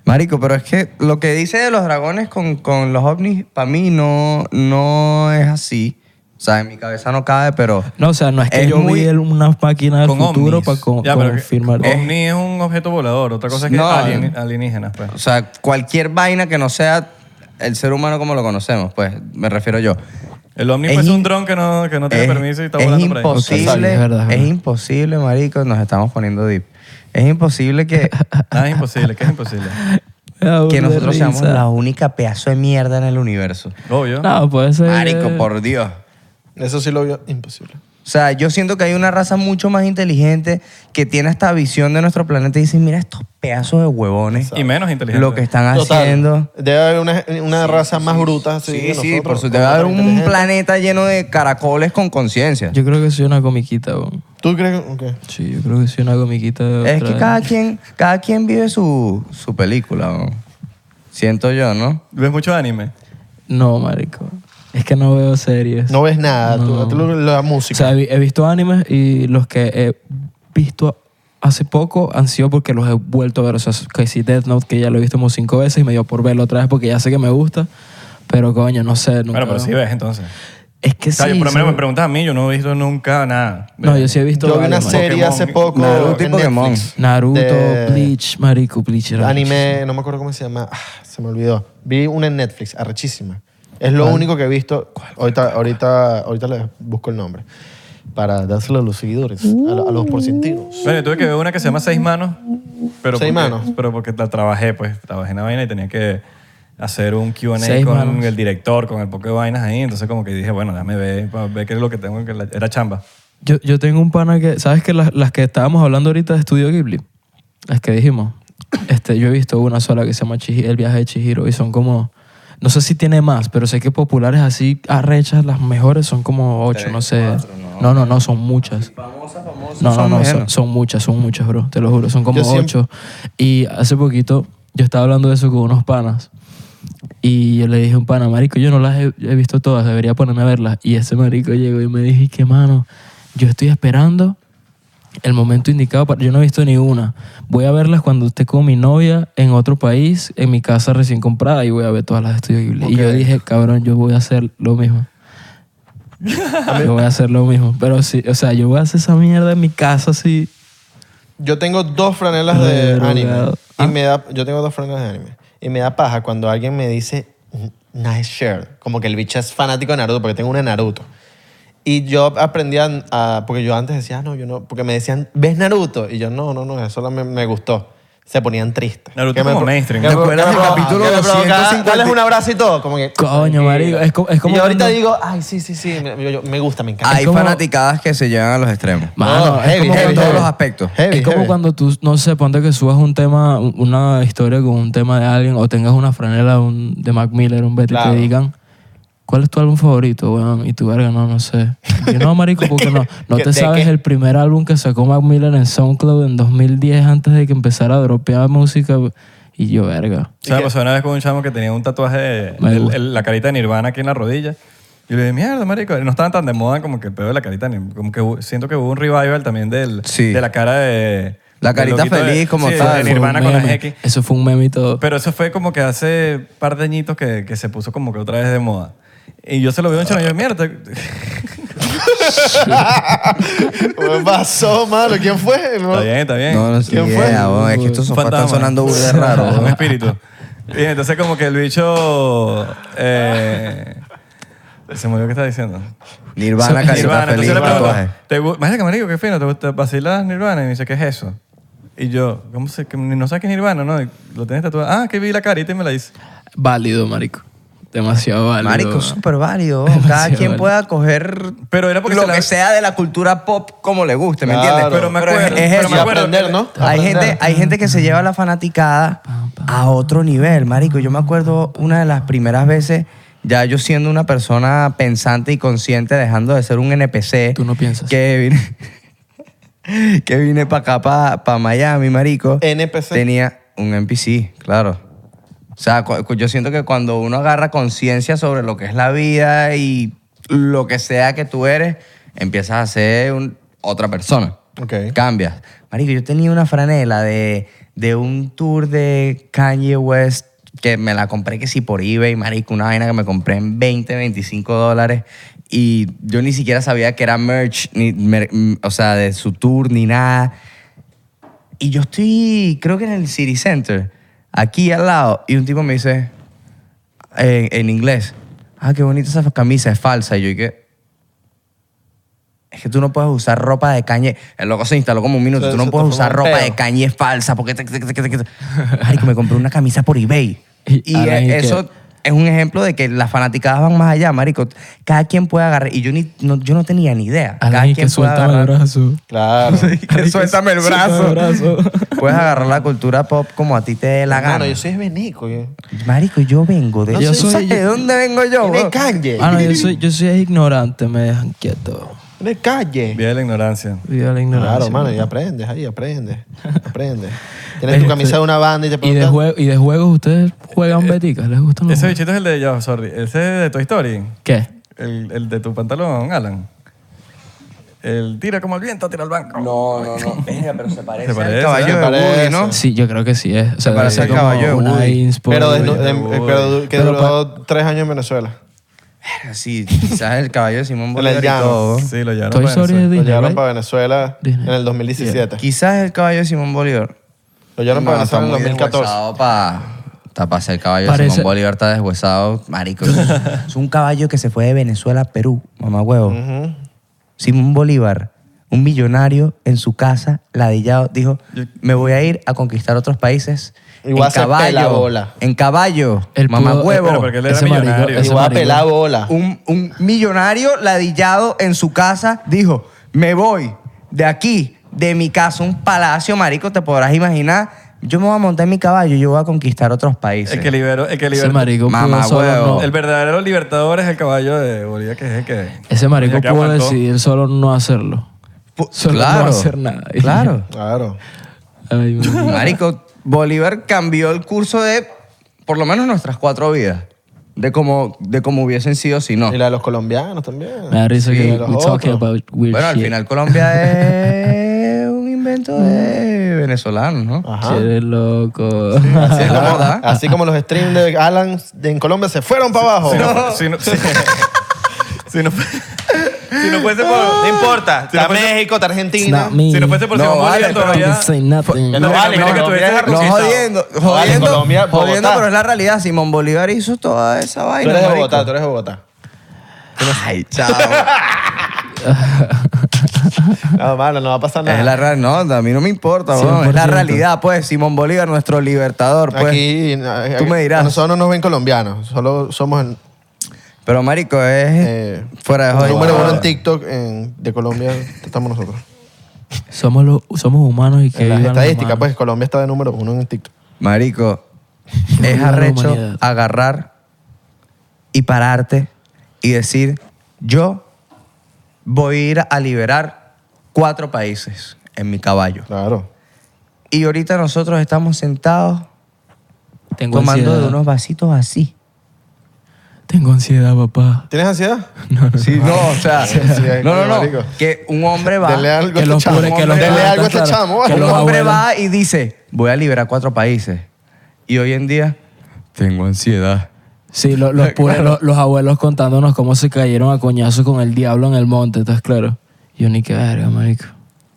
Speaker 1: Marico, pero es que lo que dice de los dragones con, con los ovnis, para mí no, no es así. O sea, en mi cabeza no cabe, pero...
Speaker 4: No, o sea, no es que
Speaker 1: Es
Speaker 4: yo
Speaker 1: muy-
Speaker 4: vi el- una máquina del
Speaker 3: con
Speaker 4: futuro
Speaker 3: ovnis.
Speaker 4: para
Speaker 3: Ya, pero que-
Speaker 4: confirmar.
Speaker 3: Ovni es un objeto volador, otra cosa es que
Speaker 1: No.
Speaker 3: alien- alienígenas, pues.
Speaker 1: O sea, cualquier vaina que no sea el ser humano como lo conocemos, pues, me refiero yo.
Speaker 3: El ovni
Speaker 1: Es
Speaker 3: pues, es
Speaker 1: in-
Speaker 3: un dron que no, que no tiene
Speaker 1: es,
Speaker 3: permiso y está
Speaker 1: es
Speaker 3: volando por ahí.
Speaker 1: imposible,
Speaker 4: Ok, es verdad, es
Speaker 1: es
Speaker 4: verdad.
Speaker 1: imposible, marico, nos estamos poniendo deep. Es imposible que...
Speaker 3: Nada Ah, es imposible, que es imposible.
Speaker 1: que nosotros seamos la única pedazo de mierda en el universo.
Speaker 3: Obvio.
Speaker 4: No, puede ser.
Speaker 1: Marico, por Dios.
Speaker 2: Eso sí lo vio imposible.
Speaker 1: O sea, yo siento que hay una raza mucho más inteligente que tiene esta visión de nuestro planeta y dice, mira estos pedazos de huevones.
Speaker 3: Y menos inteligente.
Speaker 1: Lo que están
Speaker 2: Total,
Speaker 1: haciendo.
Speaker 2: Debe haber una, una raza más bruta. así
Speaker 1: Sí,
Speaker 2: que
Speaker 1: sí,
Speaker 2: nosotros,
Speaker 1: por su,
Speaker 2: con
Speaker 1: debe haber
Speaker 2: otra
Speaker 1: un
Speaker 2: inteligencia.
Speaker 1: planeta lleno de caracoles con conciencia.
Speaker 4: Yo creo que soy una comiquita, weón.
Speaker 2: ¿Tú crees que.? ok.
Speaker 4: Sí, yo creo que soy una comiquita. de
Speaker 1: Es
Speaker 4: otra-
Speaker 1: que cada quien, cada quien vive su, su película, ¿no? siento yo, ¿no?
Speaker 3: ¿Ves mucho anime?
Speaker 4: No, marico. Es que no veo series.
Speaker 2: No ves nada. tú-
Speaker 4: No.
Speaker 2: tú lo- la
Speaker 4: O
Speaker 2: música.
Speaker 4: sea, he, he visto animes y los que he visto hace poco han sido porque los he vuelto a ver. O sea, que si Death Note, que ya lo he visto como cinco veces y me dio por verlo otra vez porque ya sé que me gusta. Pero coño, no sé. Nunca
Speaker 3: Bueno, pero sí ves entonces.
Speaker 4: Es que
Speaker 3: O sea,
Speaker 4: sí.
Speaker 3: yo, por lo menos
Speaker 4: sí.
Speaker 3: me preguntas a mí, yo no he visto nunca nada.
Speaker 4: No, yo sí he visto
Speaker 2: yo vi una
Speaker 4: varios, marico.
Speaker 2: serie
Speaker 3: Pokémon.
Speaker 2: hace poco.
Speaker 1: Naruto y
Speaker 2: en
Speaker 1: Pokémon.
Speaker 2: Netflix,
Speaker 4: Naruto,
Speaker 2: de
Speaker 4: Bleach, marico, Bleach. era
Speaker 2: Anime, no me acuerdo cómo se llama. Ah, se me olvidó. Vi una en Netflix, arrechísima. Es lo único que he visto. Ahorita, ahorita, ahorita les busco el nombre. Para dárselo a los seguidores, a, lo- a los porcentinos.
Speaker 3: Bueno, yo tuve que ver una que se llama Seis Manos. Pero
Speaker 2: Seis
Speaker 3: porque,
Speaker 2: Manos.
Speaker 3: Pero porque la trabajé, pues. Trabajé en la vaina y tenía que hacer un QA
Speaker 4: Seis
Speaker 3: con
Speaker 4: Manos.
Speaker 3: el director, con el poco de vainas ahí. Entonces, como que dije, bueno, déjame ver, para ver qué es lo que tengo. Que la- era chamba.
Speaker 4: Yo, yo tengo un pana que, ¿sabes que las, las que estábamos hablando ahorita de Estudio Ghibli? Las que dijimos. Este, yo he visto una sola que se llama Chihi- El viaje de Chihiro y son como, no sé si tiene más, pero sé que populares así, arrechas, las mejores son como ocho, no sé. no. no, no, son muchas. No, no,
Speaker 1: son
Speaker 4: no, son,
Speaker 1: menos.
Speaker 4: son muchas, son muchas, bro, te lo juro, son como
Speaker 2: Yo siempre-
Speaker 4: ocho. Y hace poquito yo estaba hablando de eso con unos panas. Y yo le dije a un pana, marico, yo no las he, he visto todas, debería ponerme a verlas. Y ese marico llegó y me dijo, que mano, yo estoy esperando el momento indicado para... Yo no he visto ni una. Voy a verlas cuando esté con mi novia en otro país, en mi casa recién comprada, y voy a ver todas las de Estudio Ghibli". Y yo dije, cabrón, yo voy a hacer lo mismo. yo voy a hacer lo mismo. Pero sí, o sea, yo voy a hacer esa mierda en mi casa así...
Speaker 2: Yo tengo dos franelas
Speaker 4: Re
Speaker 2: de
Speaker 4: drogado.
Speaker 2: anime. Y
Speaker 4: Ah.
Speaker 2: me da, yo tengo dos franelas de anime. Y me da paja cuando alguien me dice, nice shirt. Como que el bicho es fanático de Naruto, porque tengo una de Naruto. Y yo aprendí a, a- Porque yo antes decía, "Ah, no, yo no. Porque me decían, ¿ves Naruto? Y yo, no, no, no, eso la- me, me gustó. Se ponían tristes.
Speaker 3: Naruto
Speaker 2: Que me
Speaker 3: como
Speaker 2: pro-
Speaker 3: mainstream.
Speaker 2: que me
Speaker 3: ¿Te
Speaker 2: pro-
Speaker 1: acuerdas
Speaker 2: que me
Speaker 1: del
Speaker 2: provocaba-
Speaker 1: capítulo
Speaker 2: que me provocaba
Speaker 1: 250?
Speaker 2: darles un abrazo y todo. Como que,
Speaker 4: Coño, marico, es co- es como
Speaker 2: Y yo ahorita
Speaker 4: cuando-
Speaker 2: digo, ay, sí, sí, sí. Me, yo- yo- me gusta, me encanta.
Speaker 1: Hay
Speaker 4: como-
Speaker 1: fanaticadas que se llevan a los extremos.
Speaker 4: Mano,
Speaker 2: No,
Speaker 4: es
Speaker 2: heavy, heavy,
Speaker 1: en
Speaker 4: como cuando-
Speaker 1: todos
Speaker 2: heavy.
Speaker 1: los aspectos.
Speaker 2: Heavy,
Speaker 4: es como
Speaker 2: heavy.
Speaker 4: cuando tú, no sé, ponte que subas un tema, una historia con un tema de alguien o tengas una franela de un- de Mac Miller, un Betty,
Speaker 2: Claro.
Speaker 4: y te digan, ¿cuál es tu álbum favorito, weón? Y tu verga, no, no sé. Y yo, no, marico, porque no, no
Speaker 2: ¿De
Speaker 4: te sabes
Speaker 2: qué?
Speaker 4: el primer álbum que sacó Mac Miller en SoundCloud en 2010 antes de que empezara a dropear música. Y yo,
Speaker 3: O
Speaker 4: verga.
Speaker 3: sea, me pasó una vez con un chamo que tenía un tatuaje, de-
Speaker 4: Me
Speaker 3: el-
Speaker 4: gusta.
Speaker 3: el- la carita de Nirvana aquí en la rodilla. Y le dije, mierda, marico. No estaban tan de moda como que el pedo de la carita. de Nirvana. Como que hu- siento que hubo un revival también del,
Speaker 1: Sí.
Speaker 3: de la cara de...
Speaker 1: La
Speaker 3: del
Speaker 1: carita
Speaker 3: loquito de-
Speaker 1: feliz como
Speaker 3: sí,
Speaker 1: tal.
Speaker 3: de
Speaker 1: Fue
Speaker 4: Fue un
Speaker 3: Nirvana con las
Speaker 4: meme.
Speaker 3: X.
Speaker 4: Eso fue un meme y todo.
Speaker 3: Pero eso fue como que hace par de añitos que, que se puso como que otra vez de moda. Y yo se lo veo en chamo y yo, mierda. te-
Speaker 2: Pues, ¿Qué pasó, malo? ¿Quién fue?
Speaker 3: Está bien, está bien.
Speaker 1: No, no sé.
Speaker 2: ¿Quién fue?
Speaker 1: idea, weón. Es que estos
Speaker 3: Un
Speaker 1: sofás están
Speaker 3: fantasma.
Speaker 1: sonando burda raro.
Speaker 3: Un
Speaker 1: weón.
Speaker 3: espíritu. Y entonces como que el bicho... eh, se me olvidó qué estaba diciendo.
Speaker 1: Nirvana, carita
Speaker 3: Nirvana.
Speaker 1: feliz,
Speaker 3: Entonces le
Speaker 1: tatuaje.
Speaker 3: pregunto, ¿te gu- imagínate que marico, qué fino, ¿te gusta vacilas Nirvana? Y me dice, ¿qué es eso? Y yo, ¿cómo se, que ni- no sabes quién es Nirvana, ¿no? Lo tienes tatuado. Ah, que vi la carita y me la hice.
Speaker 4: Válido, marico. Demasiado válido.
Speaker 1: Marico,
Speaker 4: weón.
Speaker 1: súper válido. Cada
Speaker 4: Demasiado
Speaker 1: quien
Speaker 4: válido.
Speaker 1: pueda coger
Speaker 3: Pero era porque
Speaker 1: lo
Speaker 3: se la-
Speaker 1: que sea de la cultura pop como le guste, ¿me
Speaker 2: Claro.
Speaker 1: entiendes?
Speaker 3: Pero me
Speaker 1: es-
Speaker 3: acuerdo,
Speaker 1: es
Speaker 3: pero
Speaker 1: eso.
Speaker 3: me acuerdo.
Speaker 2: aprender, ¿no?
Speaker 1: Hay
Speaker 2: Aprender.
Speaker 1: gente, hay gente que se lleva la fanaticada a otro nivel, marico. Yo me acuerdo una de las primeras veces, ya yo siendo una persona pensante y consciente, dejando de ser un NPC.
Speaker 4: Tú no piensas.
Speaker 1: Que vine, que vine para acá, para Miami, marico.
Speaker 2: NPC.
Speaker 1: Tenía un NPC, claro. O sea, cu- cu- yo siento que cuando uno agarra conciencia sobre lo que es la vida y lo que sea que tú eres, empiezas a ser un- otra persona.
Speaker 2: Ok.
Speaker 1: Cambias. Marico, yo tenía una franela de, de un tour de Kanye West que me la compré que sí por eBay, marico, una vaina que me compré en 20, 25 dólares y yo ni siquiera sabía que era merch, ni, mer- mm, o sea, de su tour ni nada. Y yo estoy, creo que en el City Center, aquí al lado, y un tipo me dice, en, en inglés, ah, qué bonita esa camisa, es falsa. Y yo, ¿y qué? Es que tú no puedes usar ropa de Kanye. El loco se instaló como un minuto.
Speaker 2: Se- se
Speaker 1: tú no
Speaker 2: te
Speaker 1: puedes
Speaker 2: formó
Speaker 1: usar
Speaker 2: el
Speaker 1: ropa
Speaker 2: peo.
Speaker 1: de Kanye falsa porque... te- te- te- te- te- Marico, me compré una camisa por eBay.
Speaker 4: Y
Speaker 1: Y
Speaker 4: ahora
Speaker 1: eh,
Speaker 4: es que-
Speaker 1: eso es un ejemplo de que las fanaticadas van más allá, marico. Cada quien puede agarrar... Y yo, ni, no, yo no tenía ni idea. Cada
Speaker 4: Alguien
Speaker 1: quien
Speaker 4: que suelta el brazo.
Speaker 2: Claro.
Speaker 1: Que suéltame el brazo.
Speaker 4: brazo.
Speaker 1: Puedes agarrar la cultura pop como a ti te dé la
Speaker 2: Hermano,
Speaker 1: gana.
Speaker 2: yo soy venico. Yo.
Speaker 1: Marico, yo vengo de...
Speaker 4: Yo
Speaker 1: ¿Tú
Speaker 4: soy-
Speaker 1: sabes ¿De dónde vengo yo?
Speaker 2: En el
Speaker 1: bro?
Speaker 2: calle.
Speaker 4: Ah, no, yo soy, yo soy ignorante, me dejan quieto.
Speaker 2: En el calle.
Speaker 3: Vía de la ignorancia.
Speaker 4: Viva
Speaker 2: Ah,
Speaker 4: la ignorancia.
Speaker 2: Claro, mano, y aprendes ahí, aprendes. Aprendes. Tienes tu camisa de una banda y te
Speaker 4: Este, Y de,
Speaker 2: preguntan.
Speaker 4: jue- y de juegos, ¿ustedes juegan beticas? ¿Les gustan los
Speaker 3: Ese
Speaker 4: juegos?
Speaker 3: bichito es el de, ya, sorry, ese es de Toy Story.
Speaker 4: ¿Qué?
Speaker 3: El, el de tu pantalón, Alan. El tira como el viento, tira al banco.
Speaker 1: No, no, no. Venga, pero se parece,
Speaker 3: Se parece,
Speaker 1: al
Speaker 2: ¿eh?
Speaker 1: caballo de
Speaker 2: Se
Speaker 1: Woody,
Speaker 2: parece.
Speaker 1: ¿no?
Speaker 4: Sí, yo creo que sí es. O sea,
Speaker 1: Me parece
Speaker 4: debe ser
Speaker 1: el caballo de
Speaker 4: como una
Speaker 1: Woody.
Speaker 4: inspo-
Speaker 2: Pero, desnu- en- eh, pero du- que
Speaker 4: Pero
Speaker 2: duró tres años en Venezuela.
Speaker 1: Sí, quizás el caballo de Simón
Speaker 2: En el
Speaker 1: Bolívar y
Speaker 2: llano.
Speaker 1: todo.
Speaker 3: Sí, lo llevaron
Speaker 4: Toy
Speaker 3: para
Speaker 4: Story es
Speaker 3: Venezuela.
Speaker 2: Lo
Speaker 4: Disney,
Speaker 2: llevaron
Speaker 4: right?
Speaker 2: para Venezuela
Speaker 4: Disney.
Speaker 2: en el 2017.
Speaker 1: Quizás el caballo de Simón Bolívar.
Speaker 2: Lo llevaron para Venezuela en el 2014.
Speaker 1: para... Para ser el caballo de
Speaker 4: Parece-
Speaker 1: Simón Bolívar está deshuesado, marico. es un caballo que se fue de Venezuela a Perú, mamá huevo.
Speaker 2: Ujú.
Speaker 1: Simón Bolívar, un millonario en su casa, ladillado, dijo, me voy a ir a conquistar otros países
Speaker 2: Y voy a hacer pelabola.
Speaker 1: en caballo,
Speaker 4: Él pudo-
Speaker 1: mamá huevo.
Speaker 3: Pero porque él era
Speaker 4: Ese marico,
Speaker 3: millonario.
Speaker 2: Y
Speaker 4: ese
Speaker 2: voy a
Speaker 4: marico.
Speaker 2: pelar
Speaker 4: Ah.
Speaker 2: bola.
Speaker 1: un, un millonario ladillado en su casa dijo, me voy de aquí, de mi casa, un palacio, marico, te podrás imaginar, yo me voy a montar en mi caballo y yo voy a conquistar otros países.
Speaker 3: El que liberó, el que
Speaker 4: Ese
Speaker 3: liberó.
Speaker 4: marico pudo
Speaker 1: Mamá
Speaker 4: solo
Speaker 1: huevo.
Speaker 4: no-
Speaker 3: El verdadero libertador es el caballo de Bolivia, que es el que.
Speaker 4: Ese marico
Speaker 3: el que
Speaker 4: pudo
Speaker 3: aguantó.
Speaker 4: decidir solo no hacerlo.
Speaker 1: Pu-
Speaker 4: Solo
Speaker 1: claro,
Speaker 4: no hacer nada.
Speaker 1: Claro.
Speaker 2: Claro.
Speaker 4: Ay, man.
Speaker 1: Marico, Bolívar cambió el curso de por lo menos nuestras cuatro vidas. De cómo, de cómo hubiesen sido si no.
Speaker 2: Y la de los colombianos también.
Speaker 4: Me da risa
Speaker 2: Sí,
Speaker 4: que
Speaker 2: los
Speaker 4: we talking
Speaker 2: otros.
Speaker 4: about weird
Speaker 1: Bueno, al
Speaker 4: shit.
Speaker 1: final Colombia es un invento de venezolanos, ¿no?
Speaker 2: Ajá.
Speaker 4: Sí, eres loco.
Speaker 1: Así es la
Speaker 2: Claro.
Speaker 4: Ah.
Speaker 1: verdad.
Speaker 2: Así como los streams de Alan de- en Colombia se fueron para abajo.
Speaker 3: Si no, si no, si, si no, si no fuese por.
Speaker 2: No importa.
Speaker 3: Si no
Speaker 2: Está
Speaker 3: fuese-
Speaker 2: México, está
Speaker 4: It's
Speaker 2: Argentina.
Speaker 4: not me.
Speaker 3: Si no fuese por
Speaker 1: No,
Speaker 3: Simón
Speaker 1: vale,
Speaker 3: Bolívar
Speaker 1: pero
Speaker 3: todavía.
Speaker 4: Fucking say nothing.
Speaker 2: No, vale,
Speaker 3: América
Speaker 2: no,
Speaker 3: que tuviese
Speaker 2: vieja
Speaker 1: No
Speaker 3: Sí,
Speaker 2: racista.
Speaker 1: jodiendo,
Speaker 2: No,
Speaker 1: jodiendo,
Speaker 2: vale, Colombia, Bogotá.
Speaker 1: jodiendo, pero es la realidad. Simón Bolívar hizo toda esa vaina.
Speaker 2: Tú eres de
Speaker 1: marico.
Speaker 2: Bogotá, tú eres de Bogotá.
Speaker 1: Ay, chao.
Speaker 2: No, mano, no va a pasar nada.
Speaker 1: es la realidad. No, a mí no me importa, bro. Es la
Speaker 4: 100%.
Speaker 1: realidad, pues. Simón Bolívar, nuestro libertador, pues.
Speaker 2: Aquí,
Speaker 1: tú me dirás.
Speaker 2: a Nosotros no nos ven colombianos, solo somos en-
Speaker 1: Pero, marico, es
Speaker 2: Eh,
Speaker 1: fuera de joder.
Speaker 2: número uno en TikTok en- de Colombia, estamos nosotros.
Speaker 4: Somos, los, somos humanos y que
Speaker 2: En las
Speaker 4: vivan los
Speaker 2: estadísticas,
Speaker 4: humanos.
Speaker 2: pues Colombia está de número uno en TikTok.
Speaker 1: Marico, es
Speaker 4: Viva la
Speaker 1: arrecho
Speaker 4: humanidad.
Speaker 1: agarrar y pararte y decir, yo voy a ir a liberar cuatro países en mi caballo.
Speaker 2: Claro.
Speaker 1: Y ahorita nosotros estamos sentados
Speaker 2: pues.
Speaker 4: Tengo
Speaker 1: tomando
Speaker 4: ansiedad.
Speaker 1: de unos vasitos así.
Speaker 4: Tengo ansiedad, papá.
Speaker 2: ¿Tienes ansiedad?
Speaker 1: Sí, no, o sea,
Speaker 2: Sí, sí, hay
Speaker 1: no, no,
Speaker 2: coño,
Speaker 1: no,
Speaker 2: marico.
Speaker 1: que un hombre va,
Speaker 2: Dele algo a
Speaker 4: que
Speaker 2: este
Speaker 4: los
Speaker 2: chamo.
Speaker 4: pobres, que los
Speaker 2: Dele
Speaker 4: pobres,
Speaker 2: algo a este
Speaker 4: claro.
Speaker 2: chamo.
Speaker 4: Que
Speaker 1: un
Speaker 4: los
Speaker 1: hombre
Speaker 4: abuelos.
Speaker 1: va y dice, voy a liberar cuatro países. Y hoy en día tengo ansiedad.
Speaker 4: Sí, lo- los, pobres- los, los abuelos contándonos cómo se cayeron a coñazos con el diablo en el monte, ¿estás claro? Y Yo ni que verga, marico.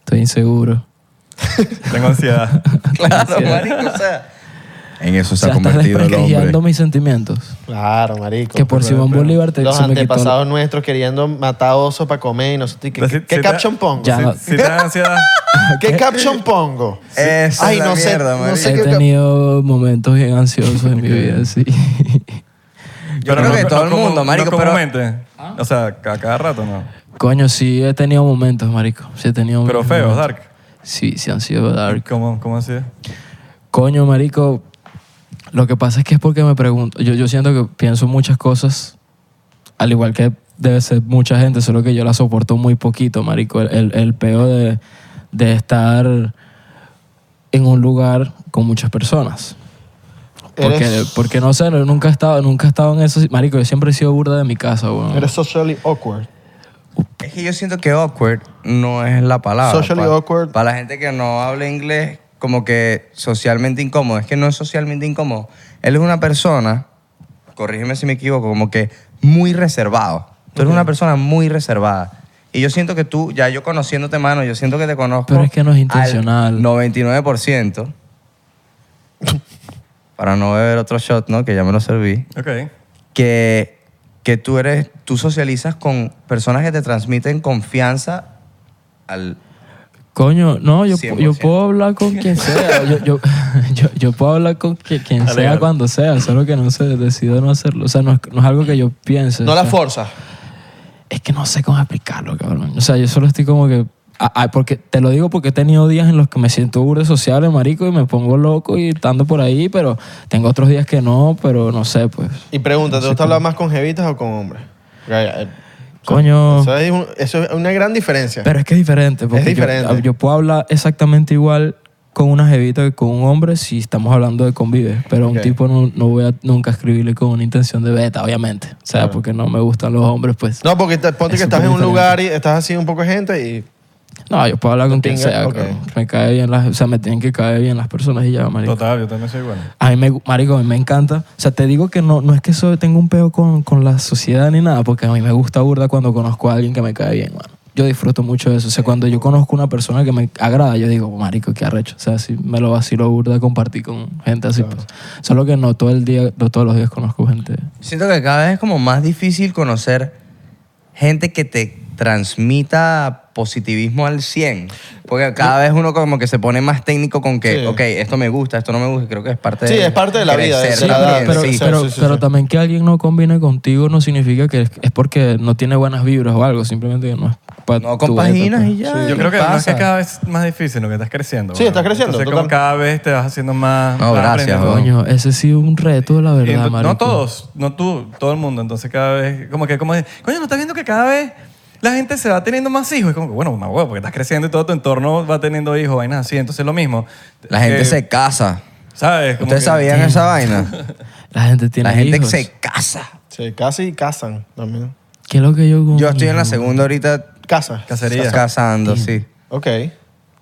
Speaker 4: Estoy inseguro.
Speaker 3: Tengo ansiedad.
Speaker 1: Claro, marico, o sea, En eso se
Speaker 4: o
Speaker 1: ha
Speaker 4: sea, estás
Speaker 1: convertido el
Speaker 4: desprestigiando
Speaker 1: hombre.
Speaker 4: mis sentimientos.
Speaker 2: Claro, marico.
Speaker 4: Que por Simón Bolívar te
Speaker 2: Los
Speaker 4: se me quitó-
Speaker 2: antepasados nuestros queriendo matar osos para comer y nosotros... ¿Qué,
Speaker 3: Si-
Speaker 2: qué, qué
Speaker 3: si te-
Speaker 2: caption pongo?
Speaker 4: Ya.
Speaker 3: Si, si te da ansiedad.
Speaker 2: ¿Qué caption pongo?
Speaker 1: Esa es
Speaker 2: Ay,
Speaker 1: la
Speaker 2: no sé,
Speaker 1: mierda,
Speaker 2: no
Speaker 1: marico.
Speaker 2: sé
Speaker 4: He
Speaker 2: qué-
Speaker 4: tenido momentos bien ansiosos en mi vida, sí.
Speaker 1: Yo creo que todo el
Speaker 3: como-
Speaker 1: mundo, marico,
Speaker 3: no
Speaker 1: pero-
Speaker 3: comúnmente. O sea, a cada rato, ¿no?
Speaker 4: Coño, sí he tenido momentos, marico. Sí he tenido
Speaker 3: Pero
Speaker 4: mis
Speaker 3: feo,
Speaker 4: momentos.
Speaker 3: dark.
Speaker 4: Sí, sí han sido dark.
Speaker 3: ¿Cómo, cómo así?
Speaker 4: Coño, marico, lo que pasa es que es porque me pregunto. Yo, yo siento que pienso muchas cosas, al igual que debe ser mucha gente, solo que yo la soporto muy poquito, marico. El, el, el peo de, de estar en un lugar con muchas personas. Porque,
Speaker 2: Eres,
Speaker 4: porque no sé, no- nunca he estado, nunca he estado en eso. Marico, yo siempre he sido burda de mi casa, weón.
Speaker 2: eres socially awkward.
Speaker 1: Es que yo siento que awkward no es la palabra.
Speaker 2: Socially awkward.
Speaker 1: Para la gente que no habla inglés, como que socialmente incómodo. Es que no es socialmente incómodo. Él es una persona, corrígeme si me equivoco, como que muy reservado. Tú eres una persona muy reservada. Y yo siento que tú, ya yo conociéndote, mano, yo siento que te conozco.
Speaker 4: Pero es que no es
Speaker 1: al
Speaker 4: intencional.
Speaker 1: 99%. para no beber otro shot, ¿no? Que ya me lo serví
Speaker 3: Ok.
Speaker 1: que, que tú eres, tú socializas con personas que te transmiten confianza al...
Speaker 4: Coño, no, yo, pu- yo
Speaker 1: 100%.
Speaker 4: puedo hablar con quien sea. Yo, yo, yo, yo puedo hablar con que- quien sea cuando sea, solo que no sé, decido no hacerlo. O sea, no es, no es algo que yo piense.
Speaker 2: No
Speaker 4: o
Speaker 2: la
Speaker 4: sea,
Speaker 2: forzas.
Speaker 4: es que no sé cómo explicarlo, cabrón. O sea, yo solo estoy como que. ah, ah, porque te lo digo porque he tenido días en los que me siento burde sociable, marico, y me pongo loco y estando por ahí, pero tengo otros días que no, pero no sé, pues.
Speaker 2: Y pregunta, ¿te gusta hablar más con jevitas o con hombres? Ya, ya, eh,
Speaker 4: Coño.
Speaker 2: Eso es, un- eso es una gran diferencia.
Speaker 4: Pero es que es diferente. Porque
Speaker 2: Es diferente.
Speaker 4: Yo, yo puedo hablar exactamente igual con una jevita que con un hombre si estamos hablando de convives. Pero a un
Speaker 2: Ok.
Speaker 4: tipo no, no voy a nunca escribirle con una intención de beta, obviamente. O sea, porque no me gustan los hombres, pues. No,
Speaker 2: no, porque te- ponte
Speaker 4: Es
Speaker 2: que estás en un
Speaker 4: superdiferente.
Speaker 2: lugar y estás así un poco de gente y...
Speaker 4: yo puedo hablar con quien
Speaker 2: Tenga-
Speaker 4: sea.
Speaker 2: ok.
Speaker 4: cabrón. Me cae bien las... O sea, me tienen que caer bien las personas y ya, marico.
Speaker 3: Total, yo también soy bueno.
Speaker 4: A mí, me, gu- marico, a mí me encanta. O sea, te digo que no, no es que soy, tengo un peo con, con la sociedad ni nada, porque a mí me gusta burda cuando conozco a alguien que me cae bien, mano. Yo disfruto mucho de eso. O sea, cuando yo conozco una persona que me agrada, yo digo, marico, qué arrecho. O sea, si me lo vacilo burda compartir con gente así. pues. Solo que no todo el día, no todos los días conozco gente.
Speaker 1: Siento que cada vez es como más difícil conocer gente que te transmita positivismo al 100. Porque cada vez uno como que se pone más técnico con que,
Speaker 2: Sí.
Speaker 1: ok, esto me gusta, esto no me gusta, creo que es parte
Speaker 2: Sí,
Speaker 1: de...
Speaker 2: es parte de la vida, de ser
Speaker 1: crecer también,
Speaker 2: adulto,
Speaker 4: pero,
Speaker 2: sí,
Speaker 1: sí.
Speaker 4: pero-
Speaker 2: sí, sí,
Speaker 4: pero
Speaker 2: sí.
Speaker 4: también que alguien no combine contigo no significa que es, es porque no tiene buenas vibras o algo. Simplemente que no es pa'
Speaker 1: No
Speaker 4: tu
Speaker 1: compaginas
Speaker 4: beta,
Speaker 1: y
Speaker 4: pues.
Speaker 1: ya.
Speaker 3: Yo
Speaker 1: ¿qué
Speaker 3: creo que no es que
Speaker 1: pasa?
Speaker 3: es cada vez más difícil lo que estás creciendo.
Speaker 2: Sí,
Speaker 3: weón.
Speaker 2: estás creciendo,
Speaker 3: Entonces, como
Speaker 2: total.
Speaker 3: cada vez te vas haciendo más.
Speaker 1: No,
Speaker 3: vas
Speaker 1: gracias,
Speaker 3: aprendiendo.
Speaker 1: weón.
Speaker 4: Coño, ese ha sido un reto, la
Speaker 3: Y
Speaker 4: verdad,
Speaker 3: ento-
Speaker 4: marico.
Speaker 3: no todos, no tú, todo el mundo. Entonces cada vez, como que, como de, coño, ¿no estás viendo que cada vez la gente se va teniendo más hijos? Es como que, bueno, mamá, huevo, porque estás creciendo y todo tu entorno va teniendo hijos, vainas así. Entonces lo mismo.
Speaker 1: La gente
Speaker 3: Eh,
Speaker 1: se casa.
Speaker 3: ¿Sabes? Como
Speaker 1: ¿Ustedes
Speaker 3: que-
Speaker 1: sabían esa vaina?
Speaker 4: La gente tiene
Speaker 1: La gente
Speaker 4: hijos.
Speaker 1: se casa.
Speaker 2: Sí, casi casan también.
Speaker 4: ¿Qué es lo que yo...
Speaker 1: Yo estoy en la segunda ahorita
Speaker 2: Casa.
Speaker 3: Cacería.
Speaker 1: Estás casando, sí.
Speaker 2: Ok. Esa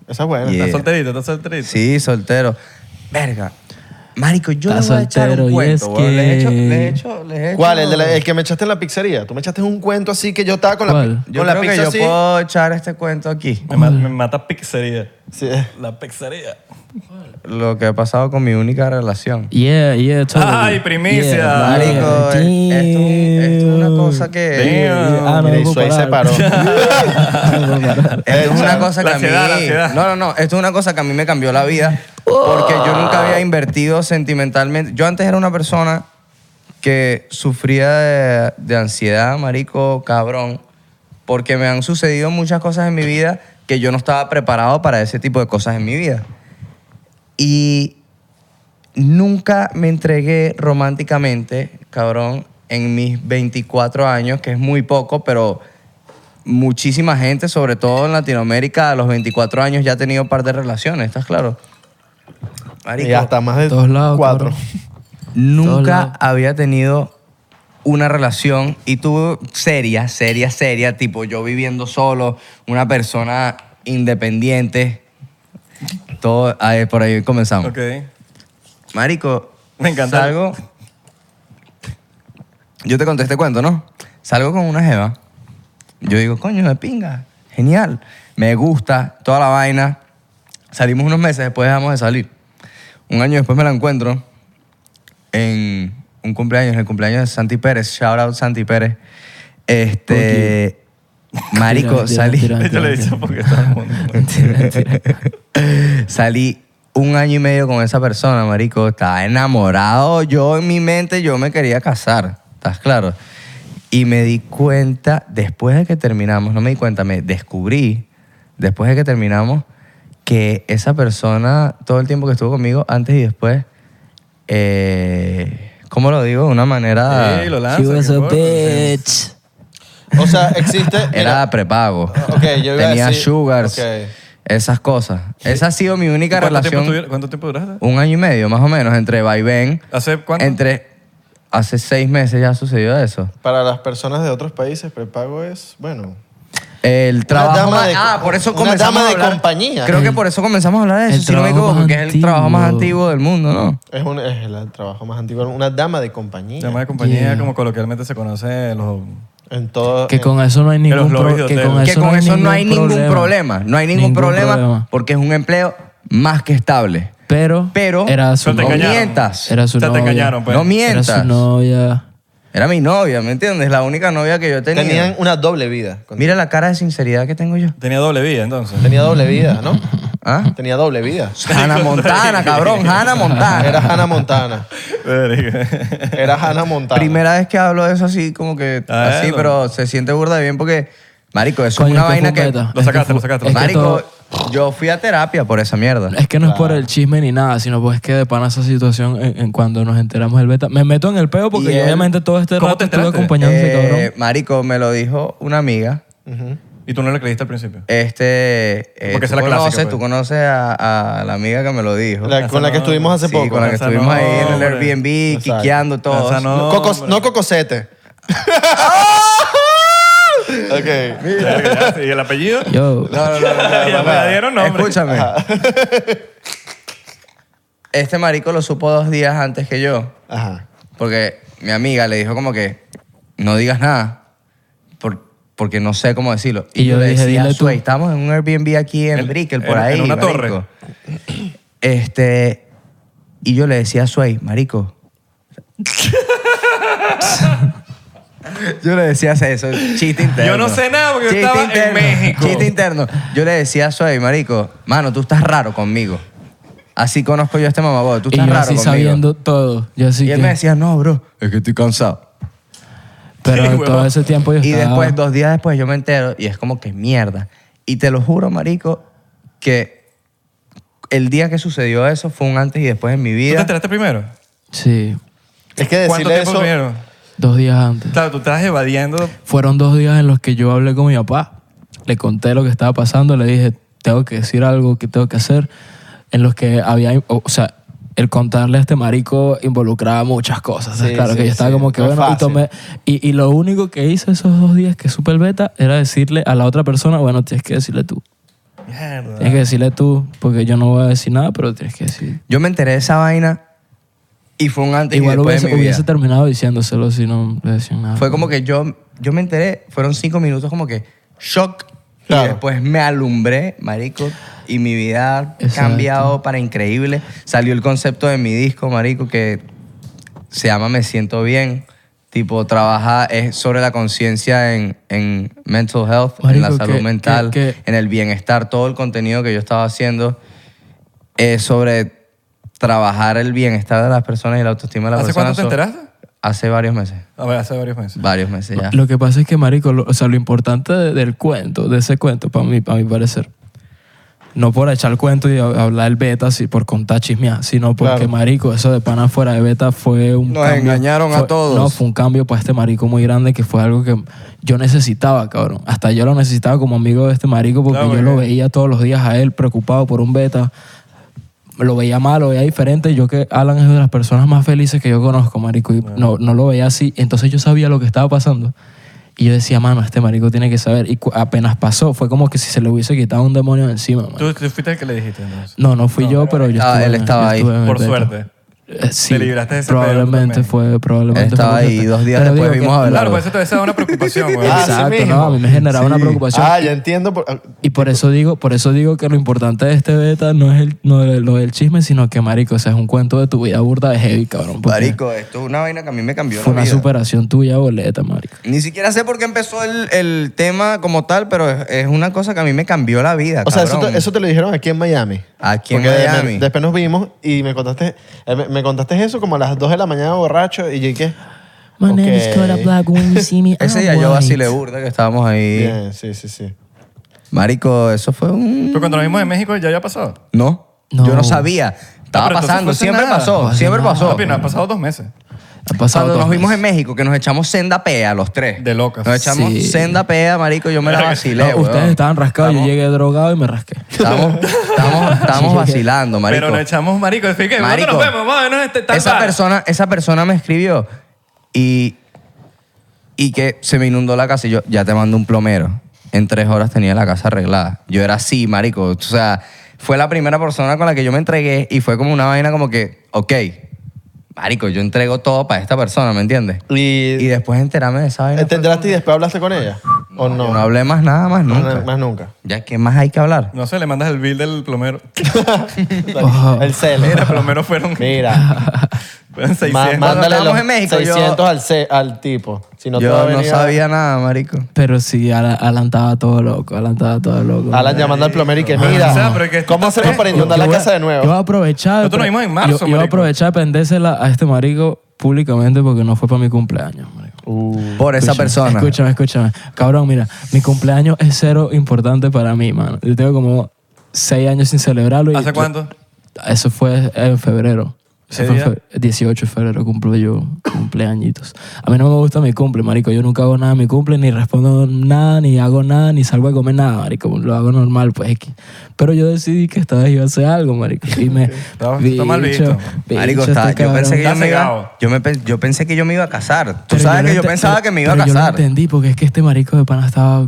Speaker 2: es buena.
Speaker 1: Yeah.
Speaker 3: Estás solterito, estás solterito.
Speaker 1: Sí, soltero. Verga. Marico, yo
Speaker 4: Está
Speaker 1: les voy a echar
Speaker 4: soltero
Speaker 1: un
Speaker 4: y
Speaker 1: cuento,
Speaker 4: es
Speaker 1: weón. Les he hecho,
Speaker 4: que-
Speaker 1: les he hecho, les he hecho-
Speaker 2: ¿Cuál? El, de la- el que me echaste en la pizzería. Tú me echaste un cuento así que yo estaba con
Speaker 4: ¿Cuál?
Speaker 2: la, pi-
Speaker 1: Yo
Speaker 2: con la
Speaker 1: creo
Speaker 2: pizza
Speaker 1: que yo
Speaker 2: así.
Speaker 1: puedo echar este cuento aquí.
Speaker 3: Me, ma- me mata pizzería.
Speaker 2: Sí.
Speaker 3: La pizzería.
Speaker 1: Lo que ha pasado con mi única relación.
Speaker 4: Yeah, yeah, totally.
Speaker 3: Ay, primicia.
Speaker 4: Yeah,
Speaker 1: Marico,
Speaker 4: yeah.
Speaker 1: eh, esto, esto es una cosa
Speaker 3: Damn.
Speaker 1: que...
Speaker 4: Ah, no,
Speaker 2: Mira, y
Speaker 4: puedo
Speaker 2: Suey se paró.
Speaker 4: parar. No puedo parar.
Speaker 1: Esto es una cosa que
Speaker 3: La
Speaker 1: a mí...
Speaker 3: ansiedad, la ansiedad.
Speaker 1: No, no, no. Esto es una cosa que a mí me cambió la vida. Porque yo nunca había invertido sentimentalmente. Yo antes era una persona que sufría de, de ansiedad, marico, cabrón. Porque me han sucedido muchas cosas en mi vida que yo no estaba preparado para ese tipo de cosas en mi vida. Y nunca me entregué románticamente, cabrón, en mis 24 años, que es muy poco, pero muchísima gente, sobre todo en Latinoamérica, a los 24 años ya ha tenido un par de relaciones, ¿estás claro? Marico,
Speaker 2: Y hasta más de
Speaker 4: Todos lados,
Speaker 2: cuatro.
Speaker 4: cabrón. Todos lados.
Speaker 1: nunca había tenido una relación y tuve seria, seria, seria, tipo yo viviendo solo, una persona independiente. Todo, ahí- por ahí comenzamos.
Speaker 3: Ok.
Speaker 1: Marico,
Speaker 3: Me encanta.
Speaker 1: Salgo. Yo te conté este cuento, ¿no? Salgo con una jeva. Yo digo, coño, de pinga. Genial. Me gusta toda la vaina. Salimos unos meses, después dejamos de salir. Un año después me la encuentro en un cumpleaños, en el cumpleaños de Santi Pérez, shout out Santi Pérez. Este. Marico,
Speaker 4: Mentira, mentira,
Speaker 1: salí.
Speaker 4: mentira,
Speaker 3: Yo
Speaker 4: mentira,
Speaker 3: le he dicho
Speaker 4: mentira.
Speaker 3: porque todo el mundo. pues.
Speaker 4: Mentira, mentira.
Speaker 1: Salí un año y medio con esa persona, marico. Estaba enamorado. Yo en mi mente, yo me quería casar. ¿Estás claro? Y me di cuenta, después de que terminamos, no me di cuenta, me descubrí, después de que terminamos, que esa persona, todo el tiempo que estuvo conmigo, antes y después, eh, ¿cómo lo digo? De una manera...
Speaker 3: Sí, lo
Speaker 4: She was
Speaker 3: lanza.
Speaker 4: a
Speaker 3: qué
Speaker 4: bitch.
Speaker 2: O sea, existe.
Speaker 1: Era
Speaker 2: Este, mira, Ah,
Speaker 1: prepago.
Speaker 2: Ok, yo iba a
Speaker 1: Tenía
Speaker 2: decir-
Speaker 1: sugars.
Speaker 2: ok.
Speaker 1: Esas cosas. Esa ha sido mi única
Speaker 3: ¿Cuánto tiempo,
Speaker 1: relación.
Speaker 3: tuvi- ¿Cuánto tiempo duraste?
Speaker 1: un año y medio, más o menos, entre vaivén.
Speaker 3: ¿Hace cuánto?
Speaker 1: Entre. Hace seis meses ya sucedió eso.
Speaker 2: Para las personas de otros países, prepago es, bueno,
Speaker 1: El trabajo.
Speaker 2: dama
Speaker 1: más-
Speaker 2: de-
Speaker 1: ah, por eso
Speaker 2: una
Speaker 1: comenzamos.
Speaker 2: dama
Speaker 1: a
Speaker 2: de
Speaker 1: hablar-
Speaker 2: compañía.
Speaker 1: Creo que por eso comenzamos a hablar de
Speaker 4: el
Speaker 1: eso, si no me
Speaker 4: trabajo más
Speaker 1: equivoco, porque es el trabajo más
Speaker 4: antiguo.
Speaker 1: antiguo del mundo, ¿no?
Speaker 2: es, un, es el trabajo más antiguo. Una dama de compañía.
Speaker 3: Llamada de compañía,
Speaker 4: Yeah.
Speaker 3: como coloquialmente se conoce los...
Speaker 2: En todo.
Speaker 4: Que
Speaker 2: en-
Speaker 4: con eso no hay
Speaker 3: los
Speaker 4: ningún
Speaker 3: lobbies de
Speaker 4: problema. Que
Speaker 3: hotel.
Speaker 4: con
Speaker 3: Que
Speaker 1: que
Speaker 4: eso,
Speaker 1: con
Speaker 4: no, hay
Speaker 1: eso no hay ningún problema. No hay ningún, problema,
Speaker 4: problema.
Speaker 1: porque es un empleo más que estable.
Speaker 4: Pero,
Speaker 1: Pero,
Speaker 4: era su
Speaker 3: Pero te
Speaker 1: no
Speaker 4: novia.
Speaker 3: engañaron.
Speaker 1: mientas.
Speaker 4: Era su
Speaker 3: O sea, te
Speaker 4: novia.
Speaker 3: engañaron, pues.
Speaker 1: no
Speaker 4: Era
Speaker 1: mientas.
Speaker 4: su novia.
Speaker 1: Era mi novia, ¿me entiendes? La única novia que yo tenía.
Speaker 2: Tenían una doble vida. Con-
Speaker 1: Mira la cara de sinceridad que tengo yo.
Speaker 3: Tenía doble vida, entonces.
Speaker 2: Tenía doble vida, ¿no?
Speaker 1: ¿Ah?
Speaker 2: Tenía doble vida.
Speaker 1: Hannah Montana, cabrón, Hannah Montana.
Speaker 2: Era Hannah Montana.
Speaker 3: Verga.
Speaker 2: Era Hannah Montana.
Speaker 1: Primera vez que hablo de eso así, como que
Speaker 3: Ah,
Speaker 1: así,
Speaker 3: bueno.
Speaker 1: pero se siente burda de bien porque, marico, eso
Speaker 4: Coño,
Speaker 1: es una
Speaker 4: que
Speaker 1: vaina
Speaker 4: fue
Speaker 1: que...
Speaker 4: un beta.
Speaker 3: Lo sacaste, lo sacaste.
Speaker 4: Es que
Speaker 1: marico,
Speaker 4: todo-
Speaker 1: yo fui a terapia por esa mierda.
Speaker 4: Es que no es por el chisme ni nada, sino pues que de pana esa situación en, en cuando nos enteramos del beta. Me meto en el peo porque
Speaker 1: Y
Speaker 4: yo
Speaker 1: él-
Speaker 4: obviamente todo este
Speaker 3: ¿Cómo te
Speaker 4: rato estuve
Speaker 3: enteraste?
Speaker 4: acompañando a ese
Speaker 1: Eh,
Speaker 4: cabrón.
Speaker 1: marico, me lo dijo una amiga.
Speaker 2: Ujú.
Speaker 3: Y tú no le creíste al principio.
Speaker 1: Este, eh,
Speaker 3: Porque
Speaker 1: tú,
Speaker 3: esa es la
Speaker 1: conoces,
Speaker 3: clásica, pues.
Speaker 1: tú conoces a, a la amiga que me lo dijo.
Speaker 2: La- con la que estuvimos hace
Speaker 1: sí,
Speaker 2: poco.
Speaker 1: con la que
Speaker 3: Esa
Speaker 1: estuvimos
Speaker 3: no,
Speaker 1: ahí en el
Speaker 3: hombre.
Speaker 1: Airbnb,
Speaker 2: Exacto.
Speaker 1: quiqueando todo.
Speaker 3: Esa no.
Speaker 2: Cocos-
Speaker 3: hombre.
Speaker 2: no cocosete. ok.
Speaker 3: Verga, ya, ¿Y el apellido?
Speaker 4: Yo,
Speaker 3: Ya me la dieron nombre.
Speaker 1: Escúchame. Este marico lo supo dos días antes que yo.
Speaker 2: Ajá.
Speaker 1: Porque mi amiga le dijo como que no digas nada por- porque no sé cómo decirlo.
Speaker 4: Y yo
Speaker 1: le
Speaker 4: dije, dile tú.
Speaker 1: "Suey, estamos en un Airbnb aquí en
Speaker 3: En-
Speaker 1: Brickell,
Speaker 3: en-
Speaker 1: por ahí.
Speaker 3: en una
Speaker 1: marico".
Speaker 3: torre.
Speaker 1: Este, y yo le decía a Suey, marico. yo le decía eso, chiste interno.
Speaker 3: Yo no sé nada porque yo estaba en México.
Speaker 1: Chiste interno. Yo le decía a Suey, marico, mano, tú estás raro conmigo. Así conozco yo a este mamabó, tú
Speaker 4: y
Speaker 1: estás
Speaker 4: yo
Speaker 1: raro
Speaker 4: así
Speaker 1: conmigo.
Speaker 4: sabiendo todo. Yo así
Speaker 1: Y él
Speaker 4: que-
Speaker 1: me decía, no, bro, es que estoy cansado.
Speaker 4: pero
Speaker 3: Sí,
Speaker 4: en todo
Speaker 3: huevón.
Speaker 4: ese tiempo yo
Speaker 1: Y
Speaker 4: estaba-
Speaker 1: después, dos días después, yo me entero y es como que mierda. Y te lo juro, marico, que el día que sucedió eso fue un antes y después en mi
Speaker 3: ¿Tú te
Speaker 1: vida.
Speaker 3: enteraste primero?
Speaker 4: Sí,
Speaker 2: Es que
Speaker 3: ¿Cuánto
Speaker 2: decirle
Speaker 3: tiempo
Speaker 2: eso.
Speaker 3: primero?
Speaker 4: dos días antes.
Speaker 3: Claro, tú estás evadiendo.
Speaker 4: Fueron dos días en los que yo hablé con mi papá. Le conté lo que estaba pasando, le dije, tengo que decir algo, que tengo que hacer. En los que había, o sea, el contarle a este marico involucraba muchas cosas. ¿sabes?
Speaker 2: Sí,
Speaker 4: claro,
Speaker 2: sí,
Speaker 4: que yo estaba
Speaker 2: sí.
Speaker 4: como que
Speaker 2: No es
Speaker 4: bueno, y
Speaker 2: fácil.
Speaker 4: tomé. Y, y lo único que hice esos dos días que supe el beta era decirle a la otra persona, bueno, tienes que decirle tú.
Speaker 3: Mierda.
Speaker 4: Tienes que decirle tú, porque yo no voy a decir nada, pero tienes que decir.
Speaker 1: Yo me enteré de esa vaina y fue un antes y
Speaker 4: Igual
Speaker 1: después
Speaker 4: hubiese,
Speaker 1: en mi vida.
Speaker 4: hubiese terminado diciéndoselo si no le decían nada.
Speaker 1: Fue como que yo, yo me enteré, fueron cinco minutos como que shock. Y
Speaker 2: Claro.
Speaker 1: después me alumbré, marico, y mi vida ha
Speaker 4: Exacto.
Speaker 1: cambiado para increíble. Salió el concepto de mi disco, marico, que se llama Me Siento Bien. Tipo, trabaja es sobre la conciencia en, en mental health, en la
Speaker 4: Marico,
Speaker 1: salud
Speaker 4: que-
Speaker 1: mental,
Speaker 4: que- que-
Speaker 1: en el bienestar. Todo el contenido que yo estaba haciendo es sobre trabajar el bienestar de las personas y la autoestima de las
Speaker 3: ¿Hace
Speaker 1: personas.
Speaker 3: cuánto te
Speaker 1: So-
Speaker 3: enteraste?
Speaker 1: Hace varios meses.
Speaker 3: A ver, hace varios meses.
Speaker 1: Varios meses ya.
Speaker 4: Lo que pasa es que, marico, lo, o sea, lo importante de- del cuento, de ese cuento, para mí, para mi parecer, no por echar el cuento y hab- hablar el beta, si por contar chismear, sino porque,
Speaker 2: Claro.
Speaker 4: marico, eso de pana fuera de beta fue un
Speaker 1: Nos engañaron a
Speaker 4: fue-
Speaker 1: todos.
Speaker 4: No, fue un cambio para este marico muy grande que fue algo que yo necesitaba, cabrón. Hasta yo lo necesitaba como amigo de este marico porque
Speaker 3: Claro,
Speaker 4: yo
Speaker 3: porque-
Speaker 4: lo veía todos los días a él preocupado por un beta. Lo veía mal, lo veía diferente. Yo que Alan es de las personas más felices que yo conozco, marico. Y no, no lo veía así. Entonces yo sabía lo que estaba pasando. Y yo decía, mano, este marico tiene que saber. Y cu- apenas pasó, fue como que si se le hubiese quitado un demonio de encima, marico.
Speaker 3: ¿Tú, tú fuiste el que le dijiste entonces.
Speaker 4: No, no fui yo, pero yo
Speaker 1: estaba-
Speaker 4: estuve
Speaker 1: él
Speaker 4: en-
Speaker 1: estaba
Speaker 4: yo
Speaker 1: ahí.
Speaker 4: estuve en el
Speaker 3: Por
Speaker 4: beta.
Speaker 3: suerte.
Speaker 4: eh, sí,
Speaker 3: Te libraste de ese pedo
Speaker 4: probablemente
Speaker 3: también.
Speaker 4: fue, probablemente
Speaker 1: Estaba
Speaker 4: fue lo que-
Speaker 1: ahí dos días
Speaker 4: Pero
Speaker 1: después,
Speaker 4: digo que-
Speaker 1: vimos a Abelardo.
Speaker 3: Claro, por eso te esa es una preocupación, güey.
Speaker 2: Ah, sí
Speaker 4: Exacto,
Speaker 2: mismo.
Speaker 4: no, a mí me generaba una
Speaker 1: Sí.
Speaker 4: preocupación.
Speaker 2: Ah, ya entiendo. por- ah,
Speaker 4: Y por eso digo, por eso digo que lo importante de este beta no es el, no es lo del chisme, sino que marico, o sea, es un cuento de tu vida burda de heavy, cabrón. porque
Speaker 1: Marico, esto es una vaina que a mí me cambió
Speaker 4: fue
Speaker 1: la
Speaker 4: una
Speaker 1: vida.
Speaker 4: superación tuya boleta, marico.
Speaker 1: Ni siquiera sé por qué empezó el, el tema como tal, pero es, es una cosa que a mí me cambió la vida,
Speaker 2: O sea, eso
Speaker 1: cabrón.
Speaker 2: te, eso te lo dijeron aquí en Miami.
Speaker 1: Aquí en
Speaker 2: Porque de-
Speaker 1: Miami.
Speaker 2: me- después nos vimos y me contaste, eh, me, me contaste eso como a las 2 de la mañana borracho y yo dije,
Speaker 5: My name
Speaker 2: Ok.
Speaker 5: is Kodak Black. When you see me, I'm
Speaker 1: Ese
Speaker 4: Ah,
Speaker 1: día yo
Speaker 5: white.
Speaker 1: vacilé uh. burda que estábamos ahí.
Speaker 2: bien, sí, sí, sí.
Speaker 1: Marico, eso fue un...
Speaker 3: Pero cuando nos vimos en México ya había pasado.
Speaker 1: No,
Speaker 4: No.
Speaker 1: yo no sabía. Estaba
Speaker 3: pero entonces
Speaker 1: pasando,
Speaker 3: fue hace
Speaker 1: siempre
Speaker 3: nada.
Speaker 1: pasó,
Speaker 4: Fue hace
Speaker 1: siempre
Speaker 4: nada.
Speaker 1: pasó.
Speaker 3: Papi, no, han pasado dos meses.
Speaker 4: Ha pasado
Speaker 1: Cuando
Speaker 4: dos
Speaker 1: nos vimos
Speaker 4: meses.
Speaker 1: en México, que nos echamos senda pea los tres.
Speaker 3: De locas.
Speaker 1: Nos echamos
Speaker 4: Sí.
Speaker 1: senda pea, marico, yo me la vacilé,
Speaker 4: No,
Speaker 1: weón.
Speaker 4: ustedes estaban rascados, yo llegué drogado y me rasqué.
Speaker 1: Estamos, estamos, estamos vacilando, marico.
Speaker 3: Pero nos echamos marico. Es que ¿dónde
Speaker 1: Marico,
Speaker 3: nos vemos, vamos a vernos en este tal
Speaker 1: esa
Speaker 3: bar.
Speaker 1: persona, esa persona me escribió y, y que se me inundó la casa y yo, ya te mando un plomero. En tres horas tenía la casa arreglada. Yo era así, marico. O sea, fue la primera persona con la que yo me entregué y fue como una vaina como que, ok, marico, yo entrego todo para esta persona, ¿me entiendes? Y
Speaker 2: Y,
Speaker 1: después enterarme de esa vaina.
Speaker 2: ¿Te enteraste y después hablaste con ella? ¿O
Speaker 1: yo
Speaker 2: Este no?
Speaker 1: no hablé más nada más
Speaker 2: No,
Speaker 1: nunca.
Speaker 2: Más nunca.
Speaker 1: Ya, ¿qué más hay que hablar?
Speaker 3: No sé, le mandas el bill del plomero.
Speaker 2: El celo.
Speaker 3: Mira, plomero fueron,
Speaker 2: Mira.
Speaker 3: fueron
Speaker 2: ma-
Speaker 3: 600.
Speaker 1: manda-
Speaker 2: mándale
Speaker 1: estábamos
Speaker 2: los
Speaker 1: en México, yo-
Speaker 2: 600 al, ce- al tipo. Si no te va a
Speaker 1: yo no
Speaker 2: venir a-
Speaker 1: sabía nada, marico.
Speaker 4: Pero sí, Alan, Alan estaba todo loco, Alan estaba todo loco.
Speaker 2: Alan llamando al plomero y que mira,
Speaker 3: O sea, pero es que
Speaker 2: ¿cómo
Speaker 3: tú
Speaker 2: hacemos
Speaker 3: estás-
Speaker 2: para
Speaker 4: Yo-
Speaker 2: inundar
Speaker 4: yo
Speaker 2: la
Speaker 4: voy a-
Speaker 2: casa de
Speaker 4: Yo
Speaker 2: nuevo?
Speaker 4: voy a aprovechar. de
Speaker 3: Nosotros nos
Speaker 4: pre-
Speaker 3: vimos en marzo,
Speaker 4: Yo, yo voy a
Speaker 3: marico.
Speaker 4: aprovechar de prendérsela a este marico públicamente porque no fue para mi cumpleaños, marico.
Speaker 2: Uh,
Speaker 1: Por esa
Speaker 4: Escúchame,
Speaker 1: persona.
Speaker 4: Escúchame, escúchame. Cabrón, mira, mi cumpleaños es cero importante para mí, mano. Yo tengo como seis años sin celebrarlo. y-
Speaker 3: ¿Hace cuánto?
Speaker 4: Eso fue en febrero. Eso
Speaker 3: ¿Qué
Speaker 4: fue en
Speaker 3: día?
Speaker 4: fe- 18 de febrero cumplo yo cumpleañitos. A mí no me gusta mi cumple, marico. Yo nunca hago nada en mi cumple, ni respondo nada, ni hago nada, ni salgo a comer nada, marico. Lo hago normal, pues X. Pero yo decidí que esta vez iba a hacer algo, marico. Y me... este
Speaker 3: Está- está mal visto.
Speaker 1: Marico, está- yo pensé que yo
Speaker 3: Está
Speaker 1: me iba,
Speaker 3: cegado.
Speaker 1: yo, me pen- yo pensé que yo me iba a casar. Tú
Speaker 4: Pero
Speaker 1: sabes
Speaker 4: lo
Speaker 1: que yo
Speaker 4: ente-
Speaker 1: pensaba
Speaker 4: pero-
Speaker 1: que me iba a
Speaker 4: pero Yo lo
Speaker 1: casar. Yo,
Speaker 4: entendí porque es que este marico de pana estaba...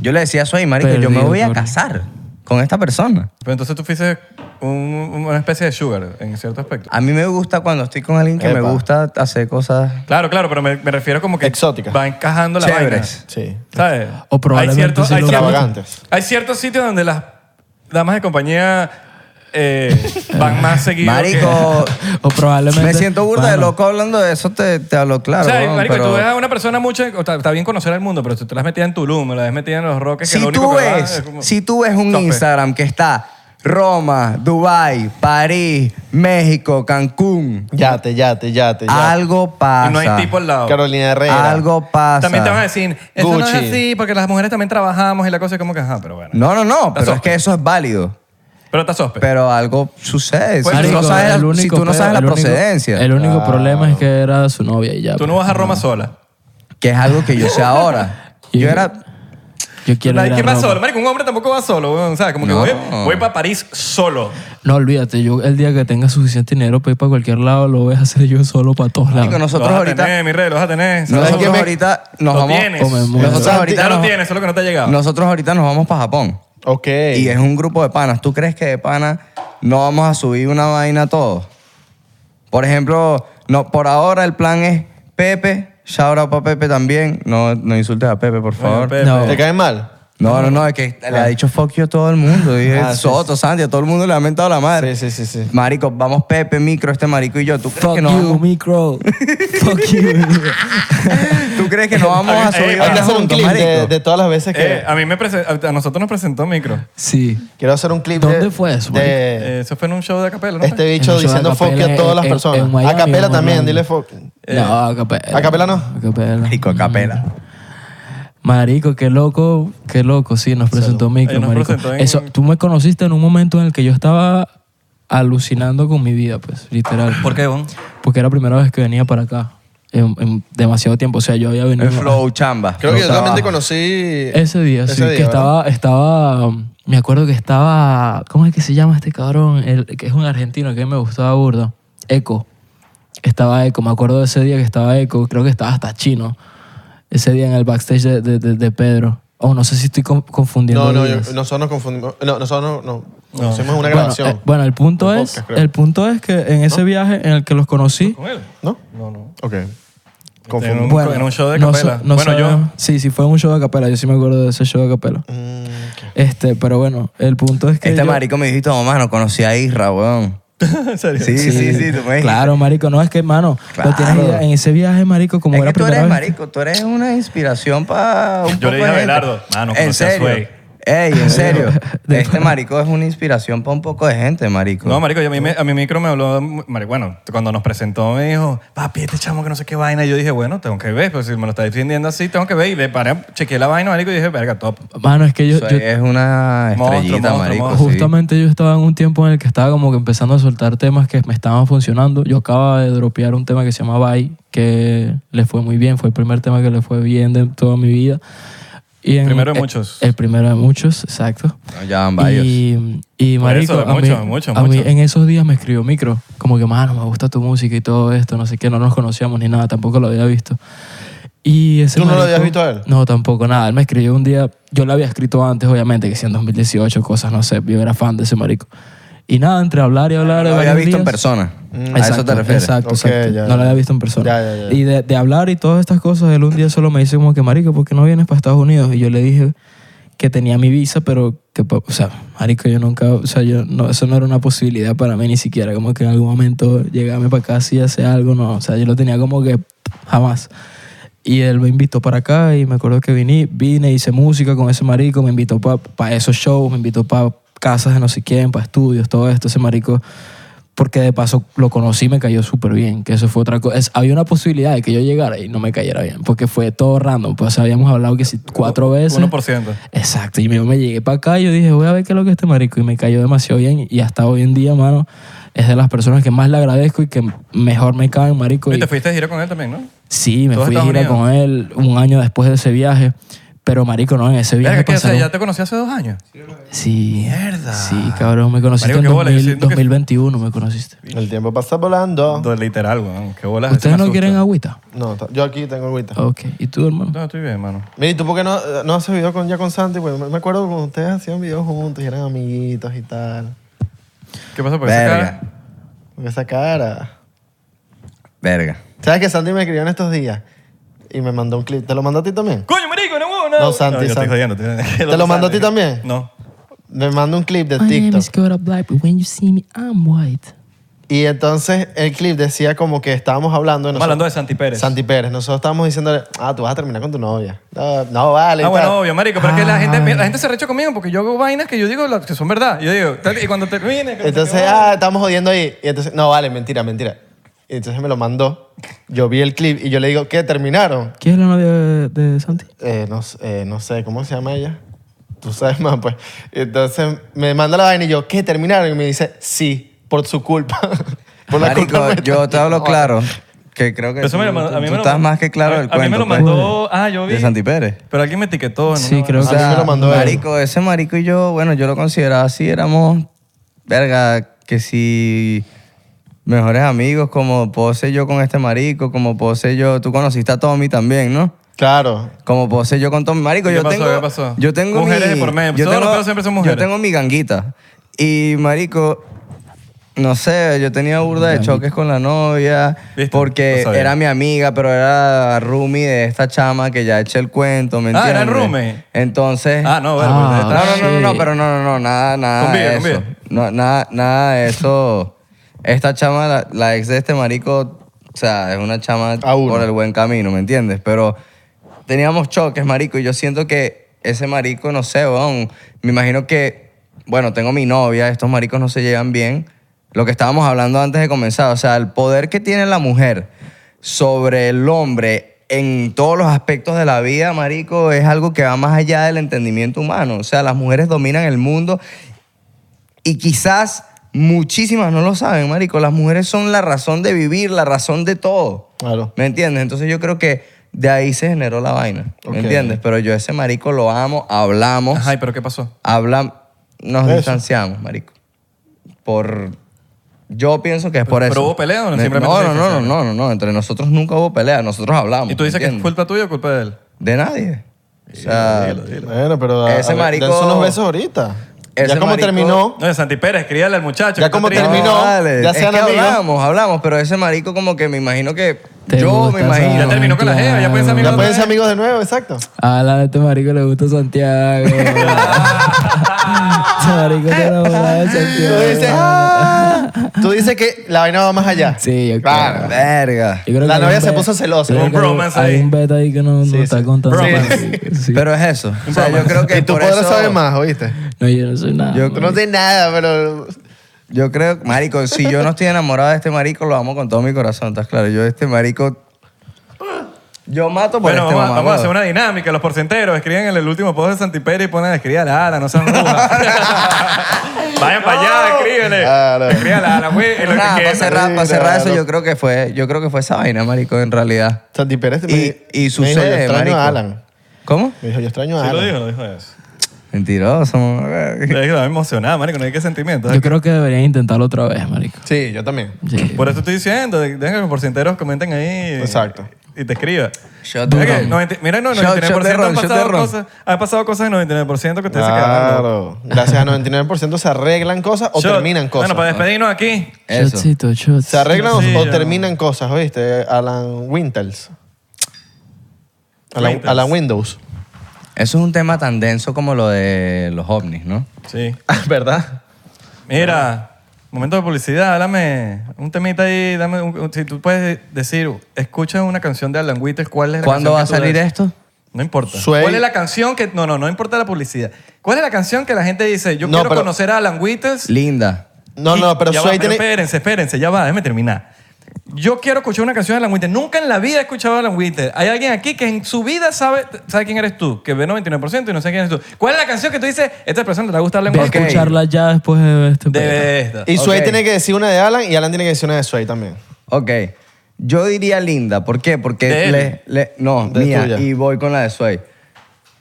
Speaker 1: le decía a Soy, marico, yo me
Speaker 4: Perdido,
Speaker 1: voy a
Speaker 4: cabrón.
Speaker 1: casar con esta persona.
Speaker 3: Pero entonces tú fuiste un- una especie de sugar en cierto aspecto.
Speaker 1: A mí me gusta cuando estoy con alguien que me
Speaker 2: Epa.
Speaker 1: gusta hacer cosas
Speaker 3: Claro, claro, pero me, me refiero como que
Speaker 2: Exótica.
Speaker 3: va encajando la
Speaker 1: chéveres.
Speaker 2: Sí.
Speaker 3: vaina. ¿Sabes?
Speaker 4: O probablemente sí lo-
Speaker 2: Extravagantes.
Speaker 3: hay ciertos sitios donde las damas de compañía eh, van más seguido. que-
Speaker 1: Marico,
Speaker 4: O probablemente...
Speaker 1: me siento burda de
Speaker 4: Bueno,
Speaker 1: loco hablando de eso, te, te hablo claro.
Speaker 3: o sea,
Speaker 1: weón,
Speaker 3: marico,
Speaker 1: pero-
Speaker 3: tú ves a una persona mucho, o está, está bien conocer el mundo, pero si tú la has metido en Tulum, la has metido en los roques, que
Speaker 1: si
Speaker 3: lo único
Speaker 1: tú,
Speaker 3: que va
Speaker 1: ves,
Speaker 3: es como-
Speaker 1: si tú ves un
Speaker 3: Tope.
Speaker 1: Instagram que está Roma, Dubai, París, México, Cancún,
Speaker 2: Yate, yate, yate, yate.
Speaker 1: algo pasa.
Speaker 3: Y no hay tipo al lado.
Speaker 2: Carolina Herrera.
Speaker 1: Algo pasa.
Speaker 3: También te van a decir, eso no es
Speaker 2: Gucci.
Speaker 3: así, porque las mujeres también trabajamos y la cosa es como que, ajá, pero bueno.
Speaker 1: No, no, no,
Speaker 3: Está
Speaker 1: pero es
Speaker 3: sospe.
Speaker 1: que eso es válido.
Speaker 3: Pero está sospe.
Speaker 1: Mm. Pero algo sucede. Si
Speaker 3: Pues,
Speaker 1: tú no
Speaker 4: marico,
Speaker 1: sabes,
Speaker 4: el
Speaker 1: si
Speaker 4: único
Speaker 1: tú no
Speaker 4: pedo-
Speaker 1: sabes la
Speaker 4: el único-
Speaker 1: procedencia,
Speaker 4: El único problema es que era su novia y ya.
Speaker 3: tú no
Speaker 4: pues.
Speaker 3: vas a Roma sola.
Speaker 1: que es algo que yo sé ahora.
Speaker 4: Y-
Speaker 1: Yo era.
Speaker 4: Yo quiero ir
Speaker 3: Nadie
Speaker 4: a
Speaker 3: ¿Quién va
Speaker 4: Roma.
Speaker 3: solo? Marico, un hombre tampoco va solo, weón. O sea, como que
Speaker 1: No.
Speaker 3: voy, voy para París solo.
Speaker 4: No, olvídate, yo el día que tenga suficiente dinero pues, para ir para cualquier lado, lo voy a hacer yo solo para todos lados.
Speaker 1: marico, nosotros
Speaker 3: lo vas
Speaker 1: ahorita.
Speaker 3: a tener, mi rey, lo vas a tener. Solo-
Speaker 1: nosotros
Speaker 2: que me-
Speaker 1: ahorita nos
Speaker 3: lo
Speaker 1: vamos.
Speaker 3: tienes.
Speaker 4: o me muero.
Speaker 1: Nosotros
Speaker 2: Ya
Speaker 1: ahorita,
Speaker 3: ya lo
Speaker 1: nos,
Speaker 3: tienes, solo que no te ha llegado.
Speaker 1: nosotros ahorita nos vamos para Japón.
Speaker 2: Ok.
Speaker 1: Y es un grupo de panas. ¿Tú crees que de panas no vamos a subir una vaina todos? Por ejemplo, no, por ahora el plan es Pepe. Shout out para Pepe también. No, no insultes a Pepe, por
Speaker 3: Bueno,
Speaker 1: favor.
Speaker 3: Pepe.
Speaker 4: No.
Speaker 2: ¿Te cae mal?
Speaker 1: No, no, no, es que le ha dicho fuck you a todo el mundo. Dije,
Speaker 2: Ah, sí,
Speaker 1: Soto, Santi, a todo el mundo le ha mentado la madre.
Speaker 2: Sí, sí, sí, sí.
Speaker 1: Marico, vamos Pepe, Micro, este marico y yo. ¿Tú crees
Speaker 4: Fuck
Speaker 1: que
Speaker 4: you,
Speaker 1: no vamos,
Speaker 4: micro. Fuck you.
Speaker 1: ¿tú crees que no vamos a
Speaker 3: Eh,
Speaker 1: subir
Speaker 3: hay
Speaker 2: Hay que
Speaker 1: ahora
Speaker 2: hacer un
Speaker 1: juntos,
Speaker 2: clip de,
Speaker 1: marico?
Speaker 2: de todas las veces que...
Speaker 3: Eh, a mí me presen- a a nosotros nos presentó micro.
Speaker 4: Eh. Sí.
Speaker 2: quiero hacer un clip
Speaker 4: ¿Dónde
Speaker 2: de-
Speaker 4: fue eso,
Speaker 2: de-
Speaker 3: Eh, eso fue en un show de capela, ¿no?
Speaker 2: este
Speaker 4: En
Speaker 2: bicho
Speaker 4: un show
Speaker 2: diciendo
Speaker 4: a
Speaker 2: fuck you
Speaker 4: capela
Speaker 2: a todas las
Speaker 4: en-
Speaker 2: personas.
Speaker 4: en Miami,
Speaker 2: a capela
Speaker 4: en
Speaker 2: también,
Speaker 4: Miami.
Speaker 2: dile fuck.
Speaker 3: Eh.
Speaker 4: no, a capela.
Speaker 2: ¿A capela no?
Speaker 4: A capela.
Speaker 1: Marico, a capela.
Speaker 4: Marico, qué loco, qué loco, sí, nos presentó micro,
Speaker 3: Ella nos
Speaker 4: marico.
Speaker 3: presentó en-
Speaker 4: Eso, tú me conociste en un momento en el que yo estaba alucinando con mi vida, pues, literal.
Speaker 3: ¿Por qué, Bon?
Speaker 4: Porque era la primera vez que venía para acá en, en demasiado tiempo, o sea, yo había venido...
Speaker 1: El flow chamba.
Speaker 2: Creo que yo
Speaker 1: Flow
Speaker 2: realmente
Speaker 1: trabajo.
Speaker 2: conocí...
Speaker 4: Ese día, sí, que
Speaker 2: ¿verdad?
Speaker 4: estaba, estaba, me acuerdo que estaba, ¿cómo es que se llama este cabrón? El, que es un argentino que a mí me gustaba burda. Eco. Estaba Eco, me acuerdo de ese día que estaba Eco, creo que estaba hasta chino. Ese día en el backstage de, de- de- de Pedro. Oh, no sé si estoy con- confundiendo.
Speaker 2: No, no, yo-
Speaker 4: días.
Speaker 2: nosotros nos confundimos. No, nosotros no, no. Nos hicimos una
Speaker 4: Bueno,
Speaker 2: grabación.
Speaker 4: eh, bueno, el punto
Speaker 2: Un
Speaker 4: es,
Speaker 2: podcast, creo.
Speaker 4: el punto es que en ese viaje en el que los conocí,
Speaker 3: ¿Con él?
Speaker 2: ¿No?
Speaker 3: No, no.
Speaker 2: Ok.
Speaker 3: En
Speaker 2: Confundo.
Speaker 3: un, en un show de
Speaker 4: no
Speaker 3: capela.
Speaker 4: sa- no
Speaker 3: bueno,
Speaker 4: sabemos- Sí, sí, fue un show de capela. Yo sí me acuerdo de ese show de capela. Este, pero bueno, el punto es que.
Speaker 1: Este
Speaker 4: yo-
Speaker 1: marico me dijiste, mamá, no conocí a Isra, weón.
Speaker 3: yo. ¿En serio?
Speaker 1: Sí, sí, sí, tú me dijiste.
Speaker 4: Claro, marico, no es que, mano,
Speaker 1: Claro.
Speaker 4: lo tienes idea, en ese viaje, marico, como
Speaker 1: Es
Speaker 4: era
Speaker 1: que tú
Speaker 4: primera
Speaker 1: eres
Speaker 4: vez-
Speaker 1: marico, tú eres una inspiración para un
Speaker 3: Yo le dije
Speaker 1: poco
Speaker 3: a
Speaker 1: de gente.
Speaker 3: Abelardo, mano,
Speaker 1: En
Speaker 3: conocí a
Speaker 1: serio.
Speaker 3: Sway.
Speaker 1: Ey, en serio. este marico es una inspiración para un poco de gente, marico.
Speaker 3: No, marico, yo a, mí, me- a mi micro me habló, marico, bueno, cuando nos presentó me dijo, papi, este chamo que no sé qué vaina, y yo dije, bueno, tengo que ver, pues si me lo está defendiendo así, tengo que ver, y de para, chequeé la vaina, marico, y dije, verga, top.
Speaker 4: Mano, es que yo,
Speaker 1: Sway
Speaker 4: yo-
Speaker 1: es una
Speaker 3: Monstruo,
Speaker 1: estrellita,
Speaker 3: monstruo,
Speaker 1: marico.
Speaker 3: monstruo.
Speaker 1: sí.
Speaker 4: justamente yo estaba en un tiempo en el que estaba como que empezando a soltar temas que me estaban funcionando. Yo acababa de dropear un tema que se llama Bye, que le fue muy bien, fue el primer tema que le fue bien de toda mi vida. Y en-
Speaker 3: Primero de
Speaker 4: eh,
Speaker 3: muchos. Ah,
Speaker 4: El, primero de muchos, exacto.
Speaker 1: No, ya van varios.
Speaker 4: Y, y
Speaker 3: Por
Speaker 4: marico,
Speaker 3: eso,
Speaker 4: a, mí,
Speaker 3: mucho, mucho,
Speaker 4: a mí
Speaker 3: mucho.
Speaker 4: en esos días me escribió micro, como que, mano, me gusta tu música y todo esto, no sé qué, no nos conocíamos ni nada, tampoco lo había visto. Y ese
Speaker 2: ¿Tú no lo
Speaker 4: marico-
Speaker 2: habías visto a él?
Speaker 4: No, tampoco, nada. Él me escribió un día, yo lo había escrito antes, obviamente, que si en 2018 cosas, no sé, yo era fan de ese marico. Y nada, entre hablar y hablar... de
Speaker 1: Lo había
Speaker 4: varios
Speaker 1: visto en
Speaker 4: días-
Speaker 1: persona.
Speaker 2: Mm,
Speaker 1: A
Speaker 4: Exacto,
Speaker 1: eso te refieres.
Speaker 4: Exacto,
Speaker 2: Ok,
Speaker 4: exacto.
Speaker 2: ya,
Speaker 4: no
Speaker 2: ya.
Speaker 4: lo había visto en persona.
Speaker 2: Ya, ya, ya.
Speaker 4: Y de, de hablar y todas estas cosas, él un día solo me dice como que, marico, ¿por qué no vienes para Estados Unidos? Y yo le dije que tenía mi visa, pero que, po- o sea, marico, yo nunca, o sea, yo, no, eso no era una posibilidad para mí ni siquiera, como que en algún momento llegarme para acá y hacer algo, no, o sea, yo lo tenía como que jamás. Y él me invitó para acá y me acuerdo que vine, vine hice música con ese marico, me invitó para esos shows, me invitó para casas de no sé quién, para estudios, todo esto, ese marico. Porque de paso lo conocí y me cayó súper bien, que eso fue otra cosa. Es- había una posibilidad de que yo llegara y no me cayera bien, porque fue todo random. Pues habíamos hablado que si cuatro veces.
Speaker 3: 1%.
Speaker 4: Exacto, y yo me llegué para acá y yo dije, voy a ver qué es lo que es este marico, y me cayó demasiado bien, y hasta hoy en día, mano, es de las personas que más le agradezco y que mejor me caen, marico.
Speaker 3: Y
Speaker 4: y-
Speaker 3: te fuiste de gira con él también, ¿no?
Speaker 4: Sí, me
Speaker 3: ¿Tú has
Speaker 4: fui de
Speaker 3: estado
Speaker 4: gira
Speaker 3: unido?
Speaker 4: con él un año después de ese viaje. Pero marico, no, en ese viaje
Speaker 3: Verga, ¿qué? O sea,
Speaker 4: pasaron...
Speaker 3: ya te conocí hace dos años.
Speaker 4: Sí.
Speaker 3: Mierda.
Speaker 4: Sí, cabrón, me conociste
Speaker 3: Marico,
Speaker 4: en
Speaker 3: qué bola, yo
Speaker 4: 2000,
Speaker 3: siento que-
Speaker 4: 2021, me conociste.
Speaker 2: El tiempo pasa volando.
Speaker 3: Do- Literal, weón. Qué bolas. ese me
Speaker 4: ¿Ustedes no
Speaker 3: asusta.
Speaker 4: quieren agüita?
Speaker 2: No, ta- yo aquí tengo agüita.
Speaker 4: Ok, ¿y tú, hermano?
Speaker 3: No, estoy bien, mano.
Speaker 2: Mira, ¿y tú por qué no, eh, no haces video con, ya con Santi? Porque me me acuerdo cuando ustedes hacían videos juntos y eran amiguitos y tal.
Speaker 3: ¿Qué pues? pasa por esa
Speaker 1: Verga,
Speaker 3: cara?
Speaker 2: Con esa cara.
Speaker 1: verga.
Speaker 2: ¿Sabes que Santi me escribió en estos días? Y me mandó un clip. ¿Te lo mandó a ti también?
Speaker 3: Coño, marico, no, no.
Speaker 2: No, Santi,
Speaker 3: yo estoy
Speaker 2: Santi.
Speaker 3: jodiendo, estoy jodiendo.
Speaker 2: ¿Te lo mandó a ti también?
Speaker 3: No.
Speaker 2: Me mandó un clip de
Speaker 5: My name
Speaker 2: TikTok.
Speaker 5: is Cora Black, but when you see me, I'm white.
Speaker 2: Y entonces el clip decía como que estábamos hablando de
Speaker 3: Estamos
Speaker 2: nosotros.
Speaker 3: hablando de Santi Pérez.
Speaker 2: Santi Pérez. Nosotros estábamos diciéndole, ah, tú vas a terminar con tu novia. No, no vale. y
Speaker 3: Ah,
Speaker 2: tal.
Speaker 3: bueno, obvio, marico, pero es que la gente, la gente se recha conmigo porque yo hago vainas que yo digo las que son verdad. Yo digo, tal- y cuando termine... que no sé
Speaker 2: Entonces,
Speaker 3: qué,
Speaker 2: ah, estamos jodiendo ahí. Y entonces, no vale, mentira, mentira. Y entonces me lo mandó. Yo vi el clip y yo le digo, ¿qué? ¿Terminaron?
Speaker 4: ¿Quién es la novia de, de Santi?
Speaker 2: Eh, no, s- eh, no sé, ¿cómo se llama ella? Tú sabes más, pues. Y entonces me manda la vaina y yo, ¿qué? ¿Terminaron? Y me dice, sí, por su culpa. por la culpa
Speaker 1: Marico,
Speaker 2: nuestra.
Speaker 1: yo te hablo claro. Que creo que
Speaker 3: Eso me lo
Speaker 1: tú-
Speaker 3: mandó- a mí
Speaker 1: tú
Speaker 3: me lo
Speaker 1: estás
Speaker 3: mandó-
Speaker 1: más que claro
Speaker 3: a-
Speaker 1: del
Speaker 3: a mí
Speaker 1: cuento.
Speaker 3: me lo
Speaker 1: pues.
Speaker 3: mandó- ah, yo
Speaker 1: De
Speaker 3: vi.
Speaker 1: Santi Pérez.
Speaker 3: Pero alguien me etiquetó. en
Speaker 4: Sí,
Speaker 3: una-
Speaker 4: creo
Speaker 1: O
Speaker 4: que-
Speaker 1: sea,
Speaker 2: A mí me lo mandó él.
Speaker 1: marico, ese marico y yo, bueno, yo lo consideraba así, éramos, verga, que si mejores amigos, como puedo ser yo con este marico, como puedo ser yo, tú conociste a Tommy también, ¿no?
Speaker 2: Claro.
Speaker 1: Como puedo ser yo con Tommy, marico,
Speaker 3: ¿Qué
Speaker 1: yo
Speaker 3: pasó?
Speaker 1: tengo,
Speaker 3: ¿Qué pasó?
Speaker 1: yo tengo
Speaker 3: Mujeres
Speaker 1: mi,
Speaker 3: de por medio.
Speaker 1: yo
Speaker 3: Todos los
Speaker 1: tengo-
Speaker 3: pedos siempre son mujeres.
Speaker 1: Yo tengo mi ganguita y marico. No sé, yo tenía burda de choques con la novia
Speaker 3: ¿Viste?
Speaker 1: porque
Speaker 3: No sabía.
Speaker 1: era mi amiga, pero era roomie de esta chama que ya eché el cuento, ¿me
Speaker 3: Ah,
Speaker 1: entiendes?
Speaker 3: ¿era roomie?
Speaker 1: Entonces...
Speaker 3: Ah, no, bueno,
Speaker 4: Ah,
Speaker 3: pues,
Speaker 1: No,
Speaker 3: está-
Speaker 1: no, no, no, no,
Speaker 4: sí.
Speaker 1: pero no, no, no, nada, nada
Speaker 3: Convive,
Speaker 1: de eso.
Speaker 3: convive.
Speaker 1: No, nada, nada de eso. Esta chama, la, la ex de este marico, o sea, es una chama
Speaker 2: A uno.
Speaker 1: por el buen camino, ¿me entiendes? Pero teníamos choques, marico, y yo siento que ese marico, no sé, weón, me imagino que, bueno, tengo mi novia, estos maricos no se llevan bien. Lo que estábamos hablando antes de comenzar, o sea, el poder que tiene la mujer sobre el hombre en todos los aspectos de la vida, marico, es algo que va más allá del entendimiento humano. O sea, las mujeres dominan el mundo y quizás muchísimas no lo saben, marico. Las mujeres son la razón de vivir, la razón de todo.
Speaker 2: Claro.
Speaker 1: ¿Me entiendes? Entonces yo creo que de ahí se generó la vaina. ¿Me
Speaker 2: Ok.
Speaker 1: entiendes? Pero yo a ese marico lo amo, hablamos,
Speaker 3: Ajá, ¿y pero qué pasó?
Speaker 1: hablam- nos
Speaker 2: Eso.
Speaker 1: distanciamos, marico. Por... Yo pienso que es por
Speaker 3: ¿Pero
Speaker 1: eso.
Speaker 3: hubo pelea o no?
Speaker 1: Me-
Speaker 3: Simplemente
Speaker 1: No,
Speaker 3: se
Speaker 1: no, no, no,
Speaker 3: distanciaron.
Speaker 1: no, no, no. Entre nosotros nunca hubo pelea. Nosotros hablamos.
Speaker 3: ¿Y tú dices
Speaker 1: ¿me
Speaker 3: que es
Speaker 1: entiendes?
Speaker 3: culpa tuya o culpa de él?
Speaker 1: De nadie. O sea,
Speaker 2: Bueno, pero.
Speaker 1: Ese marico-
Speaker 2: Son los besos ahorita.
Speaker 1: ese
Speaker 2: ya como
Speaker 1: marico-
Speaker 2: terminó,
Speaker 3: No, Santi Pérez, escríbale al muchacho.
Speaker 2: Ya
Speaker 3: que está
Speaker 2: como
Speaker 3: triste.
Speaker 2: terminó, ya
Speaker 1: es
Speaker 2: sean
Speaker 1: que
Speaker 2: amigos.
Speaker 1: hablamos, hablamos, pero ese marico como que me imagino que
Speaker 4: Te
Speaker 1: yo
Speaker 4: gusta
Speaker 1: me imagino.
Speaker 3: Ya terminó con la jeva, ya pueden ser amigos.
Speaker 2: ya pueden ser
Speaker 3: otra vez.
Speaker 2: amigos de nuevo, exacto.
Speaker 4: A la de este marico le gusta Santiago. este marico se enamorado de
Speaker 2: Tú dices, "Ah".
Speaker 4: Santiago.
Speaker 2: tú dices que la vaina va más allá.
Speaker 4: Sí, yo
Speaker 2: Claro.
Speaker 4: creo.
Speaker 1: Ah, Verga.
Speaker 4: Yo creo
Speaker 2: La
Speaker 4: que hay
Speaker 2: novia
Speaker 4: un
Speaker 2: se
Speaker 4: be-
Speaker 2: puso celosa.
Speaker 4: yo creo
Speaker 3: Un
Speaker 4: que hay-
Speaker 3: bromance
Speaker 4: Hay
Speaker 3: ahí.
Speaker 4: un beta ahí que no, no
Speaker 2: Sí,
Speaker 4: está
Speaker 2: sí.
Speaker 4: contando.
Speaker 3: Bromance.
Speaker 4: Sí.
Speaker 1: Pero es eso. O sea, yo creo que
Speaker 2: Y tú
Speaker 1: por
Speaker 2: podrás
Speaker 1: eso-
Speaker 2: saber más, ¿oíste?
Speaker 4: No, yo no soy nada.
Speaker 1: Yo-
Speaker 2: Tú no sé nada, pero...
Speaker 1: Yo creo, marico, si yo no estoy enamorado de este marico, lo amo con todo mi corazón, ¿estás claro? Yo este marico... Yo mato por
Speaker 3: Bueno, vamos,
Speaker 1: este
Speaker 3: a- vamos a
Speaker 1: mamahuevo.
Speaker 3: hacer una dinámica. Los porcenteros escriben en el último post de Santi Pérez y ponen escribe a la ala, no sean rudas. Vayan para allá, escríbele.
Speaker 2: Claro.
Speaker 3: Escribe a la ala, güey. es lo que
Speaker 1: Nada, para
Speaker 3: quieran.
Speaker 1: cerrar, para
Speaker 2: Mira,
Speaker 1: cerrar eso,
Speaker 2: no.
Speaker 1: yo creo que fue, yo creo que fue esa vaina, marico, en realidad.
Speaker 2: Santi Pérez me-
Speaker 1: Y, y
Speaker 2: me dijo,
Speaker 1: sucede,
Speaker 2: yo extraño
Speaker 1: marico.
Speaker 2: a Alan.
Speaker 1: ¿Cómo?
Speaker 2: Me dijo, yo extraño a
Speaker 3: Sí
Speaker 2: Alan.
Speaker 3: lo dijo, lo dijo eso.
Speaker 1: Mentiroso.
Speaker 3: Es que estaba emocionado, marico, no hay ¿eh? que sentimientos.
Speaker 4: Yo creo que deberían intentarlo otra vez, marico.
Speaker 2: Sí, yo también.
Speaker 4: Sí.
Speaker 3: Por eso estoy diciendo, de- dejen que los porcenteros comenten ahí.
Speaker 2: Exacto.
Speaker 3: Y te escriban.
Speaker 1: Shot de
Speaker 3: Mira, que
Speaker 1: ron.
Speaker 3: 90 mira, no, 99%
Speaker 1: Shot- shot de ron,
Speaker 3: han,
Speaker 1: shot de
Speaker 3: pasado
Speaker 1: ron.
Speaker 3: cosas, han pasado cosas en 99% que ustedes se quedaron.
Speaker 2: Claro.
Speaker 3: locos.
Speaker 2: Gracias a 99% se arreglan cosas o
Speaker 3: Shot.
Speaker 2: terminan cosas.
Speaker 3: Bueno, para despedirnos aquí.
Speaker 1: Eso.
Speaker 4: Shotcito, shots.
Speaker 2: se arreglan o-
Speaker 3: Sí,
Speaker 2: o
Speaker 3: ya.
Speaker 2: terminan cosas, ¿oíste? Alan Winters. Alan,
Speaker 3: Winters.
Speaker 2: Alan Windows.
Speaker 1: Eso es un tema tan denso como lo de los ovnis, ¿no?
Speaker 3: Sí.
Speaker 2: ¿Verdad?
Speaker 3: Mira, momento de publicidad, háblame un temita ahí, dame un- si tú puedes decir, escucha una canción de Alan Witter, ¿cuál es la canción
Speaker 1: ¿Cuándo va
Speaker 3: que
Speaker 1: a
Speaker 3: tú
Speaker 1: salir
Speaker 3: ves?
Speaker 1: esto?
Speaker 3: No importa.
Speaker 2: Suel-
Speaker 3: ¿Cuál es la canción que no, no, no importa la publicidad. ¿Cuál es la canción que la gente dice, yo
Speaker 2: No,
Speaker 3: quiero
Speaker 2: pero-
Speaker 3: conocer a Alan Witters?
Speaker 1: Linda.
Speaker 2: No,
Speaker 3: Y-
Speaker 2: no, pero
Speaker 3: ya va,
Speaker 2: Sway tiene...
Speaker 3: espérense, espérense, ya va, déjame terminar. Yo quiero escuchar una canción de Alan Witter. Nunca en la vida he escuchado a Alan Witter. Hay alguien aquí que en su vida sabe, sabe quién eres tú, que ve 99% y no sé quién eres tú. ¿Cuál es la canción que tú dices, esta persona le va a gustar Alan
Speaker 4: Voy a
Speaker 1: Ok.
Speaker 3: Witter?
Speaker 4: escucharla ya después de este podcast.
Speaker 3: De esta.
Speaker 2: Y Sway
Speaker 1: Ok.
Speaker 2: tiene que decir una de Alan y Alan tiene que decir una de Sway también.
Speaker 1: Ok. Yo diría linda. ¿Por qué?
Speaker 3: De
Speaker 1: Porque
Speaker 3: él.
Speaker 1: le, le- no,
Speaker 2: De
Speaker 1: mía,
Speaker 2: tuya.
Speaker 1: y voy con la de Sway.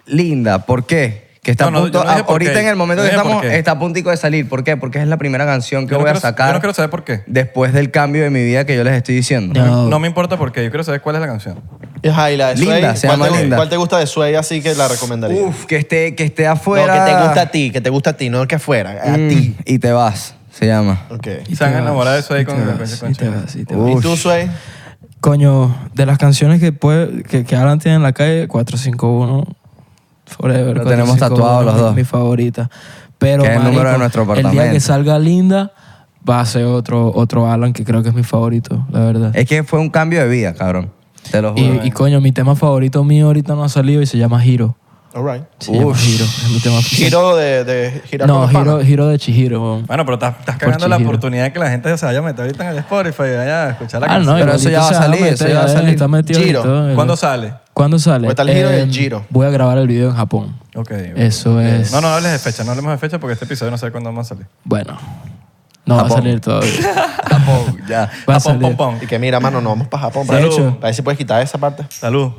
Speaker 1: Linda, ¿por qué? Que está
Speaker 3: No, no,
Speaker 1: a punto,
Speaker 3: yo no dije
Speaker 1: a-
Speaker 3: por
Speaker 1: ahorita
Speaker 3: qué.
Speaker 1: en el momento
Speaker 3: Yo
Speaker 1: que
Speaker 3: dije por
Speaker 1: estamos
Speaker 3: qué.
Speaker 1: está a puntico de salir. ¿Por qué? Porque es la primera canción que
Speaker 3: Yo no
Speaker 1: voy
Speaker 3: quiero-
Speaker 1: a sacar
Speaker 3: yo no quiero saber por qué.
Speaker 1: después del cambio de mi vida que yo les estoy diciendo.
Speaker 4: No.
Speaker 3: No me importa por qué, yo quiero saber cuál es la canción.
Speaker 2: Y ajá, y la de Sway.
Speaker 1: Linda, se
Speaker 2: ¿cuál
Speaker 1: llama
Speaker 2: te,
Speaker 1: Linda.
Speaker 2: ¿Cuál te gusta de Sway así que la recomendaría?
Speaker 1: Uf, que esté, que esté
Speaker 2: No,
Speaker 1: afuera.
Speaker 2: que te gusta a ti, que te gusta a ti, no que afuera, a
Speaker 1: Mm,
Speaker 2: ti.
Speaker 1: Y te vas, se llama.
Speaker 2: Ok.
Speaker 4: Y
Speaker 3: Se han
Speaker 4: te
Speaker 3: enamorado de
Speaker 4: vas,
Speaker 3: Sway
Speaker 4: y
Speaker 3: con-
Speaker 4: te
Speaker 3: con-
Speaker 4: vas,
Speaker 3: con
Speaker 4: y te
Speaker 3: Shakira.
Speaker 4: vas, y te vas.
Speaker 2: ¿Y
Speaker 1: Ush.
Speaker 2: tú, Sway?
Speaker 4: Coño, de las canciones que puede, que, que Alan tiene en la calle, 451 Forever.
Speaker 1: Lo tenemos
Speaker 4: 451
Speaker 1: tatuado los
Speaker 4: es
Speaker 1: dos.
Speaker 4: Mi favorita. Pero
Speaker 1: Que es el
Speaker 4: marico,
Speaker 1: número de nuestro
Speaker 4: El día que
Speaker 1: apartamento.
Speaker 4: salga Linda va a ser otro, otro Alan que creo que es mi favorito, la verdad.
Speaker 1: Es que fue un cambio de vida, cabrón. Te lo juro. eh.
Speaker 4: Y, y coño, mi tema favorito mío ahorita no ha salido y se llama Hiro.
Speaker 2: All right.
Speaker 4: Se llama Hiro. Es mi tema
Speaker 2: Giro de, de girar con
Speaker 4: No,
Speaker 2: los
Speaker 4: Hiro,
Speaker 2: panas.
Speaker 4: Hiro de Chihiro. weón.
Speaker 3: Bueno, pero estás, estás cagando la
Speaker 4: Chihiro.
Speaker 3: oportunidad de que la gente se vaya a meter ahorita en el Spotify y vaya a escuchar la
Speaker 4: Ah, no,
Speaker 3: canción.
Speaker 1: Pero eso ya
Speaker 4: igualito
Speaker 1: va a
Speaker 4: se
Speaker 1: salir,
Speaker 4: meter,
Speaker 1: eso ya va a
Speaker 4: él
Speaker 1: salir.
Speaker 4: Está metido
Speaker 2: Giro.
Speaker 4: y todo, él-
Speaker 3: ¿Cuándo sale?
Speaker 4: ¿Cuándo sale?
Speaker 2: Pues está el giro del Giro.
Speaker 4: Voy a grabar el video en Japón.
Speaker 3: Ok. Eh,
Speaker 4: Eso es.
Speaker 3: No, no hables de fecha, no hablemos de fecha porque este episodio no sé cuándo va a salir.
Speaker 4: Bueno, no va a salir todavía.
Speaker 1: Japón, ya.
Speaker 4: Va a
Speaker 3: Ah, pom,
Speaker 4: salir.
Speaker 3: pom, pom.
Speaker 2: Y que mira, mano, no vamos para Japón.
Speaker 4: De
Speaker 2: para-
Speaker 4: hecho.
Speaker 2: Para ver si puedes quitar esa parte.
Speaker 3: Salud.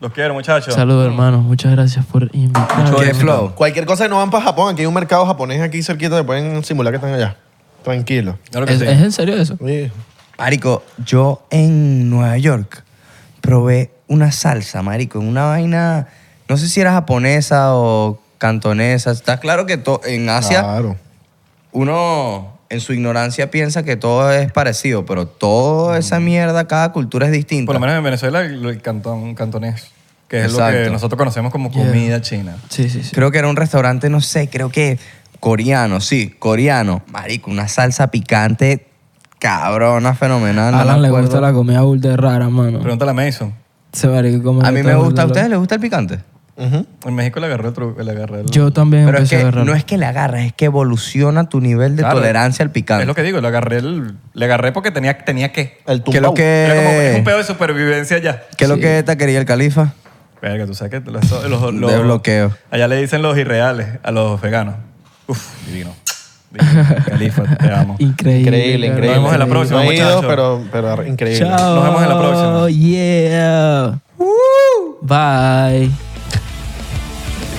Speaker 3: Los quiero, muchachos.
Speaker 4: Saludos, hermano. Muchas gracias por
Speaker 1: Qué
Speaker 4: invitarme.
Speaker 1: flow.
Speaker 2: Cualquier cosa que no van para Japón, aquí hay un mercado japonés aquí cerquita, te pueden simular que están allá. Tranquilo.
Speaker 3: Claro que
Speaker 4: ¿Es,
Speaker 3: sí.
Speaker 4: es en serio eso?
Speaker 2: Sí.
Speaker 1: Marico, yo en Nueva York probé una salsa, marico, en una vaina, no sé si era japonesa o cantonesa. Está claro que to- en Asia
Speaker 4: Ah.
Speaker 2: Claro.
Speaker 1: uno en su ignorancia piensa que todo es parecido, pero
Speaker 4: Mm.
Speaker 1: toda esa mierda, cada cultura es distinta.
Speaker 3: Por lo menos en Venezuela, el, el cantón cantonés, que es lo que
Speaker 1: Exacto.
Speaker 3: nosotros conocemos como
Speaker 4: Yeah.
Speaker 3: comida china.
Speaker 4: Sí, sí, sí.
Speaker 1: Creo que era un restaurante, no sé, creo que coreano, sí, coreano. Marico, una salsa picante cabrona, fenomenal. no
Speaker 4: A Alan
Speaker 1: me
Speaker 4: le
Speaker 1: acuerdo.
Speaker 4: gusta la comida ultra rara, mano.
Speaker 3: Pregúntale a Mason.
Speaker 4: Se marica como
Speaker 1: A
Speaker 4: de
Speaker 1: mí me
Speaker 4: todo
Speaker 1: gusta. ¿A
Speaker 4: el-
Speaker 1: ustedes les gusta el picante?
Speaker 2: Ujú.
Speaker 3: En México le agarró el truco, le agarró el...
Speaker 4: Yo también
Speaker 1: Pero es
Speaker 4: empecé
Speaker 1: que
Speaker 4: a agarrar.
Speaker 1: no es que le agarras, es que evoluciona tu nivel de
Speaker 3: Claro,
Speaker 1: tolerancia al picante.
Speaker 3: Es lo que digo, le agarré, el- le agarré porque tenía, tenía que.
Speaker 2: El
Speaker 1: que
Speaker 2: tumbao.
Speaker 1: lo que
Speaker 3: Era como
Speaker 4: Eh.
Speaker 3: es un pedo de supervivencia ya.
Speaker 1: que lo que te quería el califa.
Speaker 3: Verga, tú sabes que los, los, los-
Speaker 1: De bloqueo.
Speaker 3: Allá le dicen los irreales a los veganos. Uf, divino. Divino. Califa, te amo.
Speaker 4: Increíble.
Speaker 2: Increíble, increíble.
Speaker 4: cabrón.
Speaker 3: Nos vemos en la próxima,
Speaker 2: No he ido,
Speaker 3: muchachos.
Speaker 2: pero, pero increíble.
Speaker 4: Chao.
Speaker 3: Nos vemos en la próxima.
Speaker 4: Yeah. Bye.